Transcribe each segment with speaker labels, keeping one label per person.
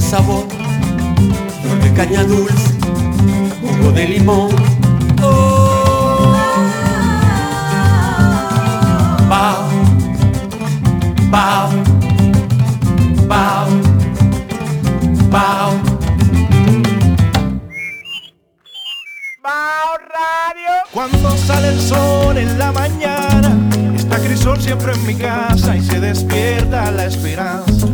Speaker 1: sabor, flor de caña dulce, jugo de limón. Oh. Bao, bao, bao, bao.
Speaker 2: Bao Radio.
Speaker 3: Cuando sale el sol en la mañana, está Crisol siempre en mi casa y se despierta la esperanza,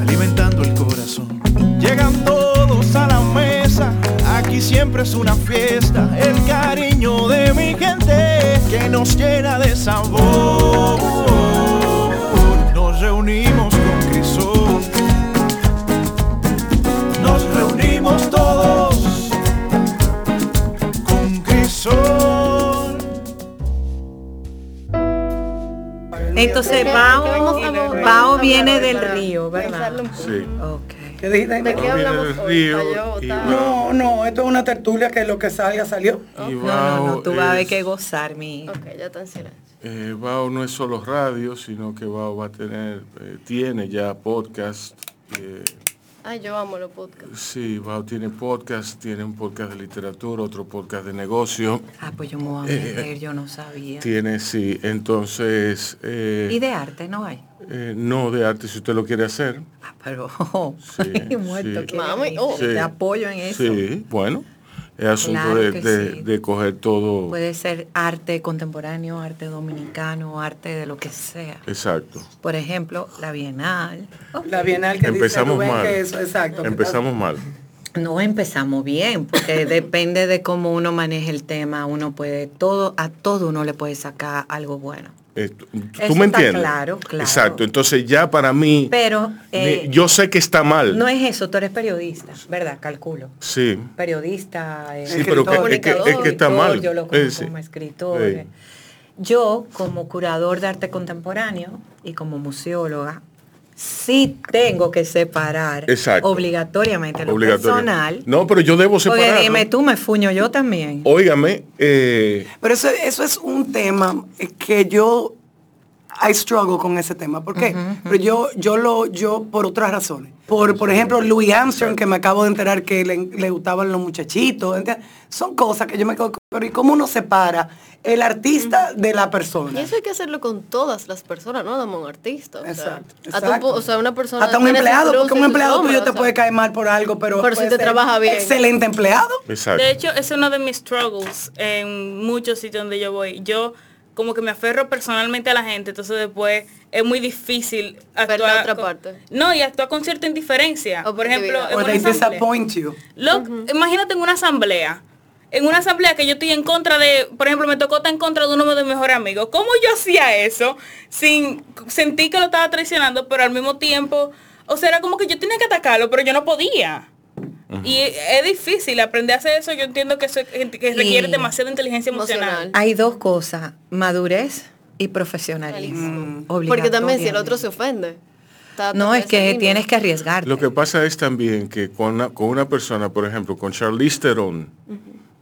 Speaker 3: alimentando el corazón. Llegan todos a la mesa, aquí siempre es una fiesta, el cariño de mi gente que nos llena de sabor. Nos reunimos con Crisol, nos reunimos todos con Crisol.
Speaker 4: Entonces, Bao, Bao viene del río, ¿verdad?
Speaker 5: Sí.
Speaker 4: Ok.
Speaker 6: ¿Qué dijiste?
Speaker 5: Pero viene del río y va,
Speaker 6: No, no, esto es una tertulia que lo que salga salió.
Speaker 4: Oh, No, no,
Speaker 5: y
Speaker 4: no,
Speaker 5: Bao
Speaker 4: tú vas a ver
Speaker 5: es-
Speaker 4: que gozar, mi hija.
Speaker 7: Ok, ya está en silencio.
Speaker 5: eh, Bao no es solo radio, sino que Bao va a tener, eh, tiene ya podcast. eh,
Speaker 7: Ay, yo amo los podcasts.
Speaker 5: sí, Bao tiene podcast, tiene un podcast de literatura, otro podcast de negocio.
Speaker 4: Ah, pues yo me voy a meter, yo no sabía.
Speaker 5: Tiene, Eh, sí, entonces, eh,
Speaker 4: Y de arte no hay.
Speaker 5: eh, no de arte si usted lo quiere hacer.
Speaker 4: Ah, pero
Speaker 5: Sí,
Speaker 4: ay, muerto
Speaker 5: sí.
Speaker 4: que
Speaker 7: Mami, oh.
Speaker 5: Sí.
Speaker 4: te apoyo en eso.
Speaker 5: Sí, bueno, es asunto
Speaker 4: Claro
Speaker 5: de,
Speaker 4: que
Speaker 5: de-
Speaker 4: sí. Pues,
Speaker 5: de coger todo.
Speaker 4: Puede ser arte contemporáneo, arte dominicano, arte de lo que sea.
Speaker 5: Eh. Exacto.
Speaker 4: Por ejemplo, la Bienal. Oh,
Speaker 6: La Bienal que
Speaker 5: Empezamos
Speaker 6: dice Rubén
Speaker 5: mal.
Speaker 6: que es exacto. que
Speaker 5: Empezamos mal.
Speaker 4: No empezamos bien, porque depende de cómo uno maneje el tema, uno puede todo, a todo uno le puede sacar algo bueno.
Speaker 5: Eh, ¿Tú tú
Speaker 4: Eso
Speaker 5: me
Speaker 4: está
Speaker 5: entiendes?
Speaker 4: claro, claro.
Speaker 5: Exacto. Entonces ya para mí,
Speaker 4: Pero eh,
Speaker 5: me- yo sé que está mal.
Speaker 4: no es eso, tú eres periodista, ¿verdad? Calculo.
Speaker 5: sí.
Speaker 4: Periodista, eh,
Speaker 5: Sí, pero que-
Speaker 4: escritor,
Speaker 5: es que- es que está
Speaker 4: escritor,
Speaker 5: mal.
Speaker 4: Yo lo conozco
Speaker 5: Eh, sí.
Speaker 4: como escritor.
Speaker 5: Sí.
Speaker 4: Yo, como curador de arte contemporáneo y como museóloga, sí tengo que separar
Speaker 5: Exacto.
Speaker 4: obligatoriamente lo
Speaker 5: Obligatorio.
Speaker 4: personal.
Speaker 5: No, pero yo debo
Speaker 4: porque
Speaker 5: separarlo.
Speaker 4: dime tú, me fuño yo también.
Speaker 5: Óigame, eh,
Speaker 6: Pero eso, eso es un tema eh, que yo I struggle con ese tema. ¿Por qué? Pero yo, yo lo, yo por otras razones. Por, por ejemplo, Louis Armstrong, que me acabo de enterar que le, le gustaban los muchachitos. ¿entiendes? Son cosas que yo me quedo. con- Pero ¿y cómo uno separa el artista de la
Speaker 7: Y
Speaker 6: persona?
Speaker 7: eso hay que hacerlo con todas las personas, no dame un artista. o sea,
Speaker 6: Exacto,
Speaker 7: hasta un po-
Speaker 6: exacto.
Speaker 7: o sea, una persona.
Speaker 6: Hasta un
Speaker 7: tiene sus
Speaker 6: empleado,
Speaker 7: luces
Speaker 6: porque
Speaker 7: y
Speaker 6: un
Speaker 7: sus
Speaker 6: empleado tuyo
Speaker 7: sombras,
Speaker 6: te
Speaker 7: o
Speaker 6: puede
Speaker 7: sea.
Speaker 6: caer mal por algo, pero,
Speaker 7: Pero si
Speaker 6: puede
Speaker 7: te
Speaker 6: ser
Speaker 7: trabaja bien.
Speaker 6: Excelente empleado.
Speaker 5: exacto.
Speaker 8: De hecho, es uno de mis struggles en muchos sitios donde yo voy. Yo como que me aferro personalmente a la gente, entonces después es muy difícil
Speaker 7: Ver la
Speaker 8: actuar
Speaker 7: otra
Speaker 8: con-
Speaker 7: parte.
Speaker 8: No, y actuar con cierta indiferencia. O por ejemplo,
Speaker 7: Objetividad.
Speaker 8: en
Speaker 6: Or
Speaker 8: una
Speaker 6: they
Speaker 8: asamblea.
Speaker 6: disappoint you.
Speaker 8: Look, imagínate en una asamblea. En una asamblea que yo estoy en contra de, por ejemplo, me tocó estar en contra de uno de mis mejores amigos. ¿Cómo yo hacía eso sin sentir que lo estaba traicionando, pero al mismo tiempo, o sea, era como que yo tenía que atacarlo, pero yo no podía. Y es es difícil aprender a hacer eso. Yo entiendo que eso es gente que requiere
Speaker 4: Y-
Speaker 8: demasiada inteligencia emocional.
Speaker 7: Emocional.
Speaker 4: Hay dos cosas, madurez y profesionalismo. Mm.
Speaker 7: Porque también si el
Speaker 4: obligatoriamente.
Speaker 7: otro se ofende. está
Speaker 4: No,
Speaker 7: toda
Speaker 4: es
Speaker 7: esa
Speaker 4: que
Speaker 7: línea.
Speaker 4: tienes que arriesgarte.
Speaker 5: Lo que pasa es también que con una, con una persona, por ejemplo, con Charlize Theron,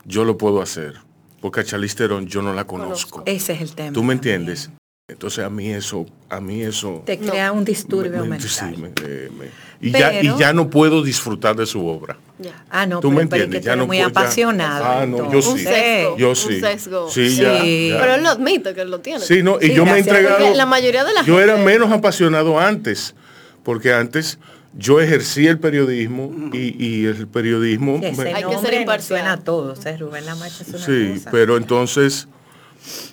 Speaker 5: yo lo puedo hacer. Porque a Charlize Theron yo no la conozco.
Speaker 4: Ese es el tema.
Speaker 5: ¿Tú me
Speaker 4: también.
Speaker 5: entiendes? Entonces a mí eso, a mí eso...
Speaker 4: Te crea un disturbio
Speaker 5: me- me- sí,
Speaker 4: mental.
Speaker 5: me- eh, me- y, ya, y
Speaker 4: Pero-
Speaker 5: ya no puedo disfrutar de su obra.
Speaker 7: Ya.
Speaker 4: Ah, no,
Speaker 5: Tú
Speaker 4: pero,
Speaker 5: me
Speaker 4: pero es
Speaker 5: entiendes,
Speaker 4: que
Speaker 5: ya
Speaker 4: tú eres
Speaker 5: no
Speaker 4: muy
Speaker 5: puedo- ya-
Speaker 4: apasionado.
Speaker 5: Ah, no, yo sí.
Speaker 7: Un sesgo.
Speaker 5: Yo
Speaker 7: un
Speaker 5: sí.
Speaker 7: sesgo.
Speaker 5: Sí,
Speaker 4: Sí.
Speaker 5: ya, ya.
Speaker 7: Pero él lo admite que lo tiene.
Speaker 5: Sí, no, y
Speaker 4: Sí,
Speaker 5: yo me he
Speaker 4: gracias.
Speaker 5: entregado.
Speaker 7: Porque la mayoría de la
Speaker 5: Yo era
Speaker 7: gente-
Speaker 5: menos apasionado antes, porque antes yo ejercía el periodismo y, y el periodismo.
Speaker 4: Ese
Speaker 7: Hay
Speaker 5: me-
Speaker 7: que ser
Speaker 4: nombre nos
Speaker 7: imparcial.
Speaker 4: suena a todos, ¿eh? Rubén La Macha es una
Speaker 5: sí,
Speaker 4: cosa.
Speaker 5: pero entonces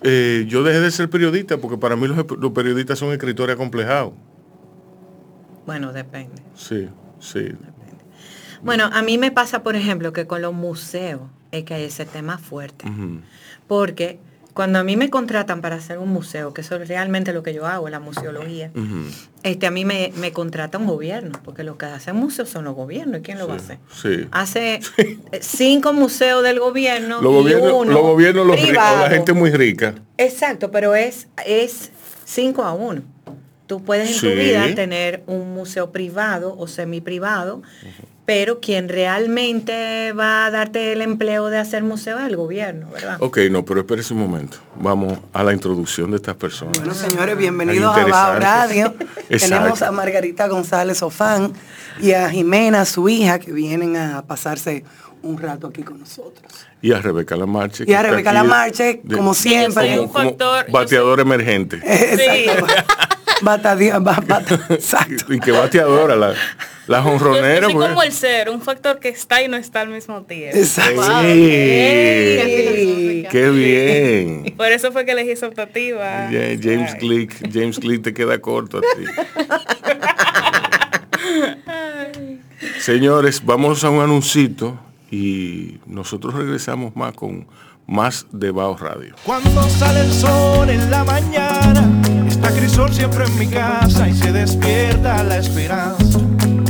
Speaker 5: eh, yo dejé de ser periodista, porque para mí los, los periodistas son escritores acomplejados.
Speaker 4: Bueno, depende.
Speaker 5: Sí, sí.
Speaker 4: Bueno, a mí me pasa, por ejemplo, que con los museos es que hay ese tema fuerte.
Speaker 5: Ujú.
Speaker 4: Porque cuando a mí me contratan para hacer un museo, que eso es realmente lo que yo hago, la museología,
Speaker 5: Ujú.
Speaker 4: este, a mí me, me contrata un gobierno, porque los que hacen museos son los gobiernos. ¿Y quién lo va a hacer?
Speaker 5: Sí.
Speaker 4: Hace eh, cinco museos del gobierno.
Speaker 5: Los
Speaker 4: y
Speaker 5: gobiernos,
Speaker 4: uno
Speaker 5: los gobiernos, los ricos, la
Speaker 4: privado.
Speaker 5: gente muy rica.
Speaker 4: Exacto, pero es, es 5 a 1. Tú puedes en
Speaker 5: Sí.
Speaker 4: tu vida tener un museo privado o semi privado pero quien realmente va a darte el empleo de hacer museo es el gobierno, ¿verdad?
Speaker 5: Ok, no, pero espérese un momento. Vamos a la introducción de estas personas.
Speaker 7: Ah.
Speaker 6: Bueno, señores, bienvenidos a Bao
Speaker 5: Ah. interesante.
Speaker 6: Radio. Tenemos
Speaker 5: Exacto.
Speaker 6: a Margarita González Ofán y a Jimena, su hija, que vienen a pasarse un rato aquí con nosotros.
Speaker 5: Y a Rebeca Lamarche.
Speaker 6: Y a
Speaker 5: que está
Speaker 6: Rebeca
Speaker 5: aquí
Speaker 6: Lamarche,
Speaker 5: de-
Speaker 6: como siempre.
Speaker 8: soy un factor, yo
Speaker 5: bateador emergente.
Speaker 8: Sí.
Speaker 6: Batadia- ba- bata- exacto.
Speaker 5: Y que bateadora, la, la
Speaker 8: Yo
Speaker 5: jonronera.
Speaker 8: soy
Speaker 5: pues.
Speaker 8: como el ser, un factor que está y no está al mismo tiempo.
Speaker 6: Exacto.
Speaker 5: ¡Ey!
Speaker 8: ¿eh?
Speaker 7: Qué
Speaker 5: ¡Qué bien!
Speaker 8: Por eso fue que elegí esa optativa.
Speaker 5: Ya- James
Speaker 8: Ay.
Speaker 5: Click, James Click te queda corto a ti. Señores, vamos a un anuncito y nosotros regresamos más con más de Bao Radio.
Speaker 3: Cuando sale el sol en la mañana, está Crisol siempre en mi casa y se despierta la esperanza,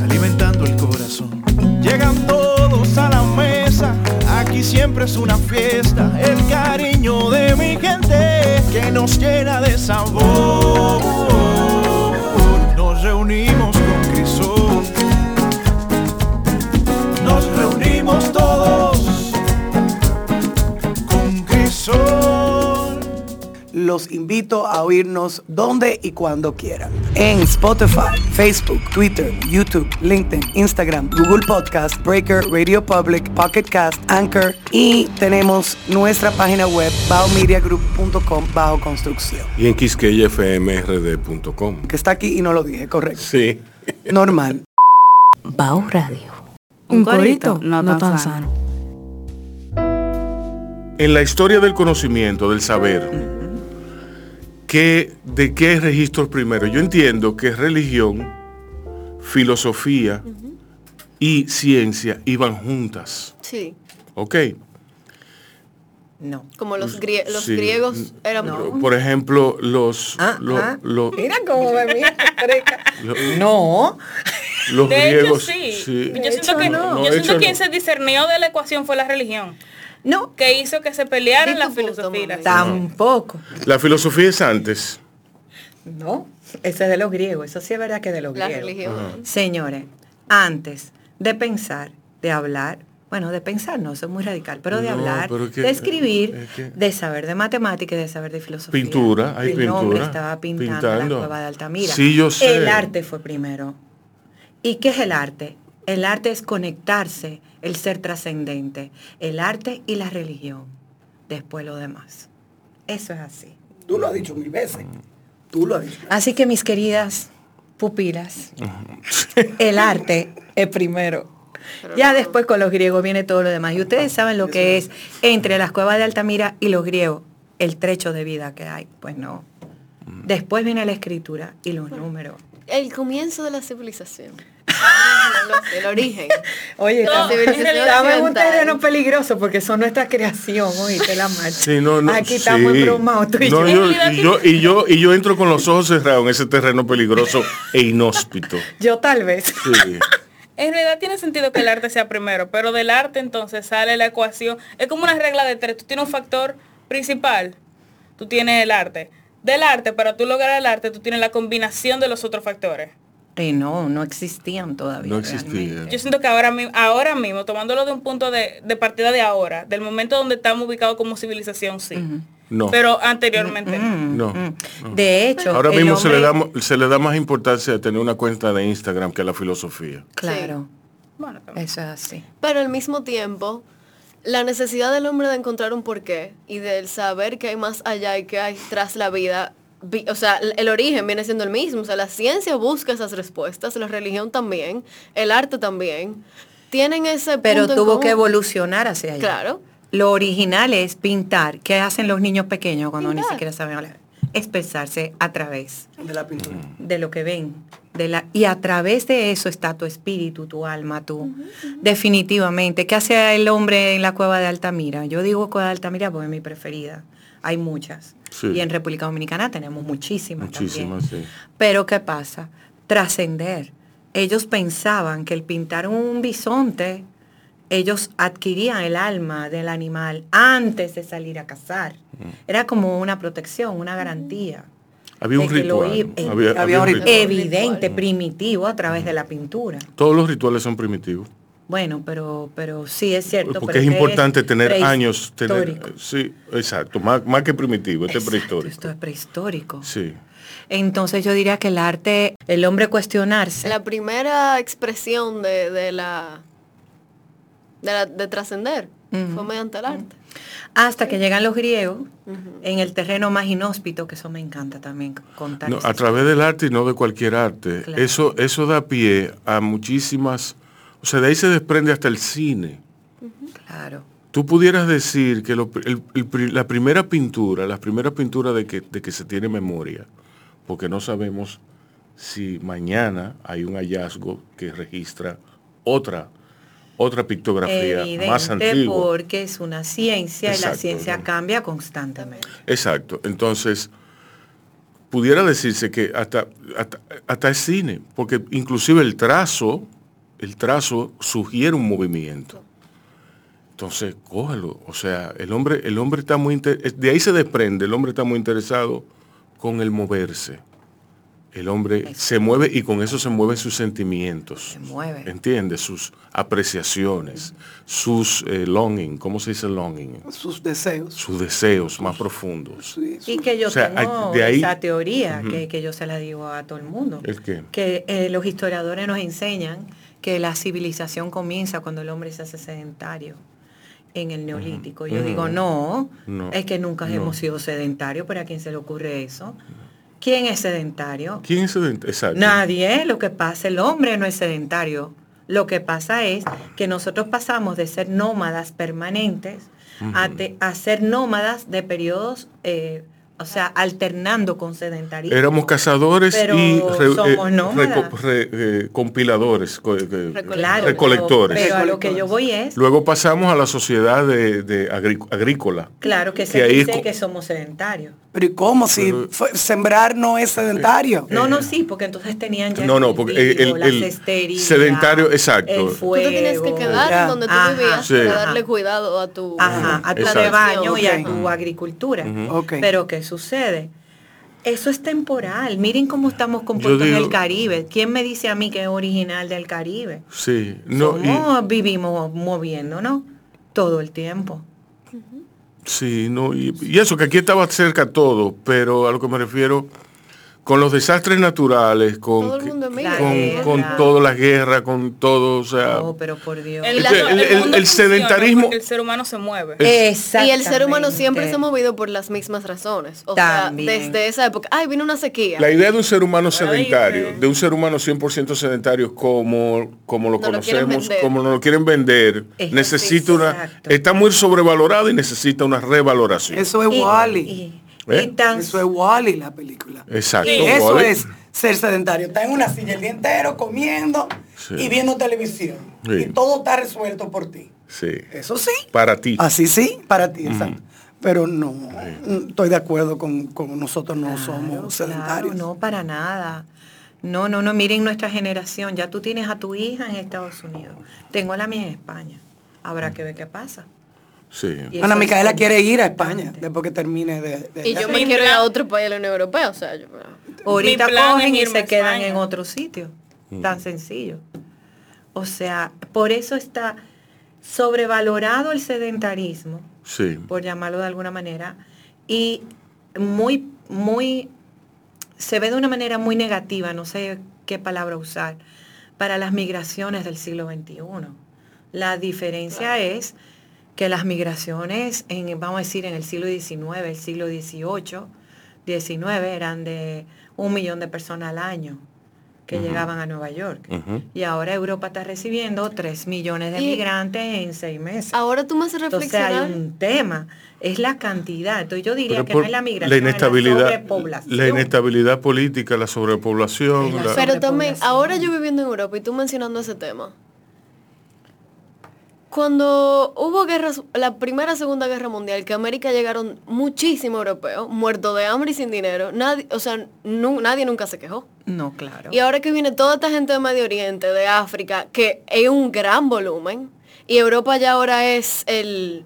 Speaker 3: alimentando el corazón. Llegan todos a la mesa, aquí siempre es una fiesta, el cariño de mi gente que nos llena de sabor. Nos reunimos con Crisol, nos reunimos todos con Crisol.
Speaker 6: Los invito a oírnos donde y cuando quieran. En Spotify, Facebook, Twitter, YouTube, LinkedIn, Instagram, Google Podcast, Breaker, Radio Public, Pocket Cast, Anchor y tenemos nuestra página web baomediagroup.com bajo construcción.
Speaker 5: Y en quisqueyfmrd.com.
Speaker 6: Que está aquí y no lo dije, correcto.
Speaker 5: Sí.
Speaker 6: Normal.
Speaker 2: Bao Radio.
Speaker 9: Un corito no tan sano.
Speaker 5: En la historia del conocimiento, del saber, ¿qué- ¿de qué registros primero? Yo entiendo que religión, filosofía y ciencia iban juntas.
Speaker 7: Sí.
Speaker 5: ¿Ok?
Speaker 4: No.
Speaker 7: Como los, grie- los
Speaker 5: Pues, Sí.
Speaker 7: griegos eran...
Speaker 5: Por- Por ejemplo, los,
Speaker 4: Ah,
Speaker 5: lo-
Speaker 4: ah.
Speaker 5: lo-
Speaker 4: Mira cómo me mira, fresca.
Speaker 5: lo-
Speaker 4: No.
Speaker 5: los
Speaker 8: De
Speaker 5: griegos.
Speaker 8: hecho, sí.
Speaker 5: sí.
Speaker 8: Yo siento que,
Speaker 5: no.
Speaker 8: yo
Speaker 5: No, de
Speaker 8: siento
Speaker 5: hecho,
Speaker 8: quien
Speaker 5: no.
Speaker 8: se discernió de la ecuación fue la religión,
Speaker 4: No,
Speaker 8: que hizo que se pelearan
Speaker 7: Di
Speaker 8: la
Speaker 7: tu punto,
Speaker 8: filosofía. y la
Speaker 7: mami.
Speaker 8: ciencia.
Speaker 4: tampoco.
Speaker 5: La filosofía es antes.
Speaker 4: No, ese es de los griegos, eso sí es verdad que es de los
Speaker 7: La
Speaker 4: griegos.
Speaker 7: religión.
Speaker 4: Señores, antes de pensar, de hablar, bueno, de pensar no, eso es muy radical, pero de
Speaker 5: No,
Speaker 4: hablar,
Speaker 5: pero que-
Speaker 4: de escribir,
Speaker 5: es que-
Speaker 4: de saber de matemática y de saber de filosofía.
Speaker 5: Pintura, hay
Speaker 4: El hombre
Speaker 5: pintura,
Speaker 4: estaba pintando,
Speaker 5: pintando.
Speaker 4: la cueva de Altamira.
Speaker 5: Sí, yo sé.
Speaker 4: El arte fue primero. ¿Y qué es el arte? El arte es conectarse, el ser trascendente. El arte y la religión. Después lo demás. Eso es así.
Speaker 6: Tú lo has dicho mil veces. Tú lo has dicho.
Speaker 4: Así que mis queridas pupilas, el arte es primero. Ya después con los griegos viene todo lo demás. Y ustedes saben lo que es entre las cuevas de Altamira y los griegos, el trecho de vida que hay. Pues no.
Speaker 5: Mm.
Speaker 4: Después viene la escritura y los números.
Speaker 7: El comienzo de la civilización. el origen.
Speaker 4: Oye,
Speaker 7: No,
Speaker 4: estamos-
Speaker 7: es el
Speaker 4: estamos en un
Speaker 7: occidental.
Speaker 4: terreno peligroso porque son nuestra creación, oíste, la marcha.
Speaker 5: Sí, no, no,
Speaker 4: Aquí
Speaker 5: sí.
Speaker 4: estamos embromados tú y
Speaker 5: No,
Speaker 4: yo.
Speaker 5: yo- y, yo, y, yo, y yo entro con los ojos cerrados en ese terreno peligroso e inhóspito.
Speaker 4: Yo tal vez.
Speaker 5: Sí.
Speaker 8: En realidad tiene sentido que el arte sea primero, pero del arte entonces sale la ecuación. Es como una regla de tres. Tú tienes un factor principal, tú tienes el arte. Del arte, para tú lograr el arte, tú tienes la combinación de los otros factores.
Speaker 4: Y no, no existían todavía.
Speaker 5: No existía.
Speaker 4: realmente.
Speaker 8: Yo siento que ahora, mi- ahora mismo, tomándolo de un punto de, de partida de ahora, del momento donde estamos ubicados como civilización, sí.
Speaker 5: No.
Speaker 8: Pero anteriormente no.
Speaker 5: No.
Speaker 4: Mm, De hecho,
Speaker 5: Ah. Ahora
Speaker 4: el
Speaker 5: mismo se, le
Speaker 4: hombre-
Speaker 5: da, mo- se le da más importancia a tener una cuenta de Instagram que a la filosofía.
Speaker 4: Claro,
Speaker 8: Bueno, también.
Speaker 4: eso es así.
Speaker 7: Pero al mismo tiempo, la necesidad del hombre de encontrar un porqué y del saber que hay más allá y que hay tras la vida. vi- O sea, el el origen viene siendo el mismo. O sea, la ciencia busca esas respuestas, la religión también, el arte también. Tienen ese
Speaker 4: Pero
Speaker 7: punto en
Speaker 4: tuvo que
Speaker 7: común.
Speaker 4: evolucionar hacia allá.
Speaker 7: Claro.
Speaker 4: Lo original es pintar. ¿Qué hacen los niños pequeños cuando ni
Speaker 7: Pintar.
Speaker 4: siquiera saben hablar? Expresarse a través
Speaker 6: De la pintura.
Speaker 4: de lo que ven. De la, y a través de eso está tu espíritu, tu alma, tú. Definitivamente. ¿Qué hace el hombre en la cueva de Altamira? Yo digo cueva de Altamira porque es mi preferida. Hay muchas.
Speaker 5: Sí.
Speaker 4: Y en República Dominicana tenemos muchísimas. también.
Speaker 5: Muchísimas, sí.
Speaker 4: Pero ¿qué pasa? Trascender. Ellos pensaban que el pintar un bisonte, ellos adquirían el alma del animal antes de salir a cazar.
Speaker 5: Mm.
Speaker 4: Era como una protección, una garantía.
Speaker 5: Había un
Speaker 4: De que lo
Speaker 5: ritual.
Speaker 4: i- eh,
Speaker 5: había,
Speaker 6: había
Speaker 5: había un
Speaker 6: un
Speaker 5: ritual.
Speaker 7: ritual.
Speaker 5: Mm.
Speaker 4: Evidente, primitivo a través de la pintura.
Speaker 5: Todos los rituales son primitivos.
Speaker 4: Bueno, pero, pero sí es cierto. pero
Speaker 5: Porque es importante tener
Speaker 4: prehistórico.
Speaker 5: años, tener, eh, sí, exacto, más, más que primitivo, este es
Speaker 4: Exacto,
Speaker 5: prehistórico.
Speaker 4: Esto es prehistórico.
Speaker 5: Sí.
Speaker 4: Entonces yo diría que el arte, el hombre cuestionarse.
Speaker 7: La primera expresión de, de la de, la- de trascender fue mediante el arte.
Speaker 4: Hasta que llegan los griegos en el terreno más inhóspito, que eso me encanta también contar.
Speaker 5: No,
Speaker 4: esas
Speaker 5: a través del arte y no de cualquier arte.
Speaker 4: Claro.
Speaker 5: Eso, eso da pie a muchísimas, o sea, de ahí se desprende hasta el cine.
Speaker 4: cosas. Claro.
Speaker 5: Tú pudieras decir que lo- el- el pri- la primera pintura, la primera pintura de que, de que se tiene memoria, porque no sabemos si mañana hay un hallazgo que registra otra, otra pictografía más
Speaker 4: Evidente
Speaker 5: antigua.
Speaker 4: porque es una ciencia y la
Speaker 5: Exacto,
Speaker 4: ciencia
Speaker 5: ¿no?
Speaker 4: cambia constantemente.
Speaker 5: Exacto. Entonces, pudiera decirse que hasta, hasta, hasta es cine, porque inclusive el trazo, el trazo sugiere un movimiento. Entonces, cógelo. O sea, el hombre, el hombre está muy inter- es- de ahí se desprende, el hombre está muy interesado con el moverse. El hombre se mueve y con eso se mueven sus sentimientos.
Speaker 4: Se mueve.
Speaker 5: ¿Entiendes? Sus apreciaciones, sus eh, longing, ¿cómo se dice longing?
Speaker 6: Sus deseos.
Speaker 5: sus deseos más profundos.
Speaker 6: Sí,
Speaker 4: Y que yo
Speaker 5: O sea,
Speaker 4: tengo
Speaker 5: hay- de ahí-
Speaker 4: esa teoría que, que yo se la digo a todo el mundo.
Speaker 5: ¿El qué?
Speaker 4: Que eh, los historiadores nos enseñan que la civilización comienza cuando el hombre se hace sedentario en el neolítico. Yo
Speaker 5: Ujú. Mm.
Speaker 4: digo, no,
Speaker 5: No,
Speaker 4: es que nunca
Speaker 5: no.
Speaker 4: hemos sido sedentarios, pero a quién se le ocurre eso. ¿Quién es sedentario?
Speaker 5: ¿Quién es sedentario? Exacto.
Speaker 4: Nadie, lo que pasa, el hombre no es sedentario. Lo que pasa es que nosotros pasamos de ser nómadas permanentes a, te- a ser nómadas de periodos, eh, o sea, alternando con sedentarismo.
Speaker 5: Éramos cazadores
Speaker 4: Pero
Speaker 5: y eh,
Speaker 4: somos nómadas.
Speaker 5: reco- re- eh, compiladores, co- eh,
Speaker 7: Claro,
Speaker 5: recolectores.
Speaker 4: Pero, a lo que yo voy es,
Speaker 5: Luego pasamos a la sociedad de, de agrí- agrícola.
Speaker 4: claro que
Speaker 5: que
Speaker 4: se
Speaker 5: ahí es
Speaker 4: dice
Speaker 5: co-
Speaker 4: que somos sedentarios.
Speaker 6: Pero ¿y cómo si fue- sembrar no es sedentario?
Speaker 4: No, no, sí, porque entonces tenían ya
Speaker 5: Eh. No,
Speaker 4: el
Speaker 5: no, porque el-
Speaker 4: cultivo,
Speaker 5: el-
Speaker 4: la
Speaker 5: el
Speaker 4: cestería,
Speaker 5: sedentario, exacto.
Speaker 4: el
Speaker 5: Tú te
Speaker 7: Tú te tienes que
Speaker 4: fuego.
Speaker 7: quedar
Speaker 6: Ya.
Speaker 7: en donde tú
Speaker 4: Ajá.
Speaker 7: vivías
Speaker 5: Sí.
Speaker 7: para darle
Speaker 4: Ajá.
Speaker 7: cuidado a tu
Speaker 4: Ajá, a tu
Speaker 5: Exacto.
Speaker 4: rebaño y a
Speaker 6: Ok.
Speaker 4: tu agricultura.
Speaker 6: Ok.
Speaker 4: Pero ¿qué sucede? Eso es temporal. Miren cómo estamos compuestos en
Speaker 5: digo-
Speaker 4: el Caribe. ¿Quién me dice a mí que es original del Caribe?
Speaker 5: Sí, no, y-
Speaker 4: Somos- vivimos moviéndonos todo el tiempo.
Speaker 5: sí, no, y, y eso que aquí estaba cerca todo, pero a lo que me refiero con los desastres naturales, con,
Speaker 7: Todo el mundo
Speaker 5: con,
Speaker 7: emigra.
Speaker 5: con,
Speaker 4: Guerra.
Speaker 5: todas las guerras, con todo, o sea,
Speaker 4: Oh, pero por Dios.
Speaker 5: El- el- el
Speaker 8: mundo funciona
Speaker 5: sedentarismo-
Speaker 8: porque El ser humano se mueve.
Speaker 5: Eh,
Speaker 7: Y el ser humano siempre
Speaker 4: Exactamente.
Speaker 7: se ha movido por las mismas razones. O
Speaker 4: También.
Speaker 7: sea, desde esa época. Ay, vino una sequía.
Speaker 5: La idea de un ser humano
Speaker 8: Ahora dice-
Speaker 5: sedentario, de un ser humano 100% sedentario como, como lo
Speaker 7: No lo quieren
Speaker 5: conocemos,
Speaker 7: vender.
Speaker 5: como nos lo quieren vender,
Speaker 4: Es-
Speaker 5: necesita una,
Speaker 4: exacto.
Speaker 5: está muy sobrevalorado y necesita una revaloración.
Speaker 6: Eso es
Speaker 4: Y-
Speaker 6: Wally.
Speaker 4: y-
Speaker 5: ¿Eh?
Speaker 4: y tan
Speaker 6: Eso es Wally la película.
Speaker 5: Exacto.
Speaker 6: Eso
Speaker 5: ¿vale?
Speaker 6: es ser sedentario. Está en una silla el día entero comiendo
Speaker 5: Sí.
Speaker 6: y viendo televisión.
Speaker 5: Sí.
Speaker 6: Y todo está resuelto por ti.
Speaker 5: Sí.
Speaker 6: Eso sí.
Speaker 5: Para ti.
Speaker 6: Así sí, para ti, exacto. Pero no, mm, estoy de acuerdo con, con nosotros no
Speaker 4: Claro,
Speaker 6: somos
Speaker 4: claro,
Speaker 6: sedentarios.
Speaker 4: no, para nada. No, no, no, miren nuestra generación. Ya tú tienes a tu hija en Estados Unidos. Tengo a la mía en España. Habrá que ver qué pasa.
Speaker 5: Sí.
Speaker 4: Y
Speaker 6: Ana
Speaker 4: eso es
Speaker 6: Micaela quiere ir a España
Speaker 4: importante.
Speaker 6: después que termine de... de
Speaker 7: y yo
Speaker 6: allá.
Speaker 7: me
Speaker 8: Mi
Speaker 7: quiero ir a
Speaker 8: plan-
Speaker 7: otro país de la Unión Europea. O sea, yo.
Speaker 4: Ahorita
Speaker 8: Mi plan
Speaker 4: cogen
Speaker 8: es
Speaker 4: y se
Speaker 8: irme a
Speaker 4: quedan
Speaker 8: España.
Speaker 4: en otro sitio. Tan sencillo. O sea, por eso está sobrevalorado el sedentarismo,
Speaker 5: Sí.
Speaker 4: por llamarlo de alguna manera, y muy, muy, se ve de una manera muy negativa, no sé qué palabra usar, para las migraciones del siglo XXI. La diferencia es que las migraciones, en, vamos a decir, en el siglo XIX, el siglo XVIII, XIX eran de un millón de personas al año que llegaban a Nueva York.
Speaker 5: Ujú.
Speaker 4: Y ahora Europa está recibiendo 3 millones de
Speaker 7: Y-
Speaker 4: migrantes en seis meses.
Speaker 7: Ahora tú me haces
Speaker 4: Entonces hay
Speaker 7: reflexionar.
Speaker 4: un tema, es la cantidad. Entonces yo diría
Speaker 5: Pero
Speaker 4: que
Speaker 5: por
Speaker 4: no es la migración,
Speaker 5: la
Speaker 4: es
Speaker 5: inestabilidad,
Speaker 4: sobrepoblación.
Speaker 5: la inestabilidad política, la sobrepoblación,
Speaker 4: Es la
Speaker 5: la-
Speaker 4: sobre-
Speaker 7: Pero también,
Speaker 4: población.
Speaker 7: ahora yo viviendo en Europa y tú mencionando ese tema. Cuando hubo guerras, la primera Segunda Guerra Mundial, que a América llegaron muchísimos europeos, muertos de hambre y sin dinero, nadie, o sea, nu- nadie nunca se quejó.
Speaker 4: No, claro.
Speaker 7: Y ahora que viene toda esta gente de Medio Oriente, de África, que es un gran volumen, y Europa ya ahora es el,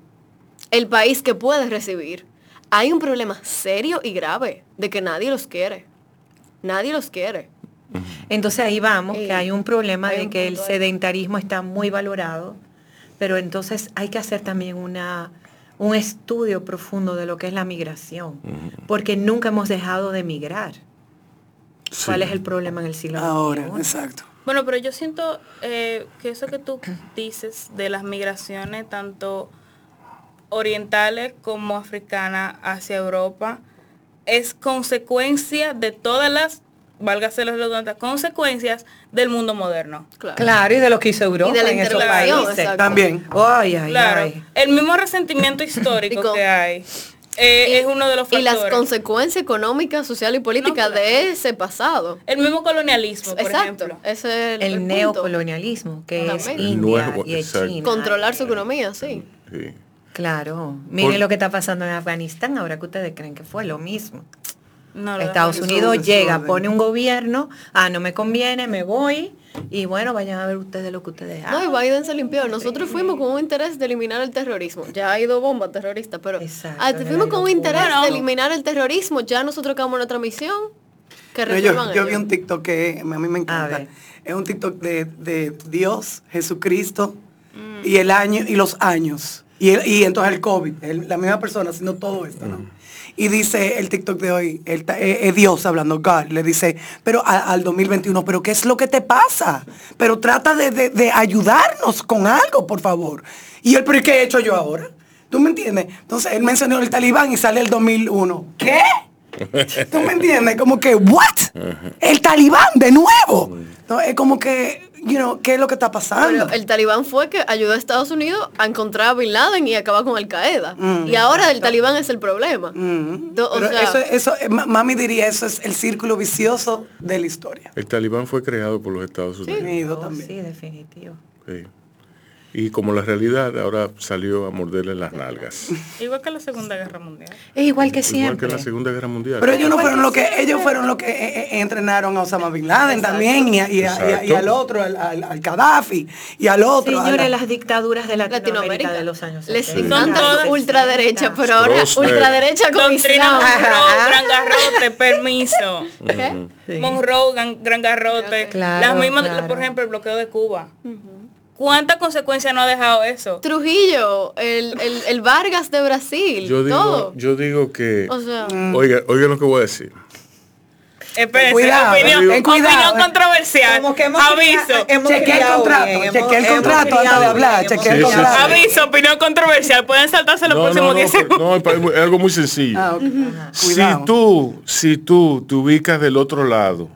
Speaker 7: el país que puede recibir, hay un problema serio y grave de que nadie los quiere. Nadie los quiere.
Speaker 4: Entonces ahí vamos,
Speaker 7: Eh,
Speaker 4: que hay un problema
Speaker 7: hay
Speaker 4: de
Speaker 7: un
Speaker 4: que el
Speaker 7: punto ahí.
Speaker 4: sedentarismo está muy valorado, pero entonces hay que hacer también una, un estudio profundo de lo que es la migración, porque nunca hemos dejado de migrar.
Speaker 5: Sí.
Speaker 4: ¿Cuál es el problema en el siglo
Speaker 6: Ahora,
Speaker 4: XXI?
Speaker 6: exacto.
Speaker 8: Bueno, pero yo siento eh, que eso que tú dices de las migraciones tanto orientales como africanas hacia Europa es consecuencia de todas las, válgase las redondas, consecuencias del mundo moderno.
Speaker 7: Claro.
Speaker 4: Claro, y de lo que hizo Europa
Speaker 7: Y de la
Speaker 4: en esos
Speaker 7: intervención,
Speaker 4: países.
Speaker 7: exacto.
Speaker 6: También.
Speaker 4: Ay, ay,
Speaker 8: claro,
Speaker 4: ay.
Speaker 8: el mismo resentimiento histórico
Speaker 7: Rico.
Speaker 8: que hay eh, es uno de los
Speaker 7: Y
Speaker 8: factores.
Speaker 7: las consecuencias económicas, sociales y políticas
Speaker 8: No, claro.
Speaker 7: de ese pasado.
Speaker 8: el mismo colonialismo, por
Speaker 7: Exacto.
Speaker 8: ejemplo.
Speaker 7: Ese es el,
Speaker 4: El
Speaker 7: punto.
Speaker 4: neocolonialismo, que es
Speaker 7: También.
Speaker 5: El
Speaker 4: India
Speaker 5: nuevo,
Speaker 4: y es
Speaker 5: exacto.
Speaker 4: China.
Speaker 7: Controlar su economía, sí.
Speaker 8: Mm.
Speaker 5: Sí.
Speaker 4: Claro. Miren
Speaker 5: Por-
Speaker 4: lo que está pasando en Afganistán, ahora que ustedes creen que fue lo mismo.
Speaker 7: Ah,
Speaker 8: No, la
Speaker 4: Estados
Speaker 6: es un
Speaker 4: Unidos llega,
Speaker 6: desorden.
Speaker 4: pone un gobierno, ah, no me conviene, me voy, y bueno, vayan a ver ustedes lo que ustedes
Speaker 7: No, y
Speaker 4: hagan.
Speaker 7: Biden se limpió. Nosotros fuimos con un interés de eliminar el terrorismo. Ya ha ido bomba terrorista, pero
Speaker 4: Exacto,
Speaker 7: ah,
Speaker 4: de la
Speaker 7: fuimos con un interés
Speaker 4: locura.
Speaker 7: de eliminar el terrorismo. Ya nosotros acabamos nuestra misión. Que
Speaker 6: No, yo,
Speaker 7: resuelvan
Speaker 6: yo vi
Speaker 7: ellos.
Speaker 6: un TikTok que a mí me encanta.
Speaker 4: ver.
Speaker 6: Es un TikTok de, de Dios, Jesucristo
Speaker 7: Mm.
Speaker 6: y el año y los años. Y, el- y entonces el COVID, el- la misma persona haciendo todo esto, ¿no? Y dice el TikTok de hoy, el ta- eh, es, es Dios hablando, God, le dice, pero a- al 2021, pero ¿qué es lo que te pasa? Pero trata de, de- de ayudarnos con algo, por favor. Y él, pero ¿y ¿qué he hecho yo ahora? ¿Tú me entiendes? Entonces él mencionó el talibán y sale el 2001. ¿Qué? ¿Tú me entiendes? Como que, ¿what? El talibán de nuevo. No, es como que, you know, ¿qué es lo que está pasando?
Speaker 7: Pero el talibán fue que ayudó a Estados Unidos a encontrar a Bin Laden y acabar con Al Qaeda. y ahora el talibán es el problema. Do- o
Speaker 6: Mm. Pero
Speaker 7: sea,
Speaker 6: eso, eso, eh, ma- mami diría, eso es el círculo vicioso de la historia.
Speaker 5: El talibán fue creado por los Estados Unidos.
Speaker 6: Unido
Speaker 4: Oh,
Speaker 6: también.
Speaker 4: sí, definitivo.
Speaker 5: Sí. Y como la realidad, ahora salió a morderle las nalgas.
Speaker 8: Igual que la Segunda Guerra Mundial.
Speaker 4: Es igual que
Speaker 5: Igual que
Speaker 4: siempre.
Speaker 5: en la Segunda Guerra Mundial.
Speaker 6: Pero
Speaker 7: Pues,
Speaker 6: ellos no fueron lo que, ellos fueron lo que eh, eh, entrenaron a Osama Bin Laden también y, a- y a- y a- y
Speaker 5: Exacto.
Speaker 6: al otro, al, al- al Gaddafi y al otro. a la-
Speaker 4: Señores, las dictaduras de Latinoamérica,
Speaker 7: Latinoamérica.
Speaker 4: de los años
Speaker 7: Les
Speaker 4: 70.
Speaker 7: encanta
Speaker 8: Son
Speaker 7: su
Speaker 8: todas-
Speaker 7: ultraderecha, pero ahora
Speaker 5: Stroessner.
Speaker 7: ultraderecha con
Speaker 8: Doctrina
Speaker 7: Islam.
Speaker 8: Monroe, gran garrote, permiso.
Speaker 7: ¿Qué?
Speaker 4: Sí.
Speaker 8: Monroe, gran, gran garrote.
Speaker 4: Claro,
Speaker 8: Las mismas,
Speaker 4: claro.
Speaker 8: por ejemplo, el bloqueo de Cuba. ¿Cuántas consecuencias no ha dejado eso?
Speaker 7: Trujillo, el, el- el Vargas de Brasil,
Speaker 5: yo digo,
Speaker 7: todo.
Speaker 5: yo digo que...
Speaker 7: O sea,
Speaker 5: Oiga, oiga lo que voy a decir.
Speaker 8: Espérense,
Speaker 6: cuidado,
Speaker 8: opinión,
Speaker 6: ten cuidado.
Speaker 8: opinión controversial.
Speaker 4: Como que hemos criado-
Speaker 8: Aviso.
Speaker 4: hemos
Speaker 6: Chequea el
Speaker 4: criado
Speaker 6: contrato,
Speaker 4: bien, hemos-
Speaker 6: chequea el
Speaker 4: hemos
Speaker 6: contrato antes
Speaker 4: criado
Speaker 6: de
Speaker 4: bien,
Speaker 6: hablar,
Speaker 4: hemos
Speaker 6: chequea
Speaker 5: el
Speaker 4: criado
Speaker 5: contrato.
Speaker 4: bien.
Speaker 8: Aviso, opinión controversial. Pueden saltarse los
Speaker 5: No,
Speaker 8: próximos
Speaker 5: no, no,
Speaker 8: 10 segundos.
Speaker 5: no, es algo muy sencillo.
Speaker 6: Ah, ok.
Speaker 5: Si
Speaker 6: Cuidado.
Speaker 5: tú, si tú te ubicas del otro lado,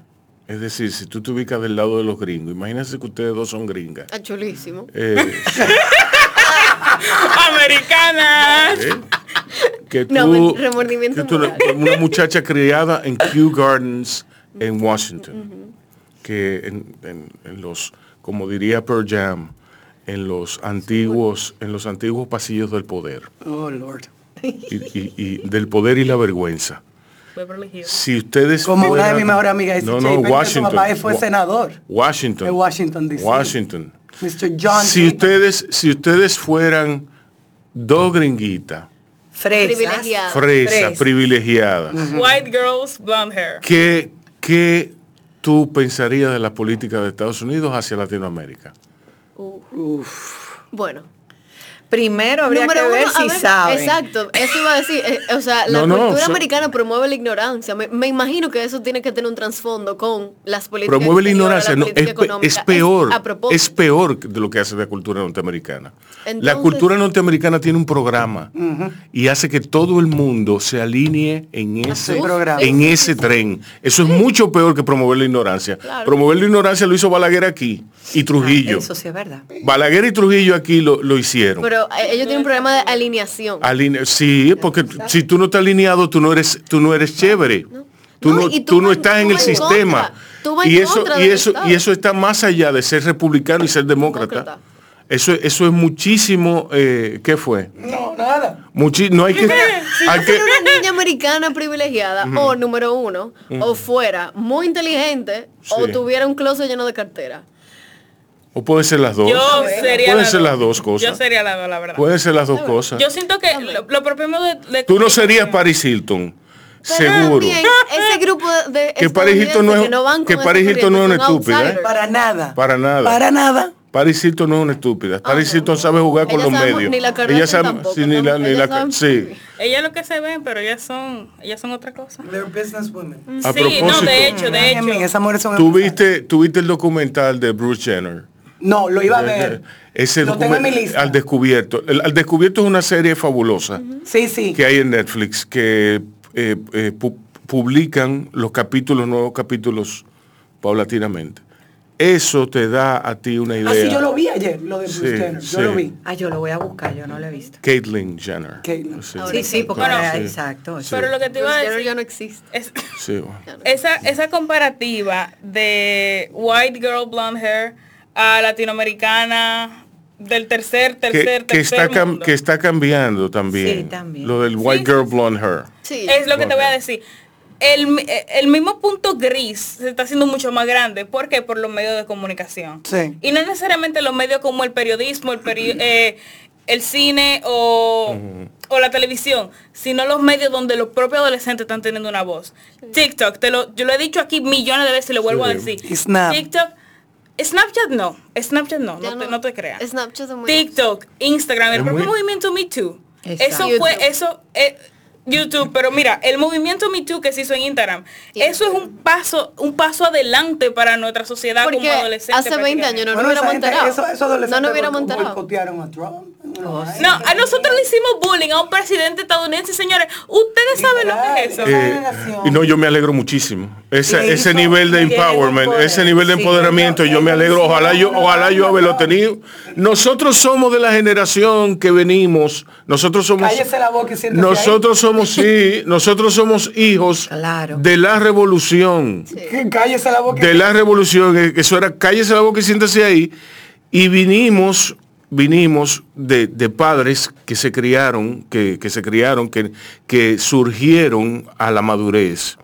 Speaker 5: es decir, si tú te ubicas del lado de los gringos, imagínense que ustedes dos son gringas.
Speaker 7: está Ah, chulísimo.
Speaker 5: Eh,
Speaker 8: Americanas.
Speaker 5: ¿eh? Que tú,
Speaker 7: No, me- remordimiento
Speaker 5: que tú-
Speaker 7: moral. Mm.
Speaker 5: una muchacha criada en Kew Gardens en Washington, que en, en- en los, como diría Pearl Jam, en los antiguos, en los antiguos pasillos del poder,
Speaker 6: Oh, Lord.
Speaker 5: y, y- y del poder y la vergüenza.
Speaker 8: Beverly Hills.
Speaker 5: Si ustedes
Speaker 6: Como una de
Speaker 5: fueran-
Speaker 6: mis mejores amigas dice,
Speaker 5: no,
Speaker 6: "Che,
Speaker 5: no,
Speaker 6: pero que tu
Speaker 5: Washington,
Speaker 6: papá fue
Speaker 5: Wa-
Speaker 6: senador".
Speaker 5: Washington,
Speaker 6: En Washington, D.C..
Speaker 5: Washington.
Speaker 6: Mr. John.
Speaker 5: Si ustedes, si ustedes fueran dos gringuitas,
Speaker 4: Fresas.
Speaker 6: Ah,
Speaker 7: Privilegiada.
Speaker 5: fresas,
Speaker 4: Fresas.
Speaker 5: privilegiadas,
Speaker 6: Mm.
Speaker 8: White girls, blonde hair.
Speaker 5: ¿qué, qué tú pensarías de la política de Estados Unidos hacia Latinoamérica?
Speaker 7: Bueno.
Speaker 4: Primero habría
Speaker 7: Número
Speaker 4: que ver
Speaker 7: uno, a
Speaker 4: si
Speaker 7: ver,
Speaker 4: saben.
Speaker 7: Exacto, eso iba a decir. eh, o sea, la
Speaker 5: No, no,
Speaker 7: cultura
Speaker 5: so-
Speaker 7: americana promueve la ignorancia. Me, me imagino que eso tiene que tener un trasfondo con las políticas.
Speaker 5: Promueve la
Speaker 7: exteriores,
Speaker 5: ignorancia, no, es,
Speaker 7: política
Speaker 5: pe-
Speaker 7: económica.
Speaker 5: es peor,
Speaker 7: a propósito.
Speaker 5: es peor de lo que hace la cultura norteamericana. la
Speaker 7: Entonces-
Speaker 5: cultura norteamericana tiene un programa y hace que todo el mundo se alinee en ese,
Speaker 6: programa.
Speaker 5: en ese tren. Eso es mucho peor que promover la ignorancia.
Speaker 7: Claro. Ah,
Speaker 5: Promover la ignorancia lo hizo Balaguer aquí y Trujillo.
Speaker 4: Eso sí es verdad.
Speaker 5: Balaguer y Trujillo aquí lo, lo hicieron.
Speaker 7: Pero eh, ellos tienen un problema de alineación.
Speaker 5: Aline- sí, porque si tú no estás alineado, tú no eres, tú no eres chévere. Tú
Speaker 7: No,
Speaker 5: no,
Speaker 7: y tú
Speaker 5: tú no
Speaker 7: vas-
Speaker 5: estás
Speaker 7: tú
Speaker 5: en el
Speaker 7: vas en
Speaker 5: sistema.
Speaker 7: contra. Tú vas
Speaker 5: Y
Speaker 7: en
Speaker 5: eso,
Speaker 7: contra
Speaker 5: y
Speaker 7: del
Speaker 5: eso,
Speaker 7: Estado.
Speaker 5: y eso está más allá de ser republicano y ser demócrata.
Speaker 7: Demócrata.
Speaker 5: Eso, eso es muchísimo, eh, ¿qué fue?
Speaker 6: No, nada.
Speaker 5: Muchi- no hay que, hay que-
Speaker 7: Era una niña americana privilegiada o número uno o fuera muy inteligente o
Speaker 5: Sí.
Speaker 7: tuviera un closet lleno de cartera.
Speaker 5: o pueden ser las dos.
Speaker 8: Yo sería
Speaker 5: Pueden
Speaker 8: la
Speaker 5: ser
Speaker 8: dos.
Speaker 5: las dos cosas.
Speaker 8: Yo sería la dos, la verdad.
Speaker 5: Pueden ser las dos cosas.
Speaker 8: Yo siento que lo, lo propio de, de-
Speaker 5: Tú no serías Paris Hilton, seguro.
Speaker 7: también ese grupo de
Speaker 5: Que Parejito no
Speaker 7: estadounidenses
Speaker 5: es-
Speaker 7: que no van
Speaker 5: que
Speaker 7: con esa
Speaker 5: Parejito
Speaker 7: corriente,
Speaker 5: no es un
Speaker 7: son
Speaker 5: estúpido, ¿eh?
Speaker 7: outsiders.
Speaker 6: Para nada.
Speaker 5: Para nada.
Speaker 6: Para nada.
Speaker 5: Paris Hilton no es una estúpida. Paris
Speaker 7: Ah, no.
Speaker 5: Hilton sabe jugar con
Speaker 7: Ella
Speaker 5: los
Speaker 7: sabe-
Speaker 5: medios.
Speaker 7: ni la
Speaker 5: ella
Speaker 7: Kardashian
Speaker 5: sabe,
Speaker 7: tampoco,
Speaker 5: sí, ni la,
Speaker 7: ¿no?
Speaker 5: ni
Speaker 7: Ella sabe-
Speaker 5: la- sí.
Speaker 8: Ellas lo que se ven, pero ellas son, ellas son otra cosa.
Speaker 6: They're businesswomen.
Speaker 5: A
Speaker 8: sí, no,
Speaker 5: propósito.
Speaker 8: de hecho, de hecho.
Speaker 6: Esas mujeres son
Speaker 5: ¿Tuviste, tuviste el documental de Bruce Jenner.
Speaker 6: No, lo iba a ver.
Speaker 5: Eh, Ese
Speaker 6: Lo tengo en mi
Speaker 5: documental,
Speaker 6: lista.
Speaker 5: al descubierto. El- al descubierto es una serie fabulosa
Speaker 6: Sí, sí.
Speaker 5: que hay en Netflix que eh, eh, pu- publican los capítulos, nuevos capítulos paulatinamente. Eso te da a ti una idea.
Speaker 6: Así Ah, yo lo vi ayer, lo de Bruce
Speaker 5: Sí,
Speaker 6: Jenner. Yo
Speaker 5: sí.
Speaker 6: lo vi.
Speaker 4: Ah, yo lo voy a buscar, yo no lo he visto.
Speaker 5: Caitlyn Jenner.
Speaker 6: Caitlyn.
Speaker 4: Sí, sí, porque
Speaker 8: Bueno,
Speaker 4: ahora-
Speaker 5: sí.
Speaker 4: exacto.
Speaker 5: Sí.
Speaker 8: Pero lo que te iba a
Speaker 7: Pero
Speaker 8: decir
Speaker 7: ya no existe.
Speaker 8: es
Speaker 5: Sí, bueno.
Speaker 8: esa, esa comparativa de white girl blonde hair a latinoamericana del tercer, tercer,
Speaker 5: que, que
Speaker 8: tercer
Speaker 5: está cam-
Speaker 8: mundo.
Speaker 5: que está cambiando también.
Speaker 4: Sí, también.
Speaker 5: Lo del white girl blonde hair.
Speaker 7: Sí.
Speaker 8: Es lo que te voy a
Speaker 5: Ok.
Speaker 8: decir. El, mi- eh, el mismo punto gris se está haciendo mucho más grande. ¿Por qué? Por los medios de comunicación.
Speaker 6: Sí.
Speaker 8: Y no necesariamente los medios como el periodismo, el, peri- eh, el cine o, o la televisión, sino los medios donde los propios adolescentes están teniendo una voz. TikTok, te lo, yo lo he dicho aquí millones de veces y lo vuelvo a decir.
Speaker 6: Y Snap.
Speaker 8: TikTok, Snapchat no, Snapchat no,
Speaker 7: Ya
Speaker 8: no, te, no te creas.
Speaker 7: Snapchat es muy-
Speaker 8: TikTok, Instagram, el
Speaker 5: Es
Speaker 8: propio
Speaker 5: muy-
Speaker 8: movimiento Me Too.
Speaker 4: Exacto.
Speaker 8: Eso fue, eso, eh, YouTube, pero mira, el movimiento Me Too que se hizo en Instagram, eso es un paso, un paso adelante para nuestra sociedad
Speaker 7: Porque
Speaker 8: como adolescente.
Speaker 7: hace 20 años
Speaker 8: prácticamente.
Speaker 7: no
Speaker 6: Bueno,
Speaker 7: nos hubiera
Speaker 6: esa gente-
Speaker 7: montarado.
Speaker 6: eso- esos
Speaker 7: no
Speaker 6: adolescentes
Speaker 7: nos hubiera
Speaker 6: boic-
Speaker 7: montarado.
Speaker 6: boicotearon a Trump. Ay.
Speaker 8: No, a nosotros le hicimos bullying a un presidente estadounidense, señores. Ustedes saben lo que es eso.
Speaker 6: Esa
Speaker 5: Eh,
Speaker 6: generación.
Speaker 5: y no, yo me alegro muchísimo. Ese,
Speaker 6: Le
Speaker 5: ese
Speaker 6: hizo-
Speaker 5: nivel de
Speaker 4: le dieron
Speaker 5: empowerment,
Speaker 4: poder.
Speaker 5: ese nivel de
Speaker 4: Sí,
Speaker 5: empoderamiento,
Speaker 6: ellos-
Speaker 5: yo me
Speaker 6: ellos
Speaker 5: alegro.
Speaker 6: hicieron
Speaker 5: Ojalá yo,
Speaker 6: una
Speaker 5: ojalá yo
Speaker 6: vaina,
Speaker 5: haberlo
Speaker 6: no.
Speaker 5: tenido. Nosotros somos de la generación que venimos. Nosotros somos.
Speaker 6: Cállese la boca y siéntese ahí.
Speaker 5: Nosotros somos sí, nosotros somos hijos
Speaker 4: Claro.
Speaker 5: de la revolución.
Speaker 6: Que Cállese la boca.
Speaker 5: de la revolución, eh, que eso era cállese la boca y siéntese ahí, y vinimos, vinimos de, de padres que se criaron, que, que se criaron, que, que surgieron a la madurez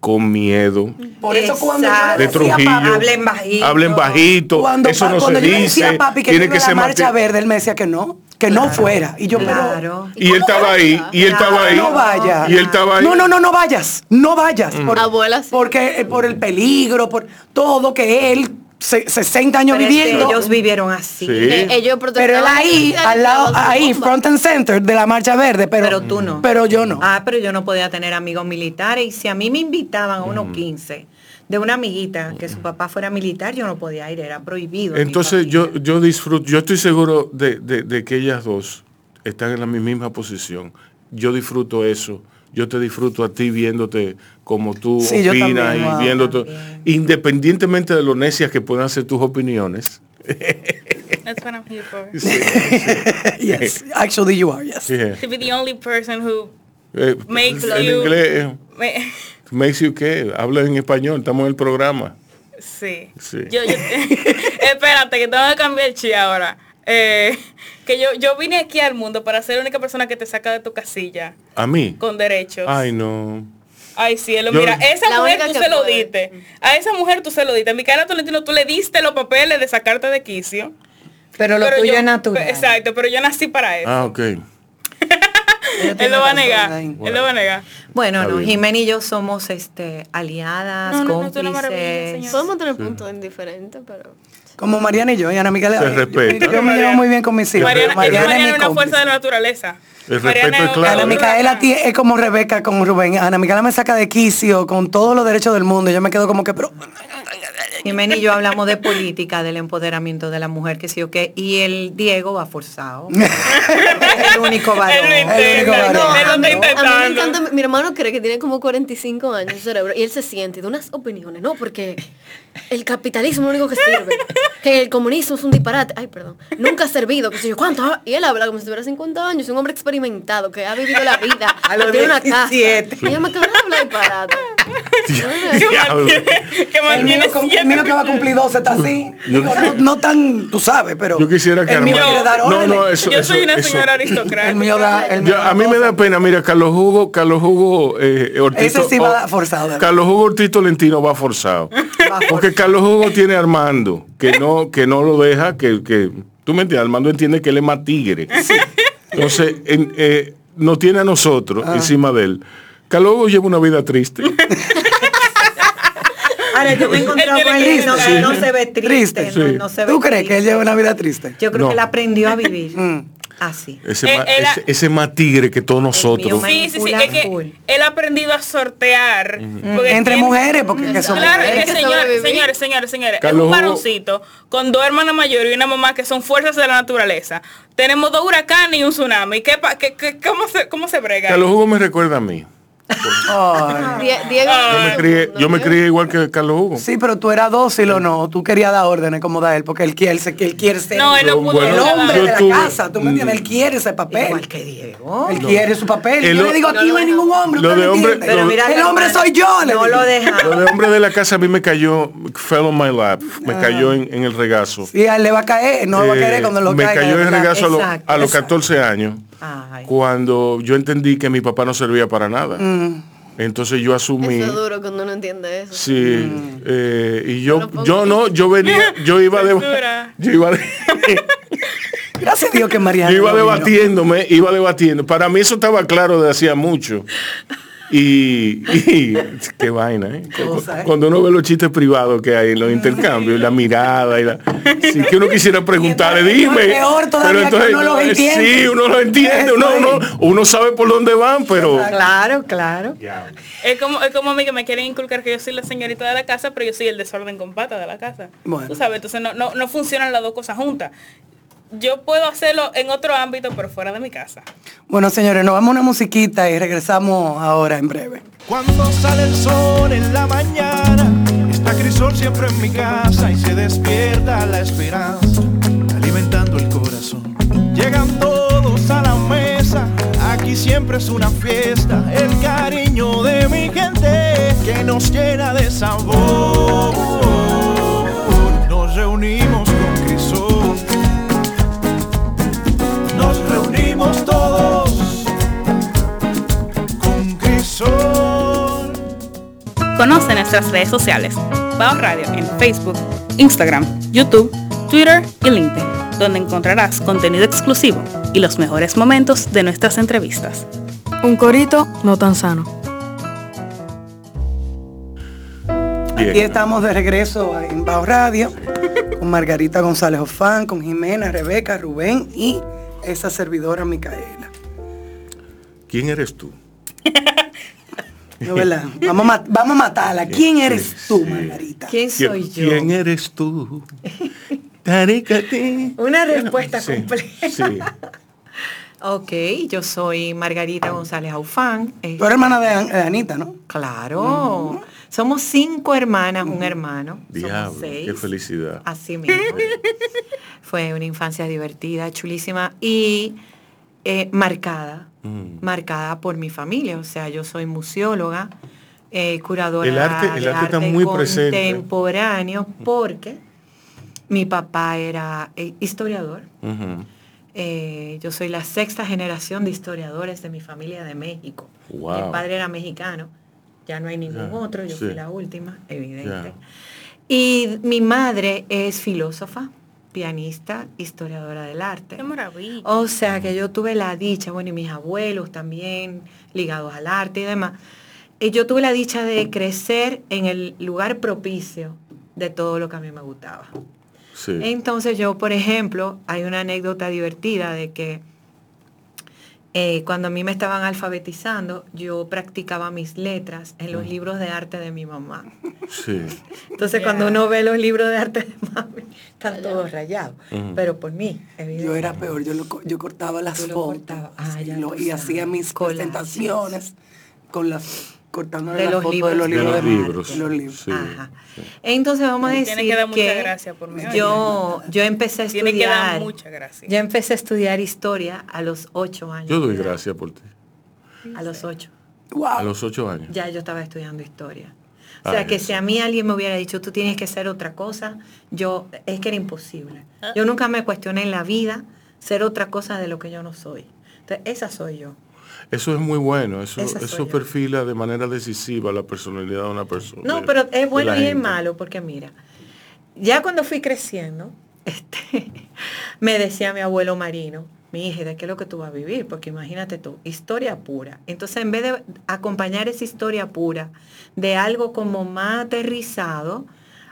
Speaker 5: con miedo.
Speaker 6: Por eso cuando yo
Speaker 4: Exacto.
Speaker 5: De
Speaker 6: le decía a
Speaker 5: Trujillo.
Speaker 6: papá,
Speaker 4: hablen bajito.
Speaker 5: Hablen bajito,
Speaker 6: Cuando,
Speaker 5: eso
Speaker 6: pa-
Speaker 5: no
Speaker 6: cuando
Speaker 5: se
Speaker 6: yo le
Speaker 5: dice.
Speaker 6: decía a papi que
Speaker 5: tiene
Speaker 6: yo
Speaker 5: que
Speaker 6: iba a
Speaker 5: se
Speaker 6: la marcha
Speaker 5: mantiene-
Speaker 6: verde, él me decía que no, que no fuera. Y yo,
Speaker 4: Claro.
Speaker 5: Y él estaba ahí, y él estaba ahí.
Speaker 6: pero no vaya.
Speaker 5: Y él estaba ahí. Mm.
Speaker 6: No, no, no, no vayas. No vayas. Por,
Speaker 7: Abuela, sí.
Speaker 6: Porque eh, por el peligro, por todo que él, se- 60 años
Speaker 4: Pero es que
Speaker 6: viviendo.
Speaker 4: ellos vivieron así.
Speaker 5: Sí.
Speaker 7: Eh, ellos
Speaker 6: Pero él
Speaker 7: protestaban
Speaker 6: ahí,
Speaker 7: y
Speaker 6: al lado,
Speaker 7: lanzaban sus
Speaker 6: ahí,
Speaker 7: bombas.
Speaker 6: front and center de la marcha verde. Pero,
Speaker 4: Pero
Speaker 5: Mm.
Speaker 4: tú no.
Speaker 6: Pero yo no.
Speaker 4: Ah, pero yo no podía tener amigos militares. Y si a mí me invitaban a
Speaker 5: Mm.
Speaker 4: unos 15 de una amiguita que su papá fuera militar, yo no podía ir, era prohibido. en mi
Speaker 5: Entonces
Speaker 4: familia.
Speaker 5: yo, yo disfruto, yo estoy seguro de, de- de que ellas dos están en la mi- misma posición. Yo disfruto eso. Yo te disfruto a ti viéndote como tú
Speaker 6: Sí, yo
Speaker 5: opinas
Speaker 6: también,
Speaker 5: y
Speaker 6: wow.
Speaker 5: viéndote.
Speaker 4: También.
Speaker 5: Independientemente de lo necias que puedan ser tus opiniones.
Speaker 8: That's what I'm here for.
Speaker 6: yes, actually you are, yes.
Speaker 5: Yeah.
Speaker 8: To be the only person who
Speaker 5: Eh,
Speaker 8: Makes
Speaker 5: en
Speaker 8: you-
Speaker 5: inglés, eh,
Speaker 8: me-
Speaker 5: makes you qué, habla en español, estamos en el programa.
Speaker 8: Sí.
Speaker 5: Sí.
Speaker 8: Yo, yo- espérate, que tengo que cambiar el chi ahora. Eh, que yo, yo vine aquí al mundo para ser la única persona que te saca de tu casilla
Speaker 5: A mí.
Speaker 8: con derechos.
Speaker 5: Ay, no.
Speaker 8: Ay, cielo,
Speaker 5: Yo-
Speaker 8: mira, a esa
Speaker 7: La
Speaker 8: mujer
Speaker 7: única
Speaker 8: tú
Speaker 7: que
Speaker 8: se lo
Speaker 7: puede.
Speaker 8: diste. A esa mujer tú se lo diste. A Micaela Tolentino tú le diste los papeles de sacarte de quicio.
Speaker 4: pero lo tuyo
Speaker 8: yo-
Speaker 4: es natural.
Speaker 8: pe- Exacto, pero yo nací para eso.
Speaker 5: Ah, ok.
Speaker 4: Yo
Speaker 8: Él
Speaker 4: tengo
Speaker 8: lo va a
Speaker 4: razón.
Speaker 8: negar. Él lo va a negar.
Speaker 4: Bueno,
Speaker 5: Está
Speaker 4: no,
Speaker 5: bien.
Speaker 4: Jimena y yo somos este aliadas,
Speaker 8: No, no, no, tú eres maravilla,
Speaker 4: cómplices.
Speaker 8: señora.
Speaker 7: Podemos tener puntos indiferentes, pero...
Speaker 6: Como Mariana y yo, y Ana Micaela.
Speaker 5: Se
Speaker 6: yo-
Speaker 5: respeta.
Speaker 6: Yo, me llevo muy bien con mis hijos.
Speaker 8: Mariana,
Speaker 6: pero Mariana
Speaker 8: Mariana
Speaker 6: es
Speaker 8: es
Speaker 6: mi
Speaker 8: una
Speaker 6: cómplice.
Speaker 8: fuerza de la naturaleza.
Speaker 5: El
Speaker 8: Mariana
Speaker 5: respeto es clave.
Speaker 8: una-
Speaker 6: Ana
Speaker 5: Claro.
Speaker 6: Micaela tie- es como Rebeca con Rubén. Ana Micaela me saca de quicio con todos los derechos del mundo. Yo me quedo como que, pero
Speaker 4: Jimena y yo hablamos de política, del empoderamiento de la mujer, que sí o qué, y el Diego va forzado. Es el único varón.
Speaker 8: Él lo
Speaker 6: único
Speaker 8: intenta,
Speaker 6: varón.
Speaker 8: él lo
Speaker 7: a mí,
Speaker 8: está
Speaker 7: a mí me
Speaker 8: intentando.
Speaker 7: encanta, mi hermano cree que tiene como 45 años el cerebro y él se siente de unas opiniones, ¿no? Porque el capitalismo es lo único que sirve, que el comunismo es un disparate, ay, perdón, nunca ha servido, qué sé yo, ¿cuánto? Ah, Y él habla como si tuviera 50 años, es un hombre experimentado que ha vivido la vida,
Speaker 4: A los
Speaker 7: que tiene una casa. Y
Speaker 4: 27.
Speaker 7: yo me acabo de hablar disparate.
Speaker 5: Diablo.
Speaker 8: que
Speaker 6: el mío,
Speaker 8: mantiene
Speaker 6: con- el
Speaker 8: siete
Speaker 6: mío que va a cumplir 12 está así. Digo, no, no tan, tú sabes, pero
Speaker 5: Yo quisiera que
Speaker 6: el mío
Speaker 5: Armando-
Speaker 6: quiere dar
Speaker 5: No,
Speaker 6: órdenes.
Speaker 5: no, eso,
Speaker 8: Yo
Speaker 5: eso-
Speaker 8: soy una
Speaker 5: eso-
Speaker 8: señora aristocrática.
Speaker 6: El mío da... El mío
Speaker 5: Yo-
Speaker 6: da
Speaker 5: a mí me da
Speaker 6: 12.
Speaker 5: pena, mira, Carlos Hugo, Carlos Hugo eh, Ortiz.
Speaker 6: Ese sí va
Speaker 5: o-
Speaker 6: da- forzado.
Speaker 5: Carlos Hugo Ortiz Tolentino va forzado. Porque Carlos Hugo tiene a Armando, que no, que no lo deja, que, que- tú me entiendes, Armando entiende que él es
Speaker 6: Ah.
Speaker 5: más tigre. Entonces, en- eh, nos tiene a nosotros encima de él. Calogo lleva una vida triste.
Speaker 4: Ahora, yo me he encontrado
Speaker 8: Él
Speaker 4: con
Speaker 8: tiene
Speaker 4: él y no,
Speaker 8: que-
Speaker 4: no se ve triste.
Speaker 6: Triste,
Speaker 4: no,
Speaker 5: sí.
Speaker 4: no se ve
Speaker 6: ¿Tú crees que él
Speaker 4: triste.
Speaker 6: lleva una vida triste?
Speaker 4: Yo creo
Speaker 5: No.
Speaker 4: que él aprendió a vivir
Speaker 6: Mm.
Speaker 4: así.
Speaker 5: Ese,
Speaker 8: Eh,
Speaker 5: ma-
Speaker 8: era-
Speaker 5: ese- ese más tigre que todos nosotros.
Speaker 4: mío,
Speaker 8: Sí, sí, sí.
Speaker 4: Manipula
Speaker 8: Es
Speaker 4: full.
Speaker 8: que él ha aprendido a sortear. porque
Speaker 6: Entre
Speaker 8: tiene-
Speaker 6: mujeres, porque que son
Speaker 8: Claro,
Speaker 6: mujeres.
Speaker 8: es que
Speaker 7: Hay que
Speaker 8: señores,
Speaker 7: sobrevivir.
Speaker 8: señores, señores, señores, es
Speaker 5: Carlos
Speaker 8: un
Speaker 5: Hugo-
Speaker 8: varoncito con dos hermanas mayores y una mamá que son fuerzas de la naturaleza. Tenemos dos huracanes y un tsunami. ¿Qué, pa- qué- qué- cómo, se, ¿Cómo se brega?
Speaker 5: Carlos Hugo me recuerda a mí.
Speaker 6: Ay.
Speaker 7: Die- Diego,
Speaker 5: Yo me crié, yo me crié igual que Carlos Hugo.
Speaker 6: Sí, pero tú eras dócil o no. Tú querías dar órdenes como da él, porque él quiere, ser- que él quiere ser
Speaker 8: No, él no
Speaker 5: Yo,
Speaker 8: pudo
Speaker 5: bueno,
Speaker 6: el
Speaker 8: nunca
Speaker 6: hombre
Speaker 5: yo
Speaker 6: de la
Speaker 5: tuve-
Speaker 6: casa. ¿Tú me Mm. entiendes? Él quiere ese papel.
Speaker 4: Igual que Diego.
Speaker 6: Él quiere su papel.
Speaker 5: El
Speaker 6: yo
Speaker 5: ho-
Speaker 6: le digo, aquí no hay ningún hombre.
Speaker 5: Lo
Speaker 6: ¿usted
Speaker 5: de
Speaker 6: me
Speaker 5: hombre-
Speaker 6: entiende?
Speaker 5: Pero lo-
Speaker 4: mira,
Speaker 6: el hombre soy yo. le
Speaker 4: No
Speaker 6: digo.
Speaker 4: lo deja.
Speaker 5: Lo de hombre de la casa a mí me cayó, fell on my lap, me cayó en, en el regazo.
Speaker 6: Ah. Sí, a él le va a caer. No lo va a
Speaker 5: Eh,
Speaker 6: querer cuando lo
Speaker 5: me
Speaker 6: caiga,
Speaker 5: cayó en el
Speaker 6: ¿verdad?
Speaker 5: regazo a, lo-
Speaker 4: Exacto,
Speaker 5: a los
Speaker 4: exacto.
Speaker 5: 14 años,
Speaker 4: Ay.
Speaker 5: cuando yo entendí que mi papá no servía para nada.
Speaker 6: Mm.
Speaker 5: Entonces yo asumí.
Speaker 7: Eso es duro cuando uno entiende eso.
Speaker 5: Sí,
Speaker 6: Mm.
Speaker 5: eh, y yo,
Speaker 7: No puedo
Speaker 5: yo no, yo venía, yo iba de,
Speaker 8: Censura.
Speaker 5: yo iba de-
Speaker 6: Gracias a Dios que María.
Speaker 5: yo iba
Speaker 6: no vino.
Speaker 5: debatiéndome, iba debatiendo. Para mí eso estaba claro de hacía mucho. Y, y- qué vaina, ¿eh?
Speaker 6: Cosa, ¿eh?
Speaker 5: Cuando uno ve los chistes privados que hay, los intercambios, y la mirada, y la, sí, que uno quisiera preguntarle,
Speaker 6: Y entonces,
Speaker 5: dime.
Speaker 6: peor todavía que uno los
Speaker 5: eh,
Speaker 6: entiende.
Speaker 5: Sí, uno los entiende,
Speaker 6: Eso
Speaker 5: uno, uno,
Speaker 6: es.
Speaker 5: uno sabe por dónde van, pero.
Speaker 4: Claro, claro.
Speaker 8: Es como, es como a mí que me quieren inculcar que yo soy la señorita de la casa, pero yo soy el desorden con pata de la casa.
Speaker 6: Bueno.
Speaker 8: Tú sabes, entonces no, no, no funcionan las dos cosas juntas. Yo puedo hacerlo en otro ámbito, pero fuera de mi casa.
Speaker 6: Bueno, señores, nos vamos a una musiquita y regresamos ahora en breve.
Speaker 3: Cuando sale el sol en la mañana, está Crisol siempre en mi casa y se despierta la esperanza, alimentando el corazón. Llegan todos a la mesa, aquí siempre es una fiesta, el cariño de mi gente que nos llena de sabor. Nos reunimos con Crisol, nos reunimos todos con Crisol.
Speaker 8: Conoce nuestras redes sociales. Bao Radio en Facebook, Instagram, YouTube, Twitter y LinkedIn, donde encontrarás contenido exclusivo y los mejores momentos de nuestras entrevistas.
Speaker 9: Un corito no tan sano.
Speaker 5: Bien.
Speaker 6: Aquí estamos de regreso en Bao Radio con Margarita González Ofán, con Jimena, Rebeca, Rubén y esa servidora Micaela.
Speaker 5: ¿Quién eres tú?
Speaker 6: ¿No verdad? Vamos a, ma- vamos a matarla. ¿Quién eres tú,
Speaker 5: sí.
Speaker 6: Margarita?
Speaker 4: ¿Quién
Speaker 5: ¿Quién-
Speaker 4: soy yo?
Speaker 5: ¿Quién eres tú? Tarícate.
Speaker 4: Una respuesta
Speaker 5: Sí,
Speaker 4: completa.
Speaker 5: sí.
Speaker 4: Ok, yo soy Margarita González Aufán. eh,
Speaker 6: Tú eres hermana de, An- de Anita, ¿no?
Speaker 4: Claro. Somos cinco hermanas, un hermano.
Speaker 5: Diablo,
Speaker 4: Somos seis.
Speaker 5: qué felicidad.
Speaker 6: Ah.
Speaker 4: Así mismo. Fue una infancia divertida, chulísima y eh, marcada,
Speaker 5: Mm.
Speaker 4: marcada por mi familia. O sea, yo soy museóloga, eh, curadora
Speaker 5: El arte- el
Speaker 4: de
Speaker 5: arte está muy presente. Mm.
Speaker 4: contemporáneo, porque mi papá era eh, historiador.
Speaker 5: Ujú.
Speaker 4: Eh, yo soy la sexta generación de historiadores de mi familia de México.
Speaker 5: Wow.
Speaker 4: Mi padre era mexicano, ya no hay ningún
Speaker 5: Ya,
Speaker 4: otro, yo
Speaker 5: sí.
Speaker 4: fui la última, evidente.
Speaker 5: Ya.
Speaker 4: Y mi madre es filósofa, pianista, historiadora del arte.
Speaker 8: maravilla!
Speaker 4: O sea que yo tuve la dicha, bueno, y mis abuelos también, ligados al arte y demás. Y yo tuve la dicha de crecer en el lugar propicio de todo lo que a mí me gustaba.
Speaker 5: Sí.
Speaker 4: Entonces yo, por ejemplo, hay una anécdota divertida de que eh, cuando a mí me estaban alfabetizando, yo practicaba mis letras en los libros de arte de mi mamá.
Speaker 5: Mm. Sí.
Speaker 4: Entonces cuando uno ve los libros de arte de mami, están todos rayados,
Speaker 5: Mm.
Speaker 4: pero por mí,
Speaker 6: Yo
Speaker 4: evidentemente.
Speaker 6: era peor, yo, lo co- yo cortaba las
Speaker 4: Tú lo
Speaker 6: fotos
Speaker 4: cortabas. Ah,
Speaker 6: y
Speaker 4: ya
Speaker 6: lo-
Speaker 4: tú
Speaker 6: y
Speaker 4: sabes.
Speaker 6: hacía mis
Speaker 4: Collages.
Speaker 6: presentaciones con las cortando
Speaker 4: De
Speaker 6: las
Speaker 4: los
Speaker 6: fotos de
Speaker 4: libros.
Speaker 6: los libros
Speaker 4: De
Speaker 6: de,
Speaker 4: los
Speaker 6: Marta,
Speaker 5: libros.
Speaker 6: de los libros.
Speaker 5: Sí.
Speaker 4: Ajá. Entonces vamos a decir
Speaker 8: Tiene que dar mucha gracia por mí.
Speaker 4: yo, yo empecé a estudiar.
Speaker 8: Tiene que dar mucha gracia.
Speaker 4: Yo empecé a estudiar historia a los ocho años.
Speaker 5: Yo doy
Speaker 4: de edad.
Speaker 5: gracias por ti.
Speaker 4: A los ocho.
Speaker 5: A
Speaker 6: Wow.
Speaker 5: los ocho años.
Speaker 4: ya yo estaba estudiando historia. O
Speaker 5: Ah,
Speaker 4: sea, que
Speaker 5: eso.
Speaker 4: si a mí alguien me hubiera dicho, tú tienes que ser otra cosa, yo, es que era imposible. Yo nunca me cuestioné en la vida ser otra cosa de lo que yo no soy. Entonces, esa soy yo.
Speaker 5: Eso es muy bueno. Eso,
Speaker 4: Esa soy
Speaker 5: eso
Speaker 4: yo.
Speaker 5: perfila de manera decisiva la personalidad de una persona.
Speaker 4: No,
Speaker 5: de-
Speaker 4: pero
Speaker 5: de
Speaker 4: es bueno
Speaker 5: la
Speaker 4: y es
Speaker 5: gente.
Speaker 4: malo, porque mira, ya cuando fui creciendo, este, me decía mi abuelo marino, mi hija, ¿de qué es lo que tú vas a vivir? Porque imagínate tú, historia pura. Entonces, en vez de acompañar esa historia pura de algo como más aterrizado,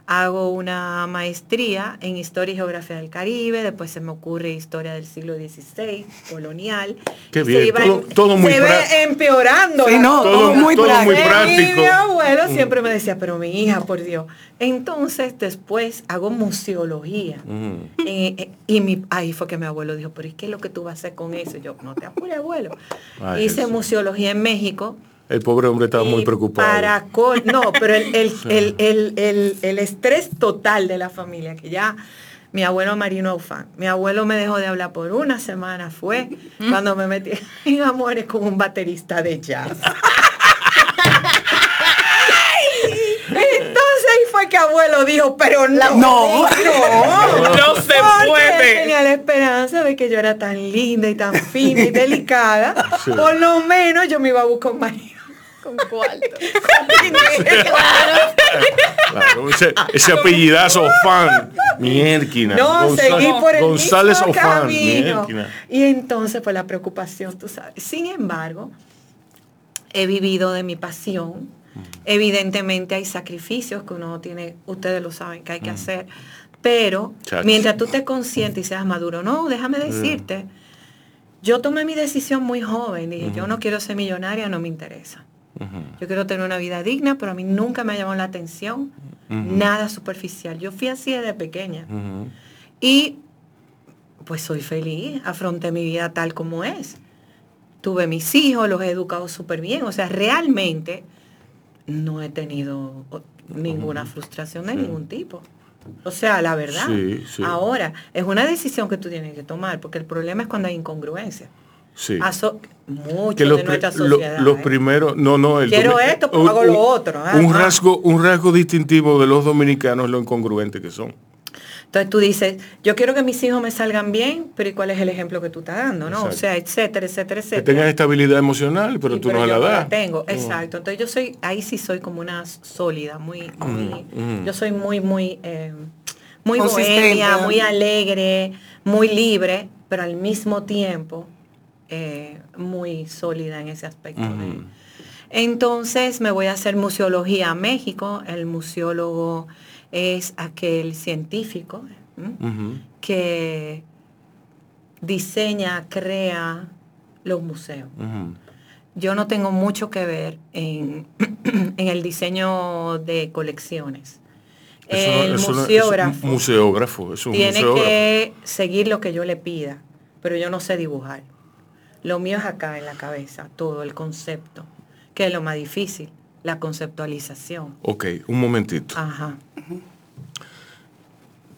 Speaker 4: hago una maestría en historia y geografía del Caribe, después se me ocurre historia del siglo XVI, colonial.
Speaker 5: Qué
Speaker 4: y
Speaker 5: bien,
Speaker 4: se iba- em
Speaker 5: todo- todo muy
Speaker 4: se ve
Speaker 5: prá-
Speaker 4: empeorando.
Speaker 6: Sí,
Speaker 4: la
Speaker 6: no,
Speaker 4: cosa.
Speaker 6: todo muy
Speaker 5: todo muy
Speaker 4: Sí,
Speaker 5: práctico.
Speaker 4: mi abuelo siempre me decía, pero mi hija, por Dios. Entonces, después hago museología.
Speaker 5: Mm.
Speaker 4: Eh, eh, y mi, ahí fue que mi abuelo dijo, pero ¿y qué es lo que tú vas a hacer con eso? Y yo, no te apures, abuelo.
Speaker 5: Ay,
Speaker 4: Hice
Speaker 5: Jesús.
Speaker 4: museología en México.
Speaker 5: El pobre hombre estaba muy
Speaker 4: y
Speaker 5: preocupado.
Speaker 4: Para col- no, pero el, el- el- el- el- el estrés total de la familia, que ya mi abuelo Marino Aufán, mi abuelo me dejó de hablar por una semana, fue cuando me metí en amores con un baterista de jazz. Entonces ahí fue que abuelo dijo, pero no.
Speaker 6: No.
Speaker 8: No se
Speaker 4: Porque
Speaker 8: puede.
Speaker 4: él Tenía la esperanza de que yo era tan linda y tan fina y delicada.
Speaker 5: Sí.
Speaker 4: Por lo menos yo me iba a buscar un marido.
Speaker 7: Con cuarto.
Speaker 4: Claro.
Speaker 5: Claro, ese, ese apellidazo fan. Mierquina.
Speaker 4: No,
Speaker 5: Gonzá-
Speaker 4: seguí por el
Speaker 5: González
Speaker 4: mismo
Speaker 5: Ofán,
Speaker 4: camino.
Speaker 5: mierquina.
Speaker 4: Y entonces pues la preocupación, tú sabes. Sin embargo, he vivido de mi pasión. Evidentemente hay sacrificios que uno tiene, ustedes lo saben que hay que hacer. Pero
Speaker 5: Chacho.
Speaker 4: mientras tú te consientes y seas maduro, no, déjame decirte, yo tomé mi decisión muy joven. Dije, yo no quiero ser millonaria, no me interesa. Yo quiero tener una vida digna, pero a mí nunca me ha llamado la atención nada superficial. Yo fui así desde pequeña.
Speaker 5: Ujú.
Speaker 4: Y pues soy feliz, afronté mi vida tal como es. Tuve mis hijos, los he educado súper bien. O sea, realmente no he tenido o- ninguna frustración de ningún tipo. O sea, la verdad.
Speaker 5: Sí, sí.
Speaker 4: Ahora, es una decisión que tú tienes que tomar, porque el problema es cuando hay incongruencia.
Speaker 5: Sí.
Speaker 4: Aso- mucho
Speaker 5: que los,
Speaker 4: de
Speaker 5: pri-
Speaker 4: nuestra
Speaker 5: lo-
Speaker 4: sociedad.
Speaker 5: los
Speaker 4: ¿eh?
Speaker 5: primeros no no el
Speaker 4: Quiero
Speaker 5: domi-
Speaker 4: esto, pues hago lo otro, ah,
Speaker 5: un
Speaker 4: ah.
Speaker 5: rasgo un rasgo distintivo de los dominicanos es lo incongruente que son
Speaker 4: Entonces tú dices, yo quiero que mis hijos me salgan bien, pero ¿y cuál es el ejemplo que tú estás dando? ¿no? O
Speaker 5: Exacto.
Speaker 4: sea, etcétera, etcétera,
Speaker 5: que
Speaker 4: etcétera.
Speaker 5: tengan estabilidad emocional pero
Speaker 4: Sí,
Speaker 5: tú
Speaker 4: yo
Speaker 5: no la das Mm.
Speaker 4: tengo, exacto. Entonces yo soy, ahí sí soy como una sólida, muy,
Speaker 5: Mm,
Speaker 4: muy- yo soy muy, muy, eh, muy
Speaker 6: Consistente,
Speaker 4: bohemia,
Speaker 6: ¿no?
Speaker 4: muy alegre, muy libre, pero al mismo tiempo eh, muy sólida en ese aspecto. de-
Speaker 5: Mm.
Speaker 4: Entonces me voy a hacer museología a México. El museólogo es aquel científico ¿m?
Speaker 5: Ujú.
Speaker 4: que diseña, crea los museos.
Speaker 5: Ujú.
Speaker 4: Yo no tengo mucho que ver en, en el diseño de colecciones.
Speaker 5: Eso no-
Speaker 4: el
Speaker 5: eso no- es
Speaker 4: Eh, museógrafo
Speaker 5: un museógrafo es un
Speaker 4: tiene
Speaker 5: museógrafo
Speaker 4: que seguir lo que yo le pida, pero yo no sé dibujar. Lo mío es acá en la cabeza, todo el concepto, que es lo más difícil, la conceptualización.
Speaker 5: ok un momentito
Speaker 4: Ajá.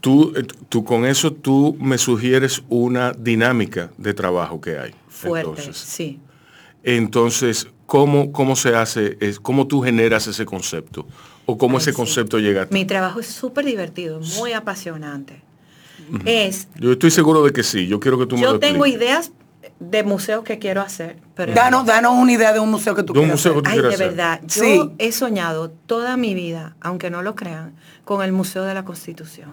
Speaker 5: tú eh, tú con eso tú me sugieres una dinámica de trabajo que hay
Speaker 4: Fuerte,
Speaker 5: entonces
Speaker 4: sí.
Speaker 5: entonces cómo cómo se hace es cómo tú generas ese concepto o cómo
Speaker 4: Ay,
Speaker 5: ese
Speaker 4: sí.
Speaker 5: concepto llega a ti
Speaker 4: Mi trabajo es súper divertido, muy apasionante. Es,
Speaker 5: yo estoy seguro de que sí yo quiero que tú me
Speaker 4: yo
Speaker 5: lo
Speaker 4: tengo
Speaker 5: expliques.
Speaker 4: ideas de museos que quiero hacer, pero
Speaker 6: Danos, danos una idea de un museo que tú
Speaker 5: De un
Speaker 6: quieras
Speaker 5: museo que tú
Speaker 6: hacer.
Speaker 4: Ay, de
Speaker 5: quieras hacer.
Speaker 4: verdad, yo
Speaker 6: Sí.
Speaker 4: he soñado toda mi vida, aunque no lo crean, con el Museo de la Constitución.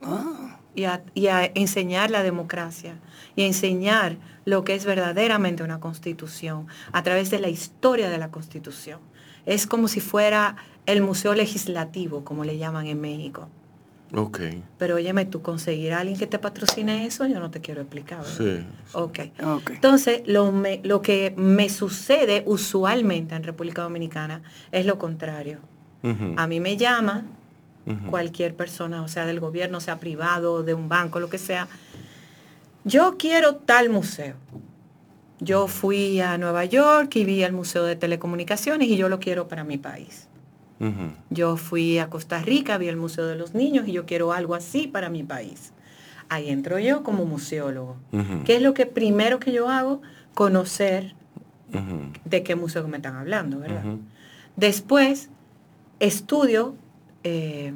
Speaker 5: Ah.
Speaker 4: Y, a, y a enseñar la democracia y a enseñar lo que es verdaderamente una constitución a través de la historia de la constitución. Es como si fuera el museo legislativo, como le llaman en México.
Speaker 5: Ok.
Speaker 4: Pero óyeme, tú conseguir a alguien que te patrocine eso, yo no te quiero explicar. ¿verdad?
Speaker 5: Sí, sí.
Speaker 4: Ok.
Speaker 6: Ok.
Speaker 4: Entonces, lo, me- lo que me sucede usualmente en República Dominicana es lo contrario.
Speaker 5: Ujú.
Speaker 4: A mí me llama cualquier persona, o sea, del gobierno, sea privado, de un banco, lo que sea. Yo quiero tal museo. Yo fui a Nueva York y vi el Museo de Telecomunicaciones y yo lo quiero para mi país.
Speaker 5: Ujú.
Speaker 4: Yo fui a Costa Rica, vi el Museo de los Niños y yo quiero algo así para mi país. Ahí entro yo como museólogo.
Speaker 5: Ujú.
Speaker 4: ¿Qué es lo que primero que yo hago? Conocer
Speaker 5: Ujú.
Speaker 4: de qué museo que me están hablando, ¿verdad?
Speaker 5: Ujú.
Speaker 4: Después, estudio, eh,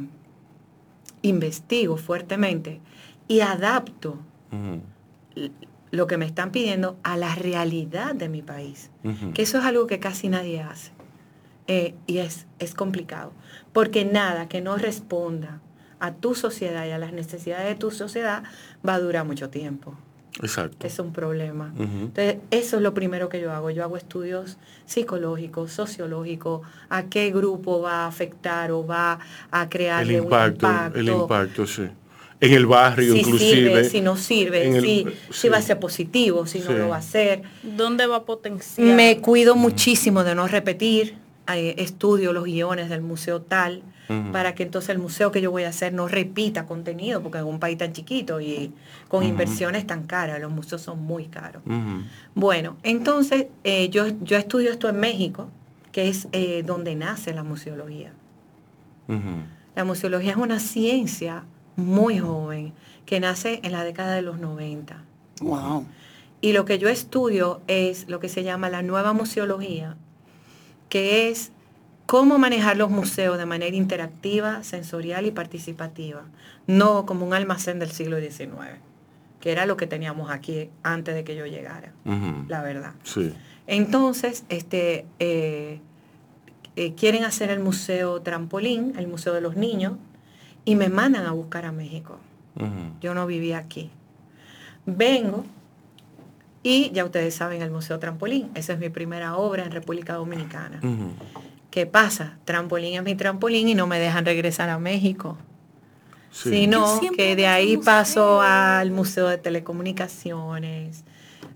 Speaker 4: investigo fuertemente y adapto
Speaker 5: Ujú.
Speaker 4: l- lo que me están pidiendo a la realidad de mi país.
Speaker 5: Ujú.
Speaker 4: Que eso es algo que casi nadie hace. Eh, y es, es complicado. Porque nada que no responda a tu sociedad y a las necesidades de tu sociedad va a durar mucho tiempo.
Speaker 5: Exacto.
Speaker 4: es un problema. Entonces, eso es lo primero que yo hago. Yo hago estudios psicológicos, sociológicos, a qué grupo va a afectar o va a crear
Speaker 5: El impacto,
Speaker 4: un impacto.
Speaker 5: el impacto, sí. En el barrio,
Speaker 4: si
Speaker 5: inclusive.
Speaker 4: sirve, si no sirve,
Speaker 5: en el-
Speaker 4: si, si
Speaker 5: sí.
Speaker 4: va a ser positivo, si
Speaker 5: Sí.
Speaker 4: no lo va a ser.
Speaker 8: ¿Dónde va a potenciar?
Speaker 4: Me cuido muchísimo de no repetir. eh, Estudio los guiones del museo tal para que entonces el museo que yo voy a hacer no repita contenido, porque es un país tan chiquito y con inversiones tan caras, los museos son muy caros.
Speaker 5: Ujú.
Speaker 4: Bueno, entonces eh, yo, yo estudio esto en México, que es eh, donde nace la museología.
Speaker 5: Ujú.
Speaker 4: La museología es una ciencia muy joven que nace en la década de los 90.
Speaker 6: Wow.
Speaker 4: Y lo que yo estudio es lo que se llama la nueva museología, que es cómo manejar los museos de manera interactiva, sensorial y participativa, no como un almacén del siglo XIX, que era lo que teníamos aquí antes de que yo llegara,
Speaker 5: Ujú.
Speaker 4: la verdad.
Speaker 5: Sí.
Speaker 4: Entonces, este, eh, eh, quieren hacer el museo trampolín, el museo de los niños, y me mandan a buscar a México.
Speaker 5: Ujú.
Speaker 4: Yo no vivía aquí. Vengo y ya ustedes saben el museo trampolín. Esa es mi primera obra en República Dominicana.
Speaker 5: Ujú.
Speaker 4: ¿Qué pasa? Trampolín es mi trampolín y no me dejan regresar a México
Speaker 5: Sí.
Speaker 4: sino
Speaker 8: Yo siempre
Speaker 4: que de
Speaker 8: voy a
Speaker 4: ahí
Speaker 8: ese
Speaker 4: paso
Speaker 8: museo.
Speaker 4: al Museo de Telecomunicaciones,